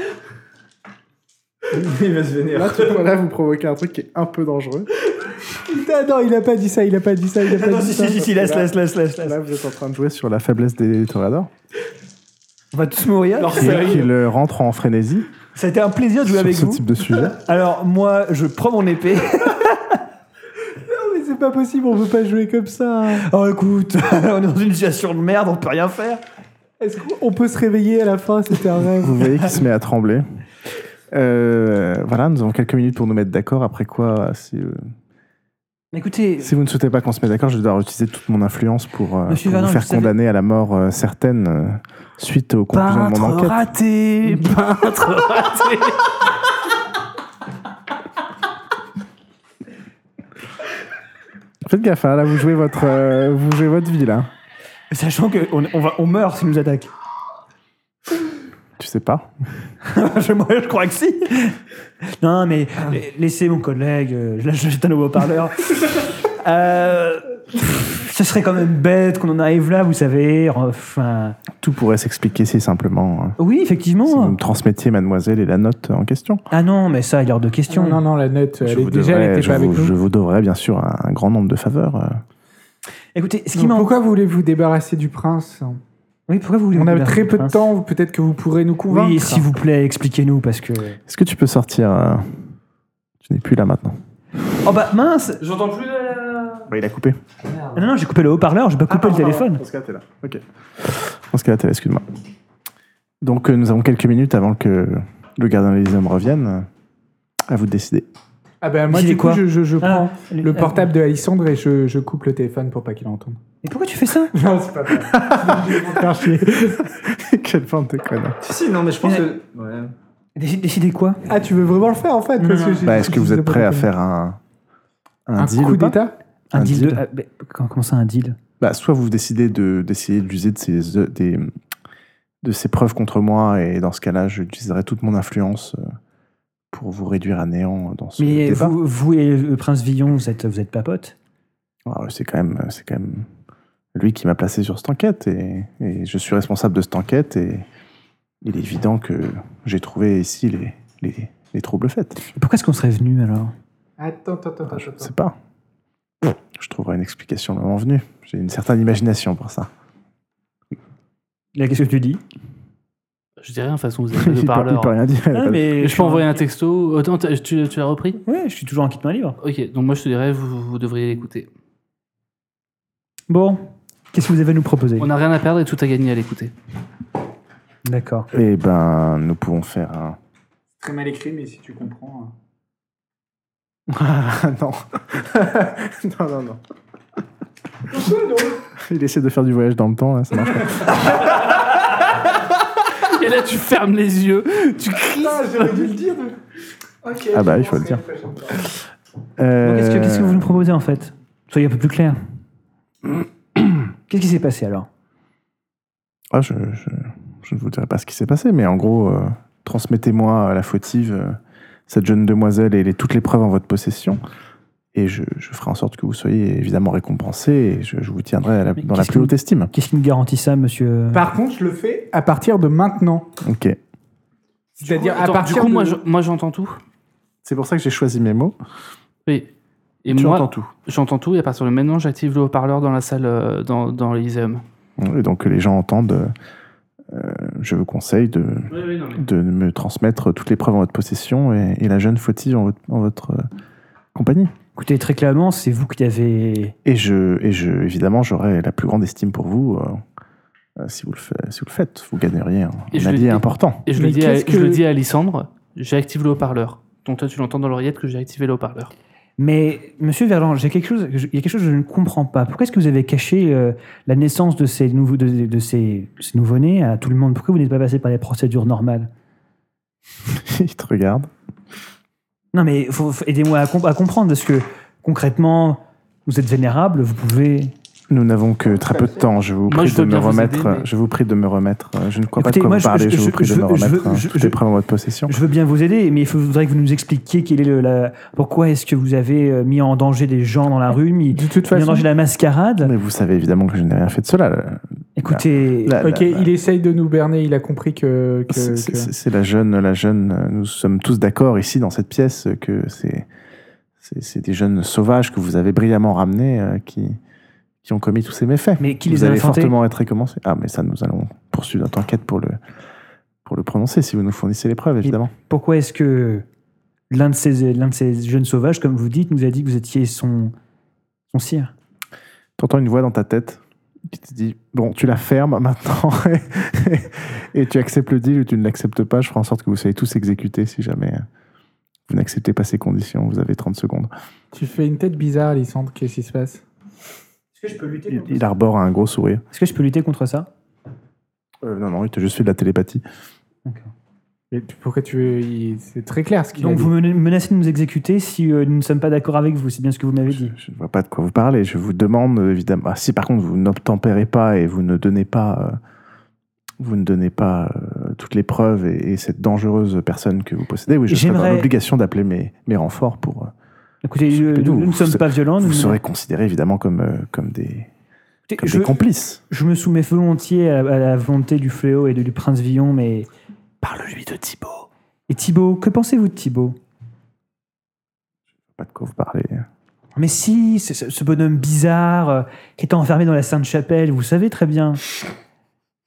Speaker 5: Il va se vénérer.
Speaker 1: Là, vous provoquez un truc qui est un peu dangereux.
Speaker 4: Putain, non, il a pas dit ça, il a pas dit ça,
Speaker 2: [LAUGHS]
Speaker 4: il a pas
Speaker 2: Ah Non,
Speaker 4: dit
Speaker 2: si,
Speaker 4: ça.
Speaker 2: si, si, si, laisse, laisse, laisse, laisse, laisse.
Speaker 1: Là, vous êtes en train de jouer sur la faiblesse des toréadors,
Speaker 2: On va tous mourir.
Speaker 1: qui, qui le rentre en frénésie
Speaker 2: Ça a été un plaisir de jouer
Speaker 1: sur
Speaker 2: avec
Speaker 1: ce
Speaker 2: vous.
Speaker 1: type de sujet.
Speaker 2: Alors, moi, je prends mon épée.
Speaker 4: Non, mais c'est pas possible, on veut pas jouer comme ça.
Speaker 2: Oh, écoute, [LAUGHS] on est dans une situation de merde, on peut rien faire.
Speaker 4: Est-ce qu'on peut se réveiller à la fin C'était un rêve.
Speaker 1: [LAUGHS] Vous voyez qu'il se met à trembler. Euh, voilà, nous avons quelques minutes pour nous mettre d'accord. Après quoi, si, euh,
Speaker 2: Écoutez,
Speaker 1: si vous ne souhaitez pas qu'on se mette d'accord, je dois utiliser toute mon influence pour, euh,
Speaker 2: Monsieur
Speaker 1: pour
Speaker 2: Valin,
Speaker 1: vous faire
Speaker 2: vous savez-
Speaker 1: condamner à la mort euh, certaine euh, suite aux conclusions de
Speaker 3: Peintre
Speaker 1: mon enquête. [LAUGHS]
Speaker 3: raté Peintre raté
Speaker 1: Faites gaffe, hein, là, vous jouez votre, euh, vous jouez votre vie, là.
Speaker 2: sachant qu'on on va- on meurt s'il nous attaque. [LAUGHS]
Speaker 1: Tu sais pas.
Speaker 2: je, moi, je crois que si. Non, mais la- laissez mon collègue. euh, Là, je jette un nouveau parleur. euh, pff, ce serait quand même bête qu'on en arrive là, vous savez. Enfin,
Speaker 1: Tout pourrait s'expliquer si simplement euh,
Speaker 2: oui,
Speaker 1: si vous
Speaker 2: effectivement.
Speaker 1: me transmettiez mademoiselle et la note en question.
Speaker 2: Ah non, mais ça, il est hors de question.
Speaker 4: Non, non, non, la note,
Speaker 1: je
Speaker 4: elle
Speaker 1: vous,
Speaker 4: est déjà, elle
Speaker 1: devrais,
Speaker 4: était
Speaker 1: je
Speaker 4: pas avec
Speaker 1: vous- je
Speaker 4: nous.
Speaker 1: vous devrais, bien sûr un, un grand nombre de faveurs. euh.
Speaker 2: Écoutez, ce qui
Speaker 4: Donc,
Speaker 2: m'a.
Speaker 4: Pourquoi voulez-vous débarrasser du prince
Speaker 2: Oui, pourquoi vous voulez
Speaker 4: On
Speaker 2: vous
Speaker 4: a
Speaker 2: débarrasser
Speaker 4: très
Speaker 2: du
Speaker 4: peu de
Speaker 2: prince
Speaker 4: temps, peut-être que vous pourrez nous convaincre.
Speaker 2: Oui, s'il vous plaît, expliquez-nous parce que.
Speaker 1: Est-ce que tu peux sortir euh, Tu n'es plus là maintenant.
Speaker 2: Oh bah mince
Speaker 3: J'entends plus la...
Speaker 1: il a coupé.
Speaker 2: Ah Non, non, j'ai coupé le haut-parleur, j'ai pas coupé le téléphone.
Speaker 1: Dans ce cas-là, t'es là. Ok. Dans ce cas-là, t'es là, excuse-moi. Donc, euh, nous avons quelques minutes avant que le gardien des hommes revienne. euh, À vous de [LAUGHS] décider.
Speaker 4: Ah ben moi
Speaker 2: J'ai
Speaker 4: du
Speaker 2: dit
Speaker 4: coup
Speaker 2: quoi
Speaker 4: je, je- je prends
Speaker 2: Ah,
Speaker 4: le
Speaker 2: euh,
Speaker 4: portable de Alissandre et je, je coupe le téléphone pour pas qu'il entende.
Speaker 2: Mais pourquoi tu fais ça
Speaker 4: [LAUGHS] Non c'est pas vrai. Je vais vous [LAUGHS] faire chier.
Speaker 1: Quelle bande de connards.
Speaker 5: Si, non, mais je pense que. Ouais.
Speaker 2: Décide- Décidez quoi
Speaker 4: ah tu veux vraiment le faire en fait
Speaker 2: Non,
Speaker 4: parce
Speaker 2: non.
Speaker 4: que j'ai-
Speaker 1: Bah, Est-ce que vous êtes prêt à faire un, un,
Speaker 4: un
Speaker 1: deal
Speaker 4: coup
Speaker 1: ou pas
Speaker 4: d'état
Speaker 2: Un,
Speaker 1: Un
Speaker 2: deal, de.
Speaker 1: deal.
Speaker 2: ah, mais comment comment ça, un deal
Speaker 1: Bah, Soit vous décidez de- d'essayer d'user de ces, euh, des- de ces preuves contre moi, et dans ce cas-là, j'utiliserai toute mon influence euh, pour vous réduire à néant dans ce
Speaker 2: Mais
Speaker 1: débat.
Speaker 2: vous, vous et le prince Villon, vous êtes, vous êtes pas potes
Speaker 1: Alors, Ah C'est quand même, euh, c'est quand même lui qui m'a placé sur cette enquête et, et je suis responsable de cette enquête et il est évident que j'ai trouvé ici les, les, les troubles faits.
Speaker 2: Pourquoi est-ce qu'on serait venu alors
Speaker 4: Attends attends attends.
Speaker 1: Enfin, Ah, je ne
Speaker 4: attends.
Speaker 1: sais pas. Je trouverai une explication le moment venu. J'ai une certaine imagination pour ça.
Speaker 2: Là, qu'est-ce que tu dis
Speaker 3: [LAUGHS] Je dis rien, de toute façon, vous avez
Speaker 1: Il
Speaker 3: pas
Speaker 1: peut, [LAUGHS]
Speaker 3: de
Speaker 1: il Ah,
Speaker 3: parleur.
Speaker 1: peut rien dire. il a pas de-
Speaker 2: Ah, mais
Speaker 3: Je peux envoyer un texto. Attends, t'as- tu, tu l'as repris
Speaker 2: Ouais, je suis toujours en kit main libre.
Speaker 3: Ok, donc moi je te dirais, vous, vous devriez l'écouter.
Speaker 2: Bon, qu'est-ce que vous avez à nous proposer
Speaker 3: On n'a rien à perdre et tout à gagner à l'écouter.
Speaker 2: D'accord.
Speaker 1: Eh ben, nous pouvons faire un.
Speaker 4: Très mal écrit mais si tu comprends. hein.
Speaker 1: Ah non Non, non, non. [LAUGHS] Il essaie de faire du voyage dans le temps, là, ça marche pas.
Speaker 3: [LAUGHS] Et là, tu fermes les yeux, tu cries.
Speaker 4: [LAUGHS] j'aurais dû le dire.
Speaker 1: Ah bah, il faut le dire.
Speaker 2: Donc, Qu'est-ce que,
Speaker 1: Euh,
Speaker 2: qu'est-ce que vous nous proposez en fait Soyez un peu plus clair. qu'est-ce qui s'est passé alors
Speaker 1: Ah, je, je, je ne vous dirai pas ce qui s'est passé, mais en gros, euh, transmettez-moi à la fautive, euh, cette jeune demoiselle, et les, toutes les preuves en votre possession. Et je, je ferai en sorte que vous soyez évidemment récompensé et je, je vous tiendrai à la-
Speaker 2: Mais
Speaker 1: dans la
Speaker 2: qu'est-ce
Speaker 1: plus
Speaker 2: que-
Speaker 1: haute estime.
Speaker 2: Qu'est-ce qui me garantit ça, monsieur
Speaker 4: Par contre je le fais à partir de maintenant.
Speaker 1: Ok.
Speaker 4: C'est-à-dire à
Speaker 3: Attends,
Speaker 4: partir
Speaker 3: du coup,
Speaker 4: de...
Speaker 3: moi, je- moi j'entends tout.
Speaker 1: C'est pour ça que j'ai choisi mes mots.
Speaker 3: Oui. Et
Speaker 1: tu
Speaker 3: moi,
Speaker 1: entends tout.
Speaker 3: J'entends tout et à partir de maintenant, j'active le haut-parleur dans la salle, euh, dans, dans l'Elyséum.
Speaker 1: Et donc les gens entendent. euh, euh, je vous conseille de, de me transmettre toutes les preuves en votre possession et, et la jeune fautive en votre, en votre, euh, compagnie.
Speaker 2: Écoutez, très clairement, c'est vous qui avez.
Speaker 1: Et je, et je, évidemment, j'aurai la plus grande estime pour vous euh, euh, si, vous le fa- si vous le faites. Vous gagneriez un,
Speaker 3: Et
Speaker 1: un
Speaker 3: je le
Speaker 1: allié
Speaker 3: dis-
Speaker 1: important. [LAUGHS]
Speaker 3: Et je,
Speaker 4: Mais
Speaker 3: le dis, à,
Speaker 4: qu'est-ce
Speaker 3: je le
Speaker 4: que-
Speaker 3: dis à Alissandre, j'active le haut-parleur. Donc toi, tu l'entends dans l'oreillette que j'ai activé le haut-parleur.
Speaker 2: Mais, monsieur Verland, j'ai quelque chose, je- il y a quelque chose que je ne comprends pas. Pourquoi est-ce que vous avez caché euh, la naissance de ces, nouveaux, de, de- de ces, ces nouveau-nés à tout le monde Pourquoi vous n'êtes pas passé par les procédures normales
Speaker 1: Il te regarde.
Speaker 2: Non, mais faut- faut- aidez-moi à, com- à comprendre, parce que concrètement, vous êtes vénérable, vous pouvez.
Speaker 1: Nous n'avons que très peu de temps. Je vous
Speaker 3: Moi,
Speaker 1: prie
Speaker 3: je
Speaker 1: de
Speaker 3: veux
Speaker 1: me
Speaker 3: bien vous
Speaker 1: remettre.
Speaker 3: aider, mais-
Speaker 1: Je vous prie de me remettre. euh, Je ne crois pas de
Speaker 2: Écoutez,
Speaker 1: quoi
Speaker 2: moi,
Speaker 1: vous
Speaker 2: je-
Speaker 1: parlez. Je,
Speaker 2: je-
Speaker 1: vous prie
Speaker 2: je-
Speaker 1: de me
Speaker 2: je- je-
Speaker 1: remettre euh,
Speaker 2: je-
Speaker 1: toutes
Speaker 2: je-
Speaker 1: les preuves en votre possession.
Speaker 2: Je veux bien vous aider, mais il faut- faudrait que vous nous expliquiez quel est le, la- pourquoi est-ce que vous avez euh, mis en danger des gens dans la rue, mis,
Speaker 4: De toute
Speaker 2: mis en
Speaker 4: façon.
Speaker 2: danger la mascarade.
Speaker 1: Mais vous savez évidemment que je n'ai rien fait de cela. La-
Speaker 2: Écoutez,
Speaker 1: la-
Speaker 4: Ok,
Speaker 1: la-
Speaker 4: il essaye de nous berner, il a compris que. que-
Speaker 1: C'est-
Speaker 4: que-
Speaker 1: C'est c'est la jeune, la jeune. euh, Nous sommes tous d'accord ici dans cette pièce euh, que c'est c'est c'est des jeunes sauvages que vous avez brillamment ramenés euh, qui qui ont commis tous ces méfaits.
Speaker 2: mais qui
Speaker 1: vous
Speaker 2: les a
Speaker 1: allez
Speaker 2: infantés
Speaker 1: fortement être récompensés. Ah, mais ça, nous allons poursuivre notre enquête pour le pour le prononcer si vous nous fournissez les preuves, évidemment.
Speaker 2: Pourquoi est-ce que l'un de, ces, l'un de ces jeunes sauvages, comme vous dites, nous a dit que vous étiez son, son sire
Speaker 1: T'entends une voix dans ta tête qui te dit bon, tu la fermes maintenant [LAUGHS] et tu acceptes le deal ou tu ne l'acceptes pas. Je ferai en sorte que vous soyez tous exécutés si jamais. euh, Vous n'acceptez pas ces conditions, vous avez 30 secondes.
Speaker 4: Tu fais une tête bizarre, Alissandre, qu'est-ce qui se passe
Speaker 2: Est-ce que je peux lutter
Speaker 1: Il, il arbore un gros sourire.
Speaker 2: Est-ce que je peux lutter contre ça
Speaker 1: Euh, non, non, il t'a juste fait de la télépathie.
Speaker 4: Et Pourquoi tu veux. il- C'est très clair ce qu'il a
Speaker 2: Donc
Speaker 4: dit.
Speaker 2: vous mena- menacez de nous exécuter si euh, nous ne sommes pas d'accord avec vous, c'est bien ce que vous m'avez
Speaker 1: Je,
Speaker 2: dit.
Speaker 1: je ne vois pas de quoi vous parlez. Je vous demande, euh, évidemment. ah, si par contre vous n'obtempérez pas et vous ne donnez pas, euh, vous ne donnez pas euh, toutes les preuves et, et cette dangereuse personne que vous possédez, oui, je serai dans
Speaker 2: J'aimerais-
Speaker 1: l'obligation d'appeler mes, mes renforts pour. euh,
Speaker 2: Écoutez,
Speaker 1: Vous
Speaker 2: euh,
Speaker 1: occupez-nous,
Speaker 2: nous, nous ne
Speaker 1: vous
Speaker 2: sommes
Speaker 1: serez-
Speaker 2: pas violents.
Speaker 1: vous
Speaker 2: nous-
Speaker 1: serez considérés évidemment comme, euh, comme, des,
Speaker 2: Écoutez,
Speaker 1: comme
Speaker 2: je,
Speaker 1: des complices.
Speaker 2: je me soumets volontiers à, à la volonté du fléau et de- du prince Villon, mais
Speaker 3: Parle-lui de Thibaut.
Speaker 2: et Thibaut, que pensez-vous de Thibaut
Speaker 1: Pas de quoi vous parlez.
Speaker 2: Mais si, c'est ce, ce bonhomme bizarre euh, qui était enfermé dans la Sainte-Chapelle, vous savez très bien.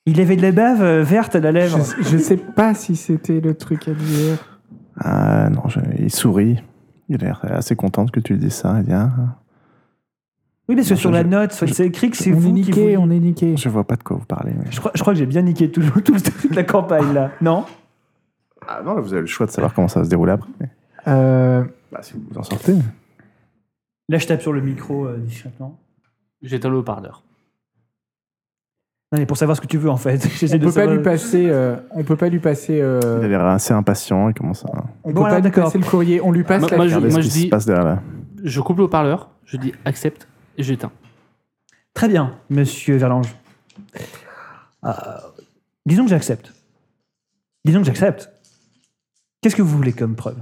Speaker 2: Il avait de la bave euh, verte à la lèvre.
Speaker 4: Je, je sais pas si c'était le truc à dire.
Speaker 1: Ah non, je- il sourit. Il a l'air assez content que tu lui dises ça. Il dit, ah,
Speaker 2: Oui, parce que
Speaker 1: Non,
Speaker 2: sur
Speaker 1: je-
Speaker 2: la note,
Speaker 1: je-
Speaker 2: c'est écrit que c'est
Speaker 4: on
Speaker 2: vous
Speaker 4: est
Speaker 2: qui
Speaker 4: niqué,
Speaker 2: vous-
Speaker 4: on est niqué.
Speaker 1: je vois pas de quoi vous parlez. mais-
Speaker 2: Je crois, je crois que j'ai bien niqué tout, tout- toute la campagne
Speaker 4: [LAUGHS]
Speaker 2: là. Non
Speaker 1: Ah non, là, vous avez le choix de savoir comment ça va se dérouler après.
Speaker 4: Euh,
Speaker 1: Bah, si vous en sortez.
Speaker 2: Là, je tape sur le micro euh, discrètement.
Speaker 3: J'éteins le haut-parleur.
Speaker 2: Non, mais pour savoir ce que tu veux en fait. [LAUGHS] J'essaie
Speaker 4: on,
Speaker 2: de
Speaker 4: peut pas
Speaker 2: savoir-
Speaker 4: lui passer, euh, on peut pas lui passer. euh,
Speaker 1: Il a l'air assez impatient. Il commence à
Speaker 4: on
Speaker 2: Bon,
Speaker 4: peut
Speaker 2: alors,
Speaker 4: pas lui
Speaker 2: d'accord.
Speaker 4: passer le courrier. On lui passe
Speaker 3: Moi-
Speaker 4: la
Speaker 3: moi, je-
Speaker 1: regarder ce qui
Speaker 3: dis-
Speaker 1: se passe derrière là.
Speaker 3: Je coupe le haut-parleur, je dis accepte et j'éteins.
Speaker 2: Très bien, monsieur Verlange. Ah, disons que j'accepte. Disons que j'accepte. Qu'est-ce que vous voulez comme preuve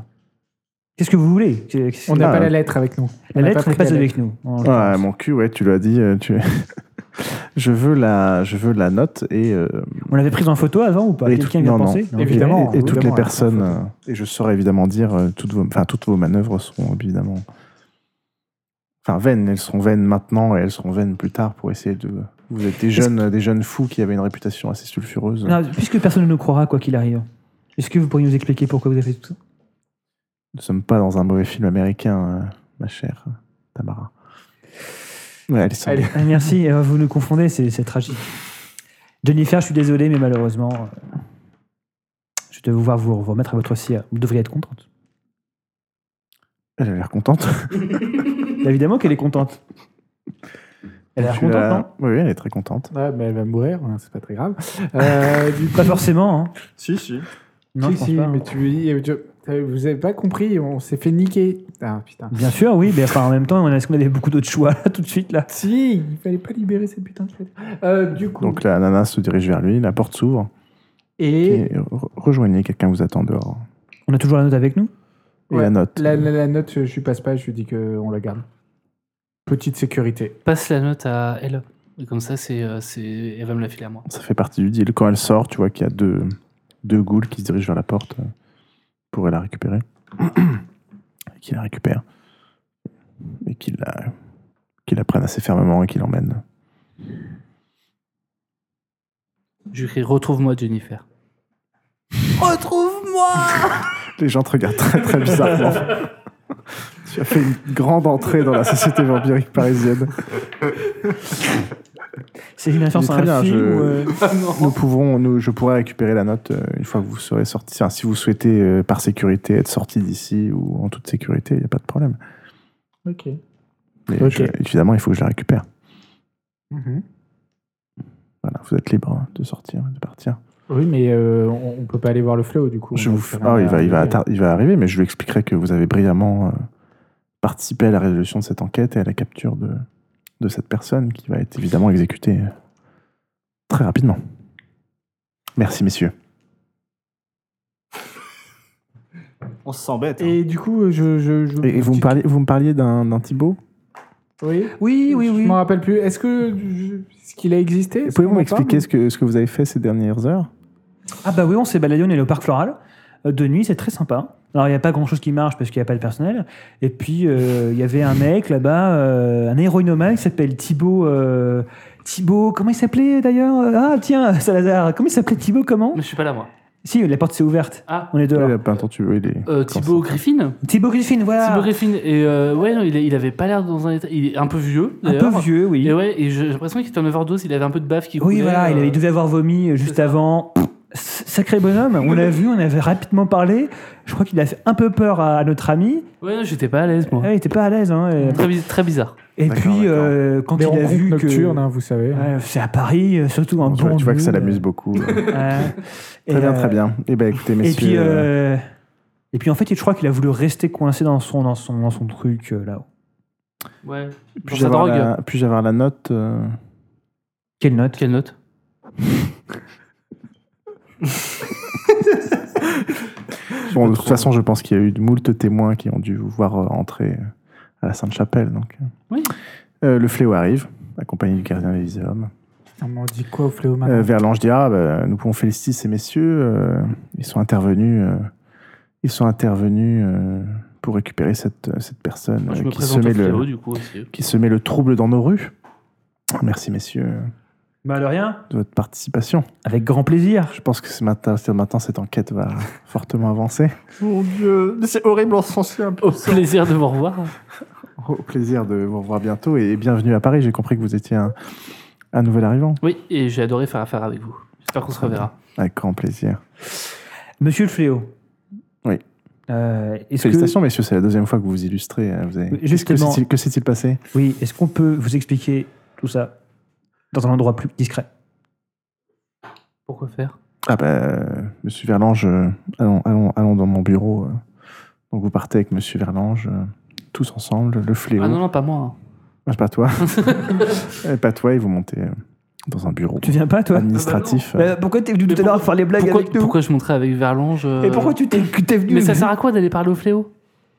Speaker 2: Qu'est-ce que vous voulez Qu'est-ce-
Speaker 4: On n'a
Speaker 1: Ah,
Speaker 4: pas
Speaker 1: euh,
Speaker 4: la lettre avec nous.
Speaker 2: La
Speaker 4: On n'a
Speaker 2: lettre
Speaker 4: pris
Speaker 2: n'est pas
Speaker 4: la
Speaker 2: avec nous. en
Speaker 1: Ouais,
Speaker 2: l'occurrence.
Speaker 1: mon cul, ouais, tu l'as dit. euh, Tu... [LAUGHS] je, veux la, je veux la note et. euh,
Speaker 2: On l'avait prise en photo avant ou pas
Speaker 1: et tout-
Speaker 2: Bah, Quelqu'un vient
Speaker 1: non,
Speaker 2: de
Speaker 1: non.
Speaker 2: penser hein.
Speaker 1: Et-
Speaker 4: Évidemment,
Speaker 1: Et, et toutes les
Speaker 4: évidemment,
Speaker 1: personnes. euh, et je saurais évidemment dire euh, toutes vos, enfin toutes vos manœuvres seront évidemment. Enfin, vaines. Elles seront vaines maintenant et elles seront vaines plus tard pour essayer de. Vous êtes des jeunes, des jeunes fous qui avaient une réputation assez sulfureuse.
Speaker 2: Non, puisque personne ne nous croira, quoi qu'il arrive, est-ce que vous pourriez nous expliquer pourquoi vous avez fait tout ça
Speaker 4: [LAUGHS]
Speaker 1: Nous ne sommes pas dans un mauvais film américain, euh, ma chère Tamara. Ouais, Alison.
Speaker 4: Allez.
Speaker 2: Ah, Merci, euh, vous nous confondez, c'est c'est tragique. Jennifer, je suis désolé, mais malheureusement, euh, je vais devoir vous, vous remettre à votre sire. Vous devriez être contente.
Speaker 1: Elle a l'air contente.
Speaker 2: Bah, Évidemment qu'elle est contente. Elle a l'air
Speaker 1: Tu
Speaker 2: contente, hein.
Speaker 1: l'as-
Speaker 2: non
Speaker 1: Oui, oui, elle est très contente.
Speaker 4: Ah, mais elle va mourir, hein, c'est pas très grave. Euh, du coup,
Speaker 2: Pas forcément, hein.
Speaker 10: Si, si.
Speaker 2: Non,
Speaker 4: si,
Speaker 2: je pense
Speaker 4: si,
Speaker 2: pas, hein.
Speaker 4: mais tu lui dis, tu- euh, vous avez pas compris, on s'est fait niquer. Ah putain.
Speaker 1: [LAUGHS]
Speaker 2: Bien sûr, oui, mais enfin, en même temps, on a- est-ce qu'on avait beaucoup d'autres choix là, tout de suite là
Speaker 4: Si, il fallait pas libérer cette putain de lettre. Euh, du coup.
Speaker 1: Donc la nana se dirige vers lui, la porte s'ouvre.
Speaker 4: et
Speaker 1: Et re- rejoignez, quelqu'un vous attend dehors.
Speaker 2: On a toujours la note avec nous
Speaker 1: Et
Speaker 4: Ouais,
Speaker 1: la note.
Speaker 4: la, la- la note, je lui passe pas, je lui dis qu'on la garde. Petite sécurité.
Speaker 3: Passe la note à elle. Et comme ça, c'est, euh, c'est... elle va me la filer à moi.
Speaker 1: Ça fait partie du deal. Quand elle sort, tu vois qu'il y a deux, deux ghouls qui se dirigent vers la [COUGHS] porte euh, pour la récupérer. Et qui la récupère. et qu'il la, qu'il la prenne assez fermement et qu'il l'emmène.
Speaker 3: Je lui crie Retrouve-moi, Jennifer.
Speaker 1: Les gens te regardent très très
Speaker 4: [LAUGHS]
Speaker 1: bizarrement. tu as fait une grande entrée dans la société vampirique parisienne.
Speaker 2: C'est une
Speaker 1: Mais
Speaker 2: référence à
Speaker 1: très bien,
Speaker 2: un film
Speaker 1: je-
Speaker 2: ou, euh,
Speaker 1: Nous pouvons, nous, je pourrais récupérer la note euh, une fois que vous serez sorti. Enfin, si vous souhaitez, euh, par sécurité, être sorti d'ici ou en toute sécurité, il n'y a pas de problème.
Speaker 4: Ok.
Speaker 1: Mais
Speaker 4: Ok.
Speaker 1: je- évidemment, il faut que je la récupère. Mhm. Voilà, vous êtes libre hein, de sortir, de partir.
Speaker 4: Oui, mais euh, on, on peut pas aller voir le fléau du coup.
Speaker 1: Je
Speaker 4: On
Speaker 1: vous
Speaker 4: bah,
Speaker 1: ah,
Speaker 4: va faire un-
Speaker 1: il, va, il, va attar- il va arriver, mais je lui expliquerai que vous avez brillamment euh, participé à la résolution de cette enquête et à la capture de, de cette personne qui va être évidemment exécutée euh, très rapidement. Merci, messieurs.
Speaker 10: On s'embête.
Speaker 4: Et du coup, je. je, je-
Speaker 1: Et, et vous, me parliez, vous me parliez d'un d'un Thibaut
Speaker 4: Oui,
Speaker 2: Oui, oui,
Speaker 4: Je
Speaker 2: oui.
Speaker 4: m'en rappelle plus. Est-ce que. je- Est-ce qu'il a existé Est-ce
Speaker 1: Pouvez-vous
Speaker 4: qu'on en
Speaker 1: m'expliquer
Speaker 4: parle
Speaker 1: ce que, ce que vous avez fait ces dernières heures
Speaker 2: Ah bah oui, on s'est baladé, on est allé au parc floral. Euh, De nuit, c'est très sympa. Alors, il n'y a pas grand-chose qui marche parce qu'il n'y a pas de personnel. Et puis, euh, il y avait un mec là-bas, euh, un aéronomade qui s'appelle Thibaut... euh, Thibaut, comment il s'appelait d'ailleurs Ah tiens, Salazar, comment il s'appelait Thibaut comment
Speaker 3: Mais je suis pas là, moi.
Speaker 2: Si, la porte s'est ouverte.
Speaker 3: Ah,
Speaker 2: On est dehors.
Speaker 1: Oui, là, attends, tu veux, il est-
Speaker 3: euh,
Speaker 1: Quand
Speaker 3: Thibaut
Speaker 1: ça-
Speaker 3: Griffin
Speaker 2: Thibaut Griffin, voilà.
Speaker 3: Thibaut Griffin. Et euh, ouais, non, il, il avait pas l'air dans un état. Il est un peu vieux.
Speaker 2: un peu
Speaker 3: d'ailleurs.
Speaker 2: vieux, oui.
Speaker 3: Et ouais, et j'ai j'ai l'impression qu'il était en overdose, il avait un peu de baffe qui
Speaker 2: Oui,
Speaker 3: coulait,
Speaker 2: voilà, il,
Speaker 3: euh,
Speaker 2: avait- il devait avoir vomi euh, juste
Speaker 3: ça.
Speaker 2: avant. S- Sacré bonhomme, on
Speaker 3: [LAUGHS]
Speaker 2: l'a vu, on avait rapidement parlé. Je crois qu'il a fait un peu peur à, à notre ami.
Speaker 3: Ouais, non, j'étais pas à l'aise, moi.
Speaker 2: Ouais, il était pas à l'aise. hein, et-
Speaker 3: Très, bi- très bizarre.
Speaker 2: Et
Speaker 1: D'accord,
Speaker 2: puis,
Speaker 1: d'accord.
Speaker 2: euh, quand
Speaker 4: Des
Speaker 2: il a
Speaker 4: rencontres
Speaker 2: vu que.
Speaker 4: nocturnes, hein, vous savez.
Speaker 2: Ouais, c'est à Paris, euh, surtout en
Speaker 1: Bon, tu, vois,
Speaker 2: banlieue.
Speaker 1: tu vois que ça l'amuse beaucoup.
Speaker 3: Ah.
Speaker 2: Ouais.
Speaker 1: très
Speaker 2: Et,
Speaker 1: bien,
Speaker 2: euh,
Speaker 1: très bien. Eh ben, écoutez,
Speaker 2: Et
Speaker 1: messieurs.
Speaker 2: puis,
Speaker 1: euh,
Speaker 2: euh, et puis, en fait, je crois qu'il a voulu rester coincé dans son, dans son, dans son truc euh, là-haut.
Speaker 3: Ouais. Pour
Speaker 1: puis-je
Speaker 3: sa
Speaker 1: avoir
Speaker 3: drogue.
Speaker 1: la- puis-je avoir la note euh,
Speaker 2: Quelle note
Speaker 3: Quelle note
Speaker 1: Bon, de toute façon, je pense qu'il y a eu de moult témoins qui ont dû vous voir euh, entrer euh, à la Sainte-Chapelle. Donc, euh.
Speaker 3: Oui.
Speaker 1: Euh, le fléau arrive, accompagné du gardien des Isolum.
Speaker 4: On m'en dit quoi au fléau maintenant
Speaker 1: Euh, Verlange dit Ah, bah, nous pouvons féliciter ces messieurs. euh, ils sont intervenus, euh, ils sont intervenus euh, pour récupérer cette, cette personne
Speaker 3: Moi, Je
Speaker 1: euh,
Speaker 3: me
Speaker 1: qui,
Speaker 3: présente au
Speaker 1: semait
Speaker 3: fléau,
Speaker 1: le,
Speaker 3: du coup, aussi.
Speaker 1: qui semait le trouble dans nos rues. Merci, messieurs, euh,
Speaker 2: Bah, de rien.
Speaker 1: de votre participation.
Speaker 2: Avec grand plaisir.
Speaker 1: Je pense que ce matin, ce matin, cette enquête va [LAUGHS] fortement avancer.
Speaker 11: Mon dieu, mais c'est horrible en sensé un peu.
Speaker 3: Au plaisir de vous revoir.
Speaker 1: Au plaisir de vous revoir bientôt et bienvenue à Paris. J'ai compris que vous étiez un, un nouvel arrivant.
Speaker 3: Oui, et j'ai adoré faire affaire avec vous. J'espère qu'on se reverra.
Speaker 1: Avec grand plaisir.
Speaker 2: Monsieur le Fléau.
Speaker 1: Oui.
Speaker 2: Euh, est-ce que-
Speaker 1: Félicitations, messieurs, c'est la deuxième fois que vous vous illustrez. hein, Vous avez...
Speaker 2: Oui,
Speaker 1: Qu'est-ce que
Speaker 2: justement.
Speaker 1: s'est-il- Que s'est-il passé
Speaker 2: Oui, est-ce qu'on peut vous expliquer tout ça dans un endroit plus discret
Speaker 3: Pourquoi faire
Speaker 1: Ah ben, euh, monsieur Verlange, euh, allons, allons, allons dans mon bureau. euh. Donc vous partez avec monsieur Verlange, euh, tous ensemble, le fléau.
Speaker 3: Ah non, non, pas moi.
Speaker 1: Ah, c'est pas
Speaker 2: [LAUGHS]
Speaker 1: toi. Euh, pas toi, et vous montez euh, dans un bureau
Speaker 2: Tu viens pas, toi
Speaker 1: administratif.
Speaker 2: Euh, Pourquoi t'es venu
Speaker 3: Mais
Speaker 2: tout à l'heure
Speaker 3: pourquoi-
Speaker 2: faire les blagues
Speaker 3: Pourquoi,
Speaker 2: avec nous
Speaker 3: pourquoi je montrais avec Verlange euh,
Speaker 2: Et pourquoi tu t'es que t'es venu
Speaker 3: Mais ça sert à quoi d'aller parler au fléau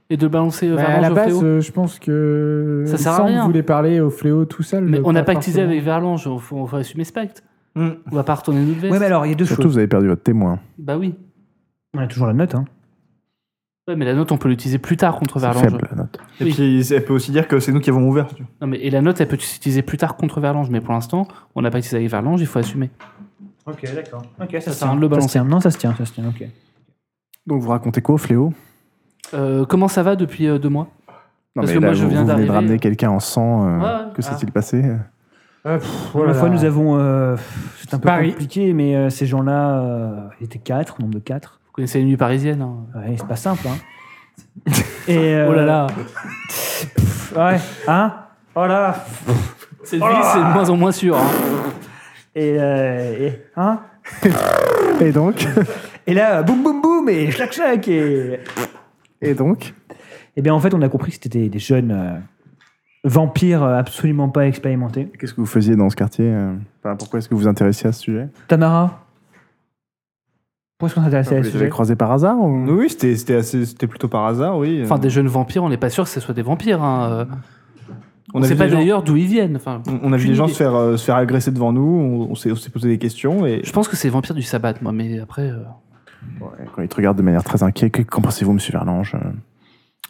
Speaker 3: Et de balancer euh,
Speaker 4: Bah,
Speaker 3: Verlange
Speaker 4: à la
Speaker 3: au
Speaker 4: base,
Speaker 3: fléau
Speaker 4: euh, je pense que.
Speaker 3: Ça
Speaker 4: il
Speaker 3: sert à
Speaker 4: semble
Speaker 3: rien.
Speaker 4: que vous voulez parler au fléau tout seul.
Speaker 3: Mais
Speaker 4: euh,
Speaker 3: on n'a
Speaker 4: pas
Speaker 3: pas actisé
Speaker 4: forcément. Mm.
Speaker 3: avec Verlange, on faut, on faut assumer ce pacte.
Speaker 5: Hmm.
Speaker 3: On va pas retourner notre veste.
Speaker 2: Ouais, mais alors, il y a deux
Speaker 1: Surtout,
Speaker 2: choses.
Speaker 1: vous avez perdu votre témoin.
Speaker 3: Bah oui.
Speaker 2: On a toujours la note, hein.
Speaker 3: Ouais, mais la note, on peut l'utiliser plus tard contre
Speaker 1: C'est
Speaker 3: Verlange.
Speaker 1: faible, la note.
Speaker 5: Et
Speaker 3: Oui.
Speaker 5: puis, elle peut aussi dire que c'est nous qui avons ouvert. tu vois.
Speaker 3: Non, mais, et la note, elle peut s'utiliser plus tard contre Verlange, mais pour l'instant, on n'a pas utilisé avec Verlange, il faut assumer.
Speaker 2: Ok, d'accord. Ok, ça,
Speaker 3: sert à rien de le
Speaker 2: Ça se
Speaker 3: balancer.
Speaker 2: tient. Non, ça se tient, ça se tient, ok.
Speaker 1: Donc vous racontez quoi au fléau
Speaker 3: Euh, comment ça va depuis euh, deux mois
Speaker 1: Non,
Speaker 3: Parce
Speaker 1: mais
Speaker 3: que
Speaker 1: là,
Speaker 3: moi, je
Speaker 1: vous,
Speaker 3: viens
Speaker 1: vous venez de
Speaker 3: d'arriver.
Speaker 1: ramener quelqu'un en sang. euh,
Speaker 3: Ouais, ouais.
Speaker 1: Que
Speaker 3: Ah.
Speaker 1: s'est-il passé euh,
Speaker 4: Ah, pff,
Speaker 2: Pour
Speaker 4: oh là
Speaker 2: la fois,
Speaker 4: là.
Speaker 2: nous avons. euh, C'est un peu
Speaker 4: Paris.
Speaker 2: compliqué, mais euh, ces gens-là, euh, ils étaient quatre, nombre de quatre.
Speaker 3: Vous connaissez les nuits parisiennes hein.
Speaker 2: Ouais, c'est pas simple, hein. Et, euh,
Speaker 3: [LAUGHS] Oh là là
Speaker 2: Ouais, hein Oh là
Speaker 3: Cette
Speaker 4: oh
Speaker 3: vie, c'est de moins en moins sûr. hein.
Speaker 2: Et, euh, et- hein
Speaker 1: Et donc
Speaker 2: Et là, boum, boum, boum, et clac, clac, et...
Speaker 1: Et donc
Speaker 2: Eh bien, en fait, on a compris que c'était des jeunes euh, vampires euh, absolument pas expérimentés.
Speaker 1: Qu'est-ce que vous faisiez dans ce quartier euh, enfin, Pourquoi est-ce que vous vous intéressiez à ce sujet
Speaker 2: Tamara Pourquoi est-ce qu'on s'intéressait à
Speaker 1: Vous
Speaker 2: ce
Speaker 1: les
Speaker 2: sujet
Speaker 1: avez croisé par hasard ou...
Speaker 5: Oui, c'était- c'était assez- c'était plutôt par hasard, oui.
Speaker 3: Enfin, des jeunes vampires, on n'est pas sûr que ce soit des vampires. hein. Euh, On
Speaker 5: a
Speaker 3: ne sait
Speaker 5: vu
Speaker 3: pas
Speaker 5: des gens-
Speaker 3: d'ailleurs d'où ils viennent. Enfin,
Speaker 5: On on a vu
Speaker 3: Aucune
Speaker 5: des gens
Speaker 3: idée.
Speaker 5: se faire, euh, se faire agresser devant nous, on, on s'est on s'est posé des questions et.
Speaker 3: je pense que c'est les vampires du sabbat, moi, mais après. euh,
Speaker 1: Ouais, Quand ils te regardent de manière très inquiète, que- qu'en pensez-vous, monsieur Verlange Euh,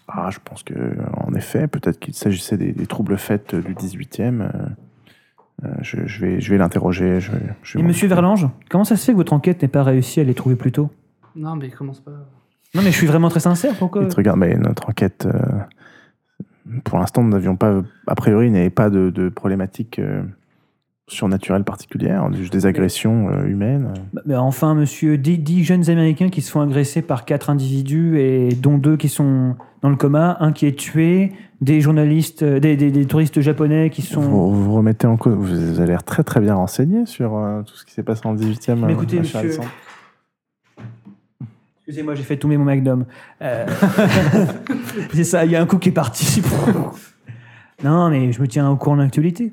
Speaker 1: Ah, je pense que, en effet, peut-être qu'il s'agissait des, des troubles faits du 18e. euh, euh, je, je vais, je vais l'interroger. Je, je
Speaker 2: Et
Speaker 1: vais-
Speaker 2: monsieur Verlange, comment ça se fait que votre enquête n'ait pas réussi à les trouver plus tôt
Speaker 3: Non, mais commence pas.
Speaker 2: Non, mais je suis vraiment très sincère. Pourquoi
Speaker 1: Il te regarde, mais notre enquête, euh, pour l'instant, nous n'avions pas, a priori, il n'y avait pas de, de problématique euh, surnaturelle particulière, juste des agressions euh, humaines.
Speaker 2: Bah, bah, Enfin, monsieur, dix, dix jeunes Américains qui se font agresser par quatre individus et dont deux qui sont dans le coma, un qui est tué, des journalistes, euh, des, des- des touristes japonais qui sont.
Speaker 1: Vous, vous remettez en cause, vous avez l'air très très bien renseigné sur euh, tout ce qui s'est passé en 18e.
Speaker 2: Mais écoutez,
Speaker 1: euh, cher
Speaker 2: monsieur-
Speaker 1: Alexandre.
Speaker 2: Excusez-moi, j'ai fait tomber mon McDom. Euh, [LAUGHS] C'est ça, il y a un coup qui est parti. [LAUGHS] non, mais je me tiens au courant de l'actualité.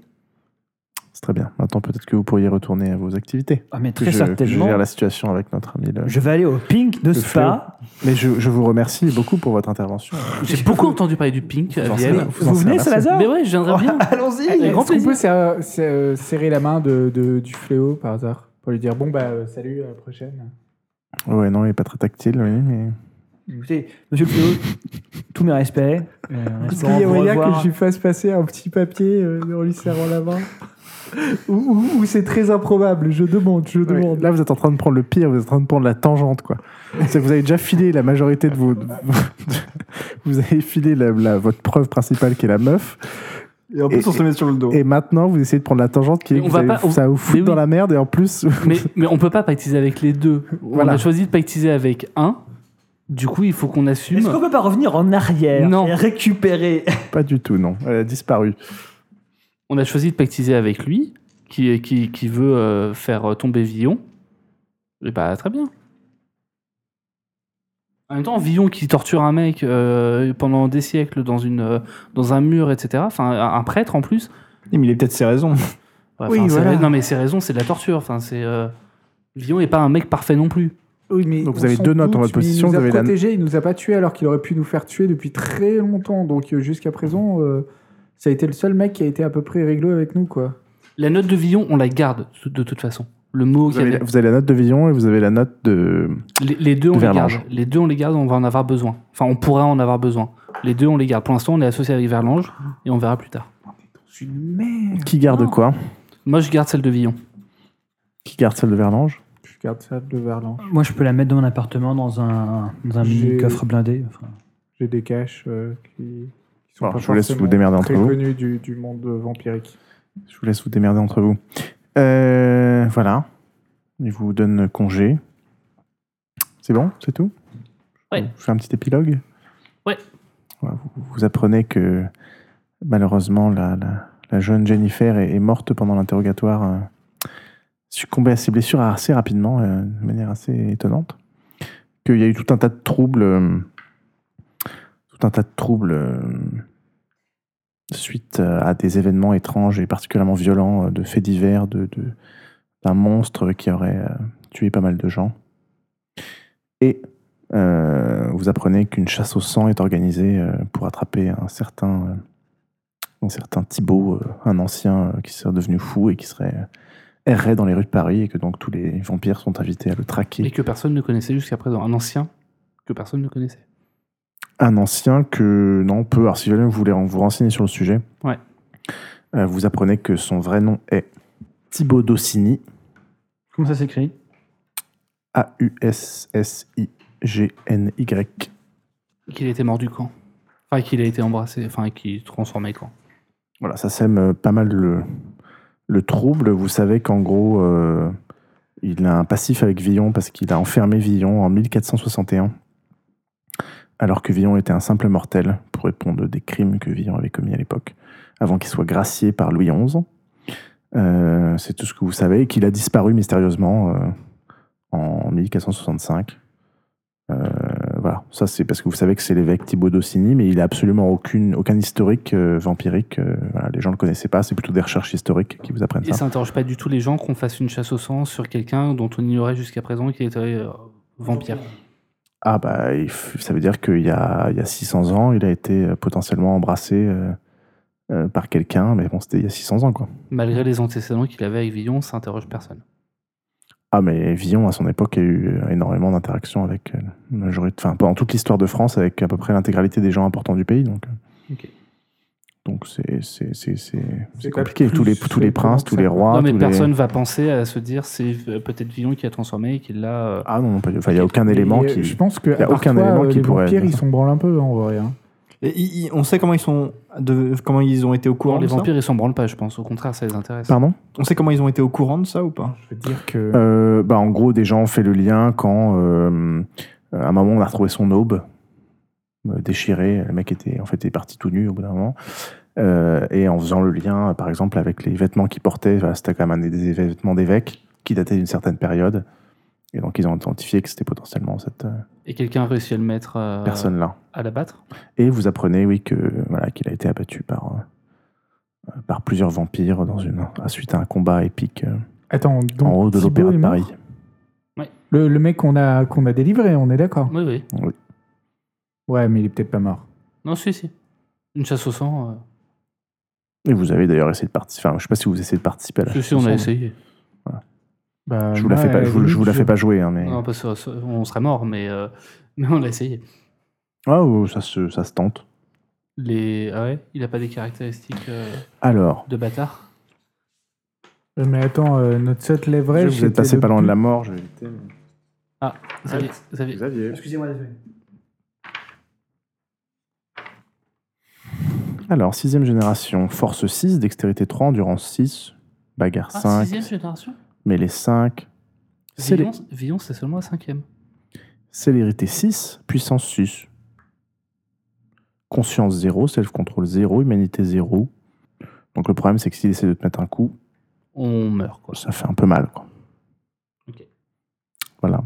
Speaker 1: C'est très bien. Maintenant, peut-être que vous pourriez retourner à vos activités.
Speaker 2: Ah, mais
Speaker 1: Que je,
Speaker 2: très
Speaker 1: que je
Speaker 2: certainement.
Speaker 1: gère la situation avec notre ami le.
Speaker 2: Je vais aller au Pink de
Speaker 1: le
Speaker 2: Spa.
Speaker 1: fléau. Mais je, je vous remercie beaucoup pour votre intervention.
Speaker 3: J'ai beaucoup entendu parler du Pink à
Speaker 1: Vous en
Speaker 3: Vienne.
Speaker 1: savez- en
Speaker 2: Eh Vous
Speaker 1: savez
Speaker 2: venez,
Speaker 1: merci.
Speaker 2: Salazar
Speaker 3: Mais ouais, je viendrai bien.
Speaker 5: Allons-y
Speaker 3: Avec grand
Speaker 4: Est-ce qu'on
Speaker 3: plaisir.
Speaker 4: peut serrer- serrer- serrer la main de, de- du fléau par hasard Pour lui dire bon, bah euh, salut, à la prochaine.
Speaker 1: Ouais, non, il n'est pas très tactile, oui, mais.
Speaker 2: Écoutez, monsieur le Fléau, tous mes respects. Euh, en
Speaker 4: Est-ce
Speaker 2: espérant
Speaker 4: qu'il y a
Speaker 2: vous
Speaker 4: moyen que
Speaker 2: revoir.
Speaker 4: je lui fasse passer un petit papier euh, en lui serrant la main [LAUGHS] Ou, ou- ou c'est très improbable Je demande, je
Speaker 1: Oui,
Speaker 4: demande.
Speaker 1: Là, vous êtes en train de prendre le pire, vous êtes en train de prendre la tangente, quoi. C'est que vous avez déjà filé la majorité de vos. [LAUGHS] de- vous avez filé la, la- votre preuve principale qui est la meuf,
Speaker 10: Et en plus,
Speaker 1: Et-
Speaker 10: on se met sur le
Speaker 5: Oh.
Speaker 10: dos.
Speaker 1: et maintenant vous essayez de prendre la tangente qui est.
Speaker 3: Mais on
Speaker 1: vous
Speaker 3: va
Speaker 1: avez-
Speaker 3: pas- on-
Speaker 1: Ça vous fout
Speaker 3: mais oui.
Speaker 1: dans la merde, et en plus. [LAUGHS]
Speaker 3: Mais, mais on peut pas pactiser avec les deux. On
Speaker 1: Voilà.
Speaker 3: a choisi de pactiser avec un. Du coup, il faut qu'on assume.
Speaker 2: Est-ce qu'on peut pas revenir en arrière
Speaker 3: Non.
Speaker 2: et récupérer
Speaker 1: pas du tout, non. Elle a disparu.
Speaker 3: On a choisi de pactiser avec lui, qui, qui, qui veut euh, faire tomber Villon. Et bah, très bien. En même temps, Villon qui torture un mec euh, pendant des siècles dans, une, euh, dans un mur, etc. Enfin, un un prêtre en plus.
Speaker 10: Mais il a peut-être ses raisons. [LAUGHS]
Speaker 3: Ouais,
Speaker 4: Oui,
Speaker 3: enfin, c'est
Speaker 4: voilà.
Speaker 3: vrai. Non, mais ses raisons, c'est de la torture. Enfin, c'est. euh, Villon est pas un mec parfait non plus.
Speaker 4: Oui, mais
Speaker 1: Donc vous
Speaker 4: on
Speaker 1: avez
Speaker 4: s'en
Speaker 1: deux notes en votre
Speaker 4: mais
Speaker 1: possession,
Speaker 4: Il nous
Speaker 1: vous
Speaker 4: a
Speaker 1: avez la-
Speaker 4: protégés, il nous a pas tués alors qu'il aurait pu nous faire tuer depuis très longtemps. Donc euh, jusqu'à présent, euh, ça a été le seul mec qui a été à peu près réglo avec nous, quoi.
Speaker 3: La note de Villon, on la garde de toute façon. Le mot
Speaker 1: Vous
Speaker 3: qu'il y
Speaker 1: avez,
Speaker 3: avait-
Speaker 1: vous avez la note de Villon et vous avez la note de.
Speaker 3: Les, les deux, on
Speaker 1: De
Speaker 3: les garde.
Speaker 1: Verlange.
Speaker 3: Les deux, on les garde, on va en avoir besoin. Enfin, on pourra en avoir besoin. Les deux, on les garde. Pour l'instant, on est associé avec Verlange et on verra plus tard.
Speaker 1: Qui garde
Speaker 3: Non.
Speaker 1: quoi
Speaker 3: Moi, je garde celle de Villon.
Speaker 1: Qui garde celle de Verlange
Speaker 4: Je garde ça de Verlan.
Speaker 2: [LAUGHS] Moi, je peux la mettre dans mon appartement, dans un, dans un
Speaker 4: J'ai-
Speaker 2: mini coffre blindé. enfin.
Speaker 4: J'ai des caches euh, qui, qui sont
Speaker 1: Alors,
Speaker 4: pas
Speaker 1: je vous laisse vous
Speaker 4: forcément
Speaker 1: démerder entre
Speaker 4: très
Speaker 1: vous.
Speaker 4: connus du, du monde euh, vampirique.
Speaker 1: Je vous laisse vous démerder entre vous. Euh, voilà. Il vous donne congé. C'est bon C'est tout
Speaker 3: Ouais.
Speaker 1: Je fais un petit épilogue
Speaker 3: Ouais.
Speaker 1: Ouais, vous, vous apprenez que malheureusement, la, la- la jeune Jennifer est, est morte pendant l'interrogatoire, euh, succombée à ses blessures assez rapidement, euh, de manière assez étonnante. Qu'il y a eu tout un tas de troubles. euh, tout un tas de troubles. euh, suite euh, à des événements étranges et particulièrement violents, euh, de faits divers, de, de- d'un monstre qui aurait euh, tué pas mal de gens. Et euh, vous apprenez qu'une chasse au sang est organisée euh, pour attraper un certain, euh, un certain Thibaut, euh, un ancien euh, qui serait devenu fou et qui serait euh, errait dans les rues de Paris et que donc tous les vampires sont invités à le traquer.
Speaker 3: Et que personne ne connaissait jusqu'à présent. Un ancien que personne ne connaissait.
Speaker 1: un ancien que non peu. Alors si jamais vous voulez vous renseigner sur le sujet,
Speaker 3: Ouais.
Speaker 1: euh, vous apprenez que son vrai nom est Thibaut Dossini,
Speaker 2: Comment ça s'écrit
Speaker 1: A U S S I G N Y.
Speaker 3: Qu'il était mort du camp. Enfin, qu'il a été embrassé. Enfin, qu'il transformait camp.
Speaker 1: Voilà, ça sème euh, pas mal le, le trouble. Vous savez qu'en gros, euh, il a un passif avec Villon parce qu'il a enfermé Villon en 1461, alors que Villon était un simple mortel pour répondre des crimes que Villon avait commis à l'époque, avant qu'il soit gracié par Louis XI. Euh, C'est tout ce que vous savez, et qu'il a disparu mystérieusement euh, en 1465. Euh, voilà, ça c'est parce que vous savez que c'est l'évêque Thibaut d'Ossini, mais il n'a absolument aucune, aucun historique euh, vampirique. euh, voilà, les gens ne le connaissaient pas, c'est plutôt des recherches historiques qui vous apprennent
Speaker 3: Et
Speaker 1: ça.
Speaker 3: ça interroge pas du tout les gens qu'on fasse une chasse au sang sur quelqu'un dont on ignorait jusqu'à présent qu'il était euh, vampire.
Speaker 1: Ah bah, il f- ça veut dire qu'il y a, il y a 600 ans, il a été euh, potentiellement embrassé euh, euh, par quelqu'un, mais bon, c'était il y a 600 ans quoi.
Speaker 3: Malgré les antécédents qu'il avait avec Villon, ça interroge personne.
Speaker 1: Ah, mais Villon, à son époque, a eu euh, énormément d'interactions avec euh, la majorité, enfin, pendant toute l'histoire de France, avec à peu près l'intégralité des gens importants du pays. Donc, euh.
Speaker 2: Ok.
Speaker 1: donc c'est- c'est c'est- c'est- c'est
Speaker 4: pas
Speaker 1: compliqué.
Speaker 4: plus
Speaker 1: Tous les, tous les
Speaker 4: étonnant
Speaker 1: princes,
Speaker 4: que
Speaker 1: tous
Speaker 4: ça.
Speaker 1: les rois.
Speaker 3: non, mais
Speaker 1: Ah, tous les-
Speaker 3: personne va penser à se dire c'est euh, peut-être Villon qui a transformé et qui l'a. euh,
Speaker 1: Ah non, non, pas du- enfin, il n'y a aucun élément
Speaker 4: Et, euh,
Speaker 1: qui.
Speaker 4: Je pense que
Speaker 1: y a
Speaker 4: à part
Speaker 1: aucun
Speaker 4: toi,
Speaker 1: élément
Speaker 4: euh,
Speaker 1: qui
Speaker 4: les
Speaker 1: pourrait
Speaker 4: vampires,
Speaker 1: dire
Speaker 4: ils
Speaker 1: ça.
Speaker 4: s'en branlent un peu en vrai. hein.
Speaker 10: Et i- i- on sait comment ils sont, de- comment ils ont été au courant de
Speaker 3: les
Speaker 10: ça
Speaker 3: vampires, ils s'en branlent pas, je pense. Au contraire, ça les intéresse.
Speaker 1: Pardon
Speaker 10: On sait comment ils ont été au courant de ça ou pas
Speaker 4: Je veux dire que
Speaker 1: Euh, bah, En gros, des gens ont fait le lien quand, euh, euh, à un moment, on a retrouvé son aube euh, déchirée. Le mec était en fait est parti tout nu au bout d'un moment. Euh, et en faisant le lien, euh, par exemple, avec les vêtements qu'il portait, voilà, c'était quand même un des- des vêtements d'évêque qui datait d'une certaine période. Et donc, ils ont identifié que c'était potentiellement cette euh,
Speaker 3: Et quelqu'un a réussi à le mettre euh,
Speaker 1: personne-là.
Speaker 3: à l'abattre.
Speaker 1: Et vous apprenez, oui, que voilà, qu'il a été abattu par euh, par plusieurs vampires dans une suite à un combat épique euh,
Speaker 4: attends, donc
Speaker 1: en haut de
Speaker 4: Thibaut
Speaker 1: l'opéra
Speaker 4: est
Speaker 1: de
Speaker 4: mort
Speaker 1: Paris.
Speaker 4: Le, le mec qu'on a qu'on a délivré, on est d'accord.
Speaker 3: Oui, oui.
Speaker 4: Ouais, mais il est peut-être pas mort.
Speaker 3: Non, si, si. Une chasse au sang. euh,
Speaker 1: Et vous avez d'ailleurs essayé de participer. Enfin, je sais pas si vous essayez de participer à la
Speaker 3: si, si, on a
Speaker 1: chanson.
Speaker 3: essayé.
Speaker 4: Bah,
Speaker 1: Je vous la
Speaker 4: moi,
Speaker 1: fais pas,
Speaker 4: à
Speaker 1: je vous, je vous la fais
Speaker 4: limite,
Speaker 1: pas jouer, hein, mais
Speaker 3: Non, parce que, euh, on serait mort, mais, euh, [LAUGHS] mais on l'a essayé.
Speaker 1: ah, oh, ça se, ça se tente.
Speaker 3: Les... Ah ouais Il a pas des caractéristiques euh,
Speaker 1: Alors,
Speaker 3: de bâtard
Speaker 4: je- Mais attends, euh, notre set
Speaker 1: je-
Speaker 4: lèverait.
Speaker 1: vous êtes passé pas loin de la mort. Je vais éviter, mais-
Speaker 3: Xavier, Xavier.
Speaker 1: Xavier.
Speaker 2: Excusez-moi, désolé.
Speaker 1: Alors, sixième génération, force 6, dextérité 3, endurance 6, bagarre
Speaker 3: Ah,
Speaker 1: 5,
Speaker 3: sixième génération
Speaker 1: mais les 5, C'est
Speaker 3: Villon, Villon, c'est seulement la cinquième.
Speaker 1: Célérité 6, puissance 6. Conscience 0, self-control 0, humanité 0. Donc le problème, c'est que s'il essaie de te mettre un coup,
Speaker 3: On meurt, quoi.
Speaker 1: ça fait un peu mal. Quoi.
Speaker 3: Ok.
Speaker 1: Voilà.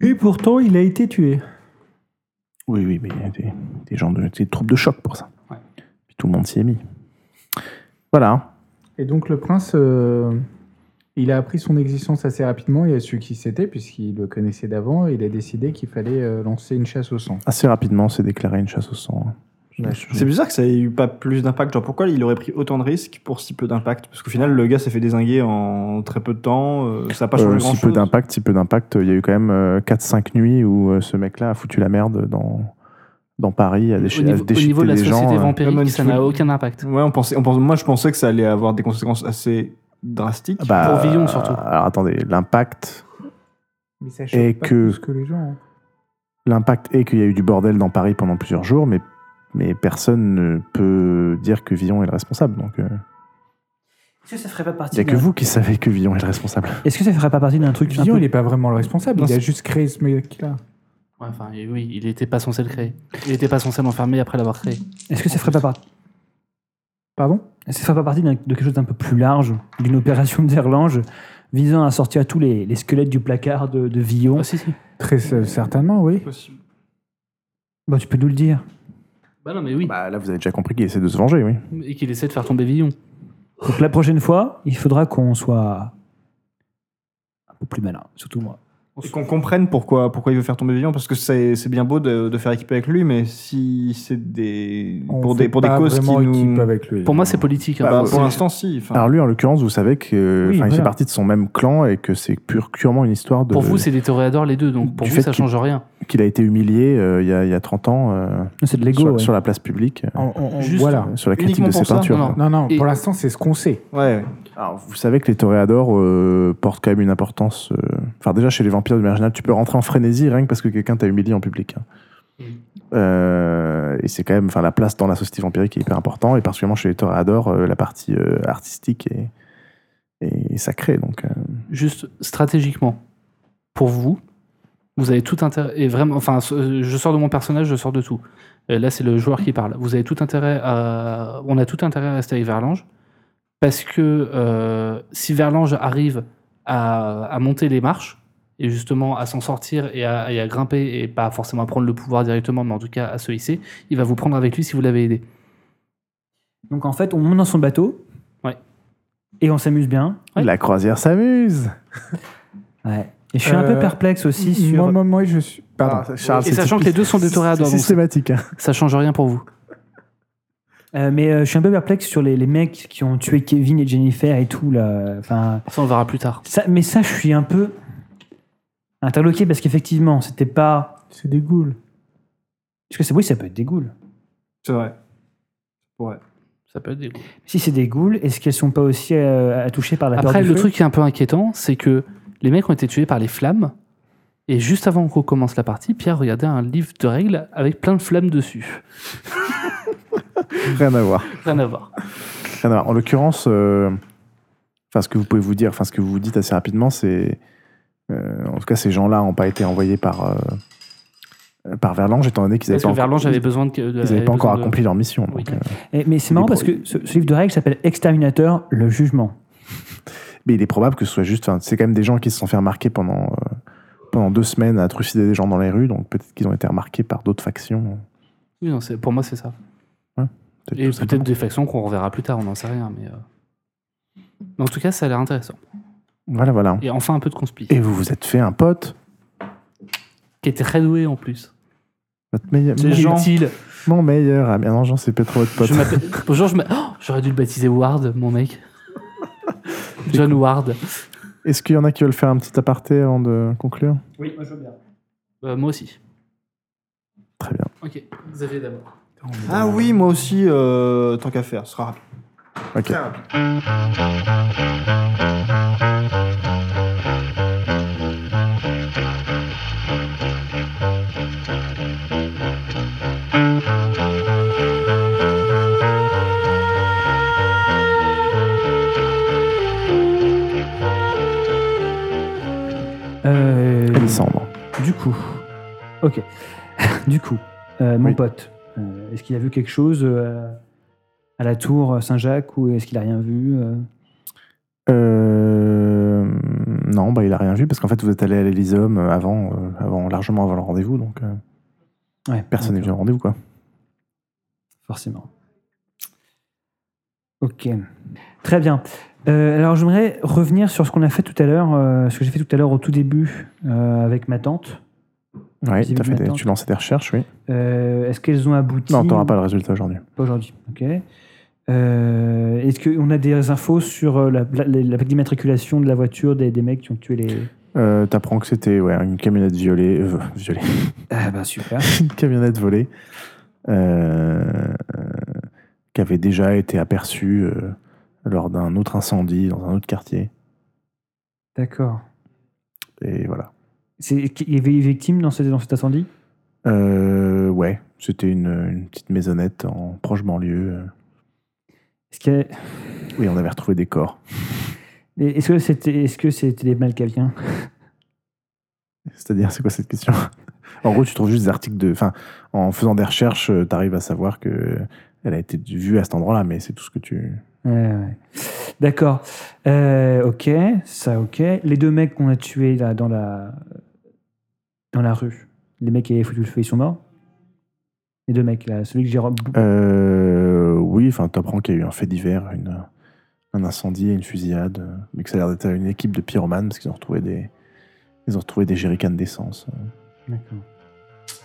Speaker 4: Et pourtant, il a été tué.
Speaker 1: Oui, oui, mais il y a des, des gens de des troupes de choc pour ça.
Speaker 3: Ouais.
Speaker 1: Puis tout le monde s'y est mis. Voilà.
Speaker 4: Et donc le prince, euh, il a appris son existence assez rapidement. Il a su qui c'était puisqu'il le connaissait d'avant. et Il a décidé qu'il fallait euh, lancer une chasse au sang.
Speaker 1: Assez rapidement, c'est déclaré une chasse au sang. hein.
Speaker 10: C'est bizarre que ça ait eu pas plus d'impact. Genre, pourquoi il aurait pris autant de risques pour si peu d'impact Parce qu'au final, le gars s'est fait désinguer en très peu de temps. euh, ça n'a pas changé
Speaker 1: Euh,
Speaker 10: grand
Speaker 1: si peu d'impact, si peu d'impact, il y a eu quand même euh, 4-5 nuits où euh, ce mec-là a foutu la merde dans, dans Paris, a déchi-
Speaker 3: au,
Speaker 1: a
Speaker 3: niveau, au
Speaker 1: déchiqueté
Speaker 3: niveau de la
Speaker 1: des gens.
Speaker 3: société
Speaker 1: euh,
Speaker 10: Même
Speaker 3: vampirique,
Speaker 10: une
Speaker 3: ça
Speaker 10: foule-
Speaker 3: n'a aucun impact.
Speaker 10: Ouais, on pensait, on pense- moi je pensais que ça allait avoir des conséquences assez
Speaker 4: Ah
Speaker 10: drastiques.
Speaker 1: bah,
Speaker 3: Pour Villon,
Speaker 1: euh,
Speaker 3: surtout.
Speaker 1: Alors attendez, l'impact,
Speaker 4: Mais ça
Speaker 1: choque Et pas que- plus
Speaker 4: que les gens. hein.
Speaker 1: l'impact est qu'il y a eu du bordel dans Paris pendant plusieurs jours, mais, mais personne ne peut dire que Villon est le responsable. Donc, euh,
Speaker 2: Est-ce que ça ferait pas
Speaker 1: il
Speaker 2: partie
Speaker 1: n'y a que
Speaker 2: d'un-
Speaker 1: vous qui savez que Villon est le responsable.
Speaker 2: Est-ce que ça ferait pas partie d'un truc un
Speaker 4: Villon,
Speaker 2: peu-
Speaker 4: il est pas vraiment le responsable.
Speaker 10: Non,
Speaker 4: il a
Speaker 10: c'est-
Speaker 4: juste créé ce mec-là.
Speaker 3: Ouais, enfin, et oui, il n'était pas censé le créer. Il n'était pas censé l'enfermer après l'avoir créé.
Speaker 2: Est-ce que ça ferait pas partie
Speaker 4: Pardon
Speaker 2: Est-ce que ça ferait pas partie d'un- de quelque chose d'un peu plus large, d'une opération d'Erlange visant à sortir tous les, les squelettes du placard de, de Villon
Speaker 3: Ah, si, si.
Speaker 4: Très euh, certainement, oui.
Speaker 2: Bah, Tu peux nous le dire.
Speaker 3: Bah non, mais oui.
Speaker 1: Bah, là, vous avez déjà compris qu'il essaie de se venger, oui.
Speaker 3: Et qu'il essaie de faire tomber Villon.
Speaker 2: Donc la prochaine fois, il faudra qu'on soit un peu plus malin, surtout moi.
Speaker 4: bah.
Speaker 10: Et qu'on comprenne pourquoi, pourquoi il veut faire tomber Vivien, parce que c'est c'est bien beau de, de faire équiper avec lui, mais si c'est des,
Speaker 4: On
Speaker 10: pour des,
Speaker 4: fait
Speaker 10: pour des
Speaker 4: pas
Speaker 10: causes qui
Speaker 4: vraiment équipe
Speaker 10: nous.
Speaker 4: avec lui.
Speaker 3: Pour moi, c'est politique. hein.
Speaker 10: Bah,
Speaker 3: C'est-
Speaker 10: pour l'instant, si.
Speaker 3: Ah.
Speaker 10: enfin.
Speaker 1: Alors lui, en l'occurrence, vous savez que
Speaker 4: Oui,
Speaker 1: enfin, il fait
Speaker 4: voilà.
Speaker 1: partie de son même clan et que c'est pure, purement une histoire de
Speaker 3: Pour vous, c'est des toréadors les deux, donc pour
Speaker 1: Du
Speaker 3: vous,
Speaker 1: fait
Speaker 3: ça
Speaker 1: qu'il-
Speaker 3: change rien.
Speaker 1: qu'il a été humilié euh, il y, a, il y a 30 ans euh,
Speaker 2: C'est de l'ego.
Speaker 1: sur,
Speaker 2: ouais.
Speaker 1: sur la place publique, euh,
Speaker 4: On- on- on-
Speaker 3: Juste-
Speaker 4: voilà.
Speaker 1: sur la critique
Speaker 10: Uniquement
Speaker 1: de ses
Speaker 10: pour ça
Speaker 1: peintures.
Speaker 3: Non,
Speaker 1: quoi.
Speaker 4: Non, non,
Speaker 3: Et-
Speaker 4: pour l'instant, c'est ce qu'on sait.
Speaker 10: Ouais, ouais.
Speaker 1: Alors, vous savez que les toréadors euh, portent quand même une importance. euh, Enfin, déjà, chez les vampires de manière générale, tu peux rentrer en frénésie rien que parce que quelqu'un t'a humilié en public. hein.
Speaker 3: Mm.
Speaker 1: Euh, et c'est quand même, enfin, la place dans la société vampirique est hyper importante, et particulièrement chez les toréadors, euh, la partie euh, artistique est, est sacrée. Donc, euh,
Speaker 3: Juste stratégiquement, pour vous, vous avez tout intérêt. Et vraiment, enfin, ce- je sors de mon personnage, je sors de tout. Euh, là, c'est le joueur qui parle. Vous avez tout intérêt à. On a tout intérêt à rester avec Verlange. Parce que euh, si Verlange arrive à, à monter les marches, et justement à s'en sortir et à, et à grimper, et pas forcément à prendre le pouvoir directement, mais en tout cas à se hisser, il va vous prendre avec lui si vous l'avez aidé.
Speaker 2: Donc en fait, on monte dans son bateau.
Speaker 3: Ouais.
Speaker 2: Et on s'amuse bien.
Speaker 3: Ouais.
Speaker 1: la croisière s'amuse.
Speaker 2: Ouais. Et je suis un peu
Speaker 4: Euh,
Speaker 2: perplexe aussi sur.
Speaker 4: Moi, moi, moi, je suis. Pardon.
Speaker 1: Ah, Charles,
Speaker 3: Et
Speaker 1: c'est
Speaker 3: sachant que les deux sont des
Speaker 1: c'est
Speaker 3: toréadors, donc
Speaker 1: systématique. hein.
Speaker 3: ça change rien pour vous.
Speaker 2: Euh, mais euh, je suis un peu perplexe sur les, les mecs qui ont tué Kevin et Jennifer et tout là. Enfin,
Speaker 3: Ça, on le verra plus tard.
Speaker 2: ça, mais ça, je suis un peu. Interloqué parce qu'effectivement, c'était pas.
Speaker 4: C'est des goules.
Speaker 2: Parce que c'est oui, ça peut être des goules.
Speaker 10: C'est vrai. Ouais.
Speaker 3: Ça peut être des
Speaker 2: Si c'est des goules, est-ce qu'elles sont pas aussi euh, touchées par la peur
Speaker 3: Après,
Speaker 2: du
Speaker 3: le
Speaker 2: feu
Speaker 3: truc qui est un peu inquiétant, c'est que les mecs ont été tués par les flammes. Et juste avant qu'on commence la partie, Pierre regardait un livre de règles avec plein de flammes dessus.
Speaker 1: Rien à voir.
Speaker 3: Rien à voir.
Speaker 1: Rien à voir. En l'occurrence, euh, enfin, ce que vous pouvez vous dire, enfin, ce que vous dites assez rapidement, c'est. euh, en tout cas, ces gens-là n'ont pas été envoyés par, euh, par Verlange, étant donné qu'ils
Speaker 3: Parce
Speaker 1: n'avaient
Speaker 3: que
Speaker 1: pas,
Speaker 3: Verlange
Speaker 1: enco-
Speaker 3: avait besoin de.
Speaker 1: ils avaient pas encore accompli leur mission.
Speaker 3: Oui.
Speaker 1: donc, euh,
Speaker 2: Et- Eh, mais c'est marrant parce que ce, ce livre de règles s'appelle Exterminateur, le jugement.
Speaker 1: mais il est probable que ce soit juste. enfin, C'est quand même des gens qui se sont fait remarquer pendant, euh, pendant deux semaines à trucider des gens dans les rues, donc peut-être qu'ils ont été remarqués par d'autres factions.
Speaker 3: Oui, non, c'est- pour moi, c'est ça.
Speaker 1: Peut-être
Speaker 3: Et
Speaker 1: tout simplement.
Speaker 3: peut-être des factions qu'on reverra plus tard, on n'en sait rien. Mais, euh, mais en tout cas, ça a l'air intéressant.
Speaker 1: Voilà, voilà.
Speaker 3: Et enfin, un peu de conspi.
Speaker 1: Et vous vous êtes fait un pote,
Speaker 3: Qui était très doué en plus.
Speaker 1: votre meilleur,
Speaker 3: C'est
Speaker 1: mon,
Speaker 3: utile.
Speaker 1: mon meilleur ami. Ah non, Jean, c'est peut-être trop votre pote.
Speaker 3: Je m'appelle- Bonjour, je m'a- Oh, j'aurais dû le baptiser Ward,
Speaker 1: [LAUGHS]
Speaker 3: mon mec. John Ward.
Speaker 1: Est-ce qu'il y en a qui veulent faire un petit aparté avant de conclure
Speaker 2: Oui, moi je veux bien.
Speaker 3: Euh, moi aussi.
Speaker 1: Très bien.
Speaker 3: Ok, Xavier d'abord.
Speaker 10: Ah oui, moi aussi, euh, tant qu'à faire, ce sera rapide.
Speaker 1: Ok.
Speaker 2: Euh,
Speaker 1: Alessandre.
Speaker 2: du coup, ok. [LAUGHS] du coup, euh, mon
Speaker 1: Oui.
Speaker 2: pote, euh, est-ce qu'il a vu quelque chose euh, à la tour euh, Saint-Jacques ou est-ce qu'il a rien vu euh
Speaker 1: Euh, non, bah, il a rien vu parce qu'en fait, vous êtes allé à l'Elysium avant, euh, avant, largement avant le rendez-vous, donc euh,
Speaker 2: Ouais,
Speaker 1: personne n'est
Speaker 2: donc,
Speaker 1: venu au rendez-vous, quoi.
Speaker 2: Forcément. Ok. Très bien. Euh, alors, j'aimerais revenir sur ce qu'on a fait tout à l'heure, euh, ce que j'ai fait tout à l'heure au tout début euh, avec ma tante.
Speaker 1: Ouais,
Speaker 2: J'ai
Speaker 1: t'as
Speaker 2: vu
Speaker 1: fait
Speaker 2: ma
Speaker 1: des-
Speaker 2: tante.
Speaker 1: tu lances des recherches, oui.
Speaker 2: Euh, Est-ce qu'elles ont abouti
Speaker 1: Non, t'auras pas le résultat aujourd'hui.
Speaker 2: Pas aujourd'hui. Ok. Euh, Est-ce qu'on a des infos sur euh, la, la- la- la plaque d'immatriculation de la voiture des, des mecs qui ont tué les.
Speaker 1: Euh, T'apprends que c'était ouais, une camionnette violée. euh, [LAUGHS] violée.
Speaker 2: Ah, bah super.
Speaker 1: [LAUGHS] une camionnette volée euh, euh, qui avait déjà été aperçue euh, lors d'un autre incendie dans un autre quartier.
Speaker 2: D'accord.
Speaker 1: Et voilà.
Speaker 2: C'est- Il y avait des victimes dans, ce- dans cet incendie
Speaker 1: Euh, ouais, c'était une, une petite maisonnette en proche banlieue. euh,
Speaker 2: Est-ce qu'il y a-
Speaker 1: Oui, on avait retrouvé des corps.
Speaker 2: est-ce que c'était est -ce c'était des malcaviens
Speaker 1: C'est-à-dire, c'est quoi cette question En gros, tu trouves juste des articles de. Enfin, en faisant des recherches, euh, t'arrives à savoir que elle a été vue à cet endroit-là, mais c'est tout ce que tu.
Speaker 2: Ouais, ouais. D'accord. Euh, ok, ça ok. Les deux mecs qu'on a tués là, dans, la, dans la rue, les mecs qui avaient foutu le feu, ils sont morts Les deux mecs, là, celui que j'ai... re-
Speaker 1: Euh, oui, enfin, t'apprends qu'il y a eu un fait divers, une, un incendie, et une fusillade, euh, mais que ça a l'air d'être une équipe de pyromanes parce qu'ils ont retrouvé des. Ils ont retrouvé des jerrycans d'essence euh,
Speaker 2: D'accord.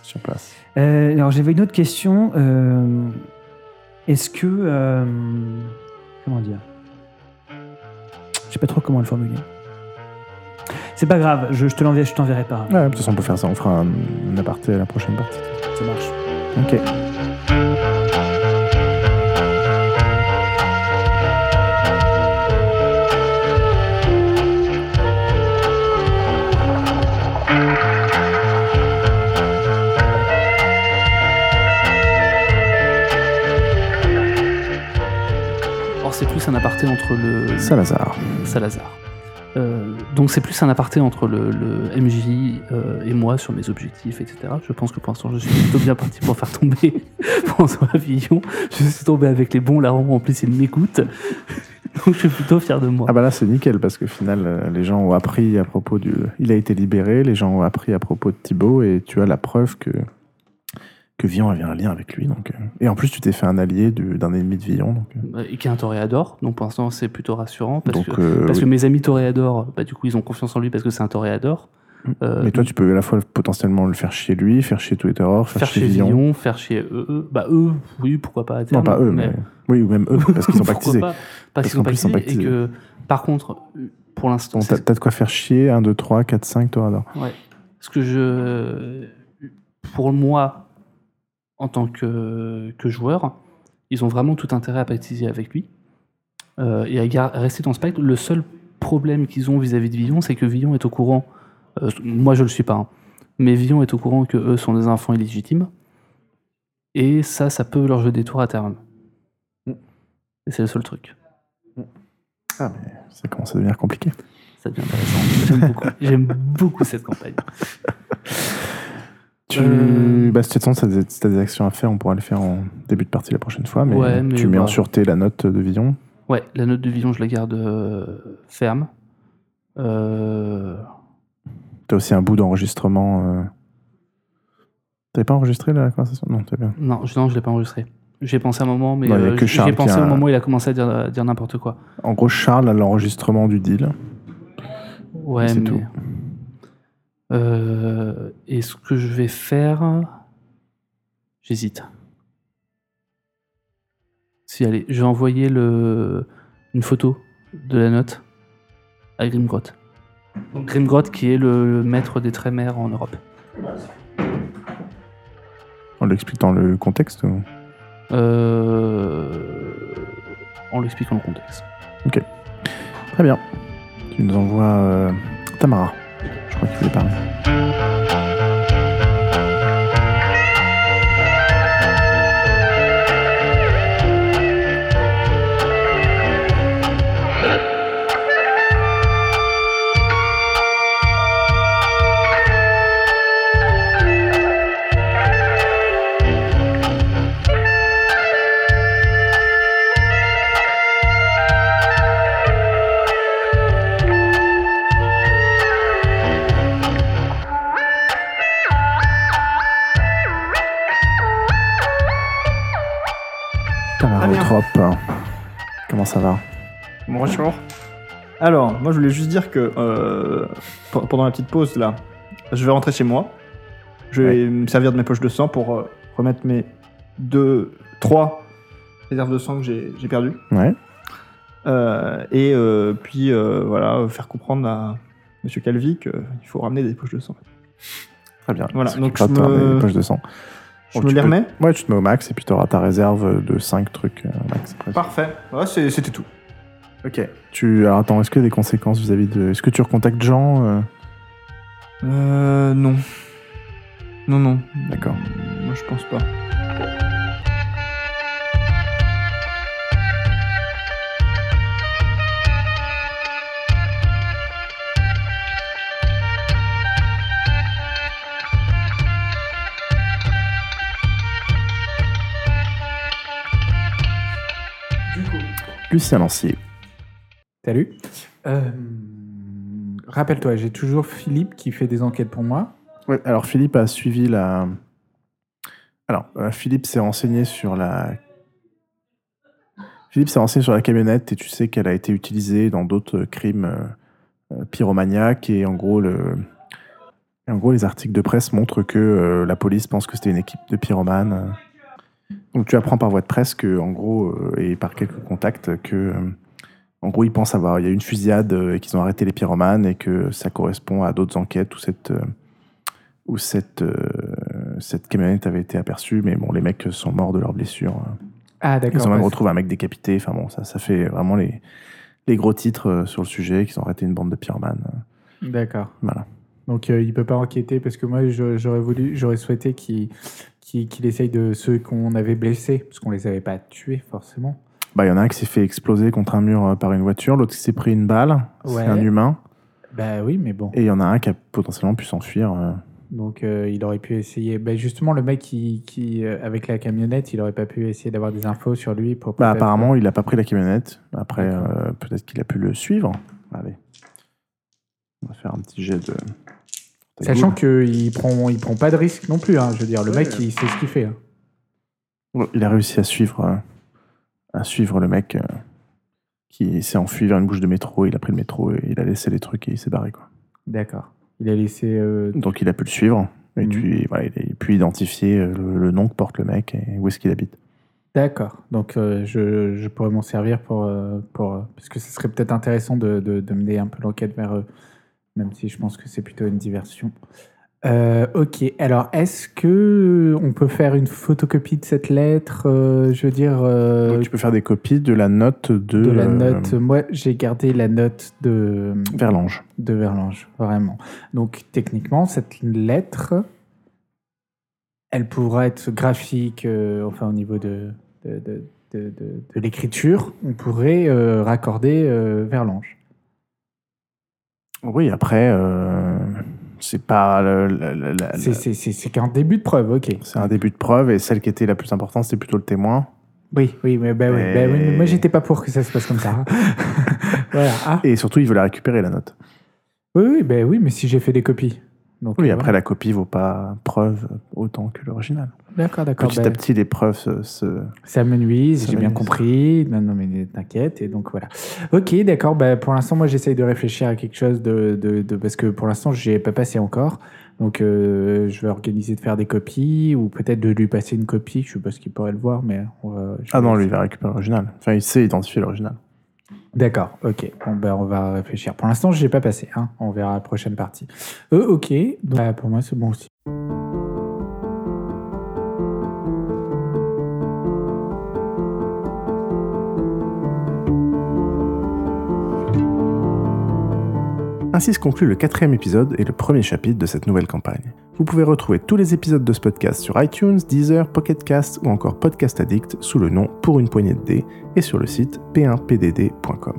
Speaker 1: sur place.
Speaker 2: Euh, alors j'avais une autre question. Euh, Est-ce que... euh, comment dire Je sais pas trop comment le formuler. C'est pas grave, je, je te l'enverrai, je t'enverrai par.
Speaker 1: Ouais, de toute façon, on peut faire ça. On fera un, un aparté à la prochaine partie.
Speaker 2: Ça marche.
Speaker 1: Ok.
Speaker 3: Or, c'est plus un aparté entre le
Speaker 1: Salazar.
Speaker 3: Salazar. Euh, donc, c'est plus un aparté entre le, le MJ euh, et moi sur mes objectifs, etc. Je pense que pour l'instant, je suis plutôt bien parti pour faire tomber [LAUGHS] François Villon. Je suis tombé avec les bons larrons, en plus, il m'écoute. [LAUGHS] donc, je suis plutôt fier de moi.
Speaker 1: Ah bah là c'est nickel parce qu'au final euh, les gens ont appris à propos du... Il a été libéré, les gens ont appris à propos de Thibaut et tu as la preuve que que Villon avait un lien avec lui donc euh. et en plus tu t'es fait un allié du- d'un ennemi de Villon donc, euh.
Speaker 3: Et qui est un toréador. Donc, pour l'instant, c'est plutôt rassurant parce que
Speaker 1: Donc, euh,
Speaker 3: Parce
Speaker 1: oui.
Speaker 3: que mes amis toréadors, bah, du coup, ils ont confiance en lui parce que c'est un toréador. Euh,
Speaker 1: Mm. mais toi tu peux à la fois potentiellement le faire chier lui, faire chier Twitter, faire,
Speaker 3: faire chez
Speaker 1: Villon.
Speaker 3: Villon, faire chez eux, eux. Bah, eux, oui, pourquoi pas à
Speaker 1: Non
Speaker 3: terme,
Speaker 1: pas eux mais... oui ou même eux parce qu'ils sont
Speaker 3: [LAUGHS] pourquoi
Speaker 1: pactisés.
Speaker 3: pas, parce
Speaker 1: Parce
Speaker 3: qu'ils sont
Speaker 1: qu'en plus, ils sont
Speaker 3: pactisés. Et
Speaker 1: pactisés.
Speaker 3: que, par contre, pour pour l'instant.
Speaker 1: Bon, t'as
Speaker 3: C'est
Speaker 1: t'as de quoi faire chier. 1, 2, 3, 4, 5, Torador.
Speaker 3: ce que je. Pour moi, en tant que, que joueur, ils ont vraiment tout intérêt à pactiser avec lui euh, et à gar- rester dans ce pacte. Le seul problème qu'ils ont vis-à-vis de Villon, c'est que Villon est au courant. euh, moi, je le suis pas, hein, mais Villon est au courant que eux sont des enfants illégitimes. Et ça, ça peut leur jouer des tours à terme. Et c'est le seul truc.
Speaker 1: Ah, mais ça commence à devenir compliqué.
Speaker 3: Ça devient intéressant. J'aime beaucoup, j'aime beaucoup cette campagne.
Speaker 1: Tu...
Speaker 3: Euh.
Speaker 1: Bah, de toute façon, si t'as des actions à faire, on pourra le faire en début de partie la prochaine fois. Mais,
Speaker 3: Ouais, mais
Speaker 1: tu mets en
Speaker 3: bah.
Speaker 1: sûreté la note de Villon.
Speaker 3: Ouais, la note de Villon, je la garde euh, ferme. Euh,
Speaker 1: T'as aussi un bout d'enregistrement. euh. T'avais pas enregistré la conversation Non, t'es bien.
Speaker 3: Non, je, non, je l'ai pas enregistré. J'ai pensé un moment, mais
Speaker 1: Non, il y a
Speaker 3: euh,
Speaker 1: que
Speaker 3: j'ai
Speaker 1: Charles qui
Speaker 3: pensé
Speaker 1: a
Speaker 3: au
Speaker 1: un-
Speaker 3: moment où il a commencé à dire, à dire n'importe quoi.
Speaker 1: En gros, Charles a l'enregistrement du deal.
Speaker 3: Ouais,
Speaker 1: C'est
Speaker 3: mais-
Speaker 1: tout.
Speaker 3: Euh, et ce que je vais faire, j'hésite. Si, allez, je vais envoyer le... une photo de la note à Grimgrot. Grimgrot qui est le, le maître des trémères en Europe.
Speaker 1: En l'explique dans le contexte. ou-
Speaker 3: Euh, En l'expliquant le contexte.
Speaker 1: Très bien. Tu nous envoies euh, Tamara. Je crois qu'il voulait parler. Tamara Eutrope. Comment ça va
Speaker 10: Bonjour.
Speaker 5: Alors, moi je voulais juste dire que euh, pe- pendant la petite pause là, je vais rentrer chez moi. Je vais me servir de mes poches de sang pour euh, remettre mes deux, trois réserves de sang que j'ai j'ai perdues.
Speaker 1: Ouais.
Speaker 5: Euh, et euh, puis euh, voilà, faire comprendre à Monsieur Calvi qu'il faut ramener des poches de sang.
Speaker 1: Très bien.
Speaker 5: Voilà,
Speaker 1: C'est
Speaker 5: donc
Speaker 1: qui
Speaker 5: je
Speaker 1: gratte, hein,
Speaker 5: me-
Speaker 1: les poches de sang.
Speaker 5: Je
Speaker 1: Donc Oh,
Speaker 5: me
Speaker 1: tu
Speaker 5: les
Speaker 1: peux-
Speaker 5: remets
Speaker 1: Ouais, tu te mets au max et puis tu auras ta réserve de 5 trucs euh, max. après.
Speaker 5: Parfait. Ouais, c'est- c'était tout.
Speaker 1: Ok. Tu... Alors attends, est-ce qu'il y a des conséquences vis-à-vis de. Est-ce que tu recontactes Jean euh,
Speaker 5: Euh, non. Non, non.
Speaker 1: D'accord.
Speaker 5: Moi je pense pas.
Speaker 1: Lucien Lancier.
Speaker 4: Salut. Euh, Rappelle-toi, j'ai toujours Philippe qui fait des enquêtes pour moi.
Speaker 1: Ouais, alors Philippe a suivi la. Alors, euh, Philippe s'est renseigné sur la. Philippe s'est renseigné sur la camionnette et tu sais qu'elle a été utilisée dans d'autres euh, crimes euh, euh, pyromaniaques et en gros le. et en gros, les articles de presse montrent que euh, la police pense que c'était une équipe de pyromanes. Donc tu apprends par voie de presse que, en gros, euh, et par quelques contacts, que, euh, en gros, ils pensent avoir, il y a eu une fusillade euh, et qu'ils ont arrêté les pyromanes et que ça correspond à d'autres enquêtes où cette, euh, où cette, euh, cette camionnette avait été aperçue, mais bon, les mecs sont morts de leurs blessures.
Speaker 4: Ah,
Speaker 1: Ils
Speaker 4: d'accord.
Speaker 1: ont même
Speaker 4: parce-
Speaker 1: retrouvé un mec décapité. Enfin bon, ça, ça fait vraiment les, les gros titres euh, sur le sujet, qu'ils ont arrêté une bande de pyromanes.
Speaker 4: D'accord.
Speaker 1: Voilà.
Speaker 4: Donc euh, il peut pas enquêter parce que moi je- j'aurais voulu, j'aurais souhaité qu'il qu'il qu'il essaye de ceux qu'on avait blessés parce qu'on les avait pas tués forcément.
Speaker 1: Bah, il y en a un qui s'est fait exploser contre un mur euh, par une voiture, l'autre qui s'est pris une balle,
Speaker 4: Ouais.
Speaker 1: c'est un humain,
Speaker 4: Bah oui, mais bon.
Speaker 1: et il y en a un qui a potentiellement pu s'enfuir. euh.
Speaker 4: Donc euh, il aurait pu essayer. Bah, justement le mec qui, qui euh, avec la camionnette, il aurait pas pu essayer d'avoir des infos sur lui pour.
Speaker 1: Bah,
Speaker 4: peut-être-
Speaker 1: apparemment, il n'a pas pris la camionnette. Après,
Speaker 4: D'accord.
Speaker 1: euh, peut-être qu'il a pu le suivre. Allez. On va faire un petit jet de.
Speaker 4: euh, Sachant qu'il prend, il prend pas de risque non plus. hein, je veux dire, le mec il sait ce qu'il fait. hein.
Speaker 1: Ouais, Il a réussi à suivre, euh, à suivre le mec euh, qui s'est enfui vers une bouche de métro. Il a pris le métro et il a laissé les trucs et il s'est barré. Quoi.
Speaker 4: D'accord. Il a laissé. euh,
Speaker 1: Donc il a pu le suivre. Et
Speaker 4: Mhm.
Speaker 1: puis, voilà, il a pu identifier euh, le, le nom que porte le mec et où est-ce qu'il habite.
Speaker 4: D'accord. Donc, euh, je, je pourrais m'en servir pour. euh, pour euh, parce que ce serait peut-être intéressant de, de, de mener un peu l'enquête vers eux, même si je pense que c'est plutôt une diversion. Euh, ok. Alors, est-ce que on peut faire une photocopie de cette lettre euh, Je veux dire. euh,
Speaker 1: Donc, tu peux faire des copies de la note de,
Speaker 4: de la
Speaker 1: euh,
Speaker 4: note. Moi, j'ai gardé la note de,
Speaker 1: Verlange.
Speaker 4: de Verlange, vraiment. Donc, techniquement, cette lettre, elle pourra être graphique, euh, enfin, au niveau de, de, de- de- de- de l'écriture, on pourrait euh, raccorder euh, Verlange.
Speaker 1: Oui, après, euh, c'est pas. le- la- la- la-
Speaker 4: C'est- C'est c'est- c'est qu'un début de preuve, ok.
Speaker 1: C'est un début de preuve et celle qui était la plus importante, c'était plutôt le témoin.
Speaker 4: Oui, oui, mais, bah, oui,
Speaker 1: Et-
Speaker 4: bah oui, mais moi, j'étais pas pour que ça se passe
Speaker 1: [LAUGHS]
Speaker 4: comme ça. voilà. Ah,
Speaker 1: Et surtout, il veut la récupérer, la note.
Speaker 4: oui, oui, bah, oui, mais si j'ai fait des copies. Donc,
Speaker 1: Oui,
Speaker 4: euh,
Speaker 1: après, la copie vaut pas preuve autant que l'original.
Speaker 4: voilà. D'accord, d'accord.
Speaker 1: Petit
Speaker 4: bah,
Speaker 1: à petit, les preuves se. se-
Speaker 4: Ça me nuise,
Speaker 1: Ça
Speaker 4: j'ai
Speaker 1: me
Speaker 4: bien
Speaker 1: nuise.
Speaker 4: compris. Non, non, mais t'inquiète. Et donc voilà. Ok, d'accord. Bah, pour l'instant, moi, j'essaye de réfléchir à quelque chose de, de, de- parce que pour l'instant, j'ai pas passé encore. Donc, euh, je vais organiser de faire des copies ou peut-être de lui passer une copie. Je sais pas ce qu'il pourrait le voir, mais on va- je
Speaker 1: Ah
Speaker 4: vais-
Speaker 1: non, lui, il va récupérer l'original. Enfin, il sait identifier l'original.
Speaker 4: D'accord. Ok. Bon, bah, on va réfléchir. Pour l'instant, j'ai pas passé. Hein. On verra la prochaine partie. Euh, ok. Donc, bah, pour moi, c'est bon aussi.
Speaker 1: Ainsi se conclut le quatrième épisode et le premier chapitre de cette nouvelle campagne. Vous pouvez retrouver tous les épisodes de ce podcast sur iTunes, Deezer, Pocket Cast ou encore Podcast Addict sous le nom Pour une poignée de dés et sur le site p1pdd.com.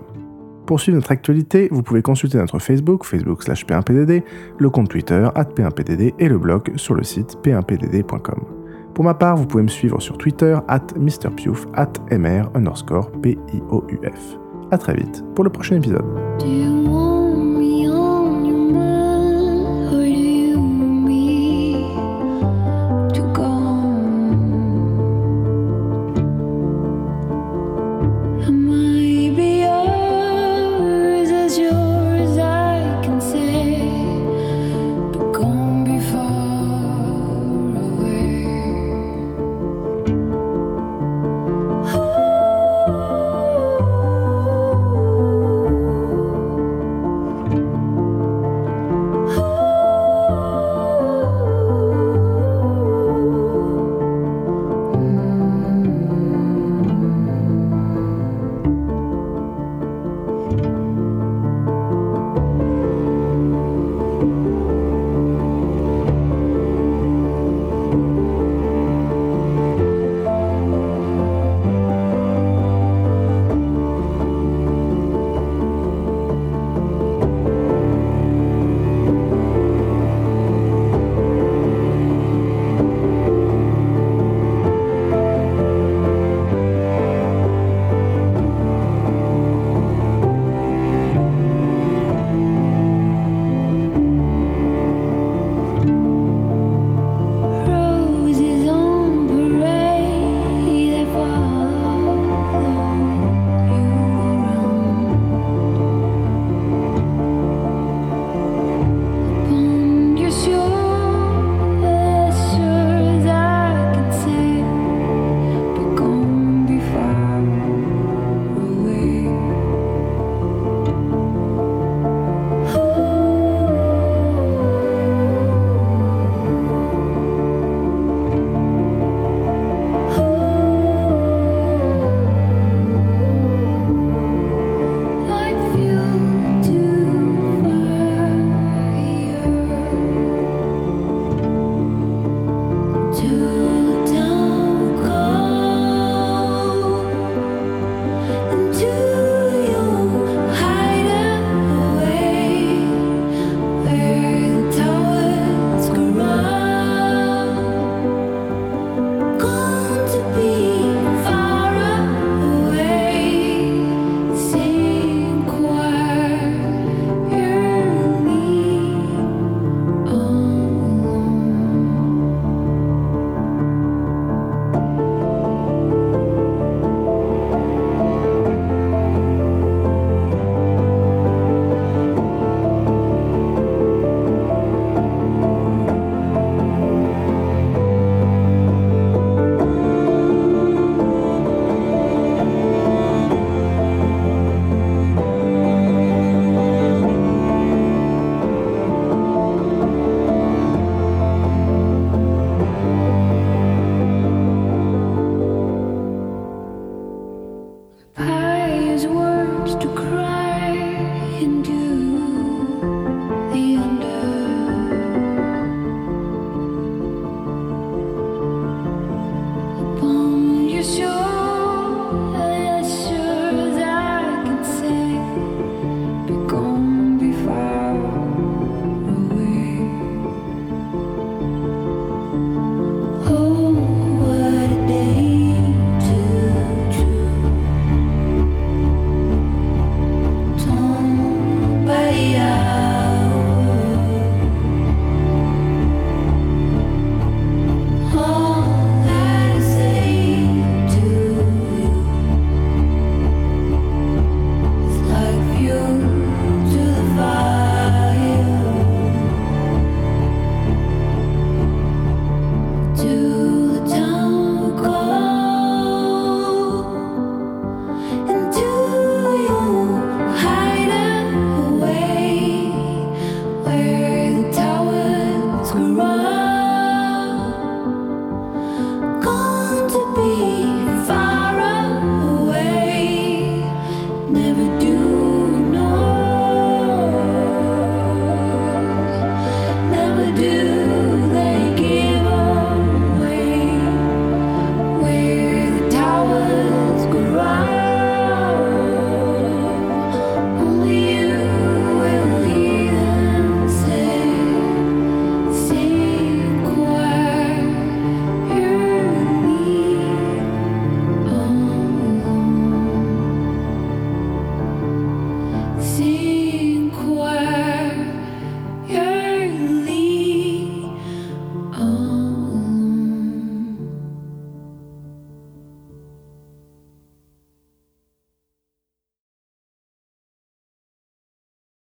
Speaker 1: Pour suivre notre actualité, vous pouvez consulter notre Facebook, Facebook slash p1pdd, le compte Twitter, at p1pdd et le blog sur le site p1pdd.com. Pour ma part, vous pouvez me suivre sur Twitter, at mrpiouf, at mr underscore p-i-o-u-f. A très vite pour le prochain épisode.
Speaker 6: Du monde Oh, Oh.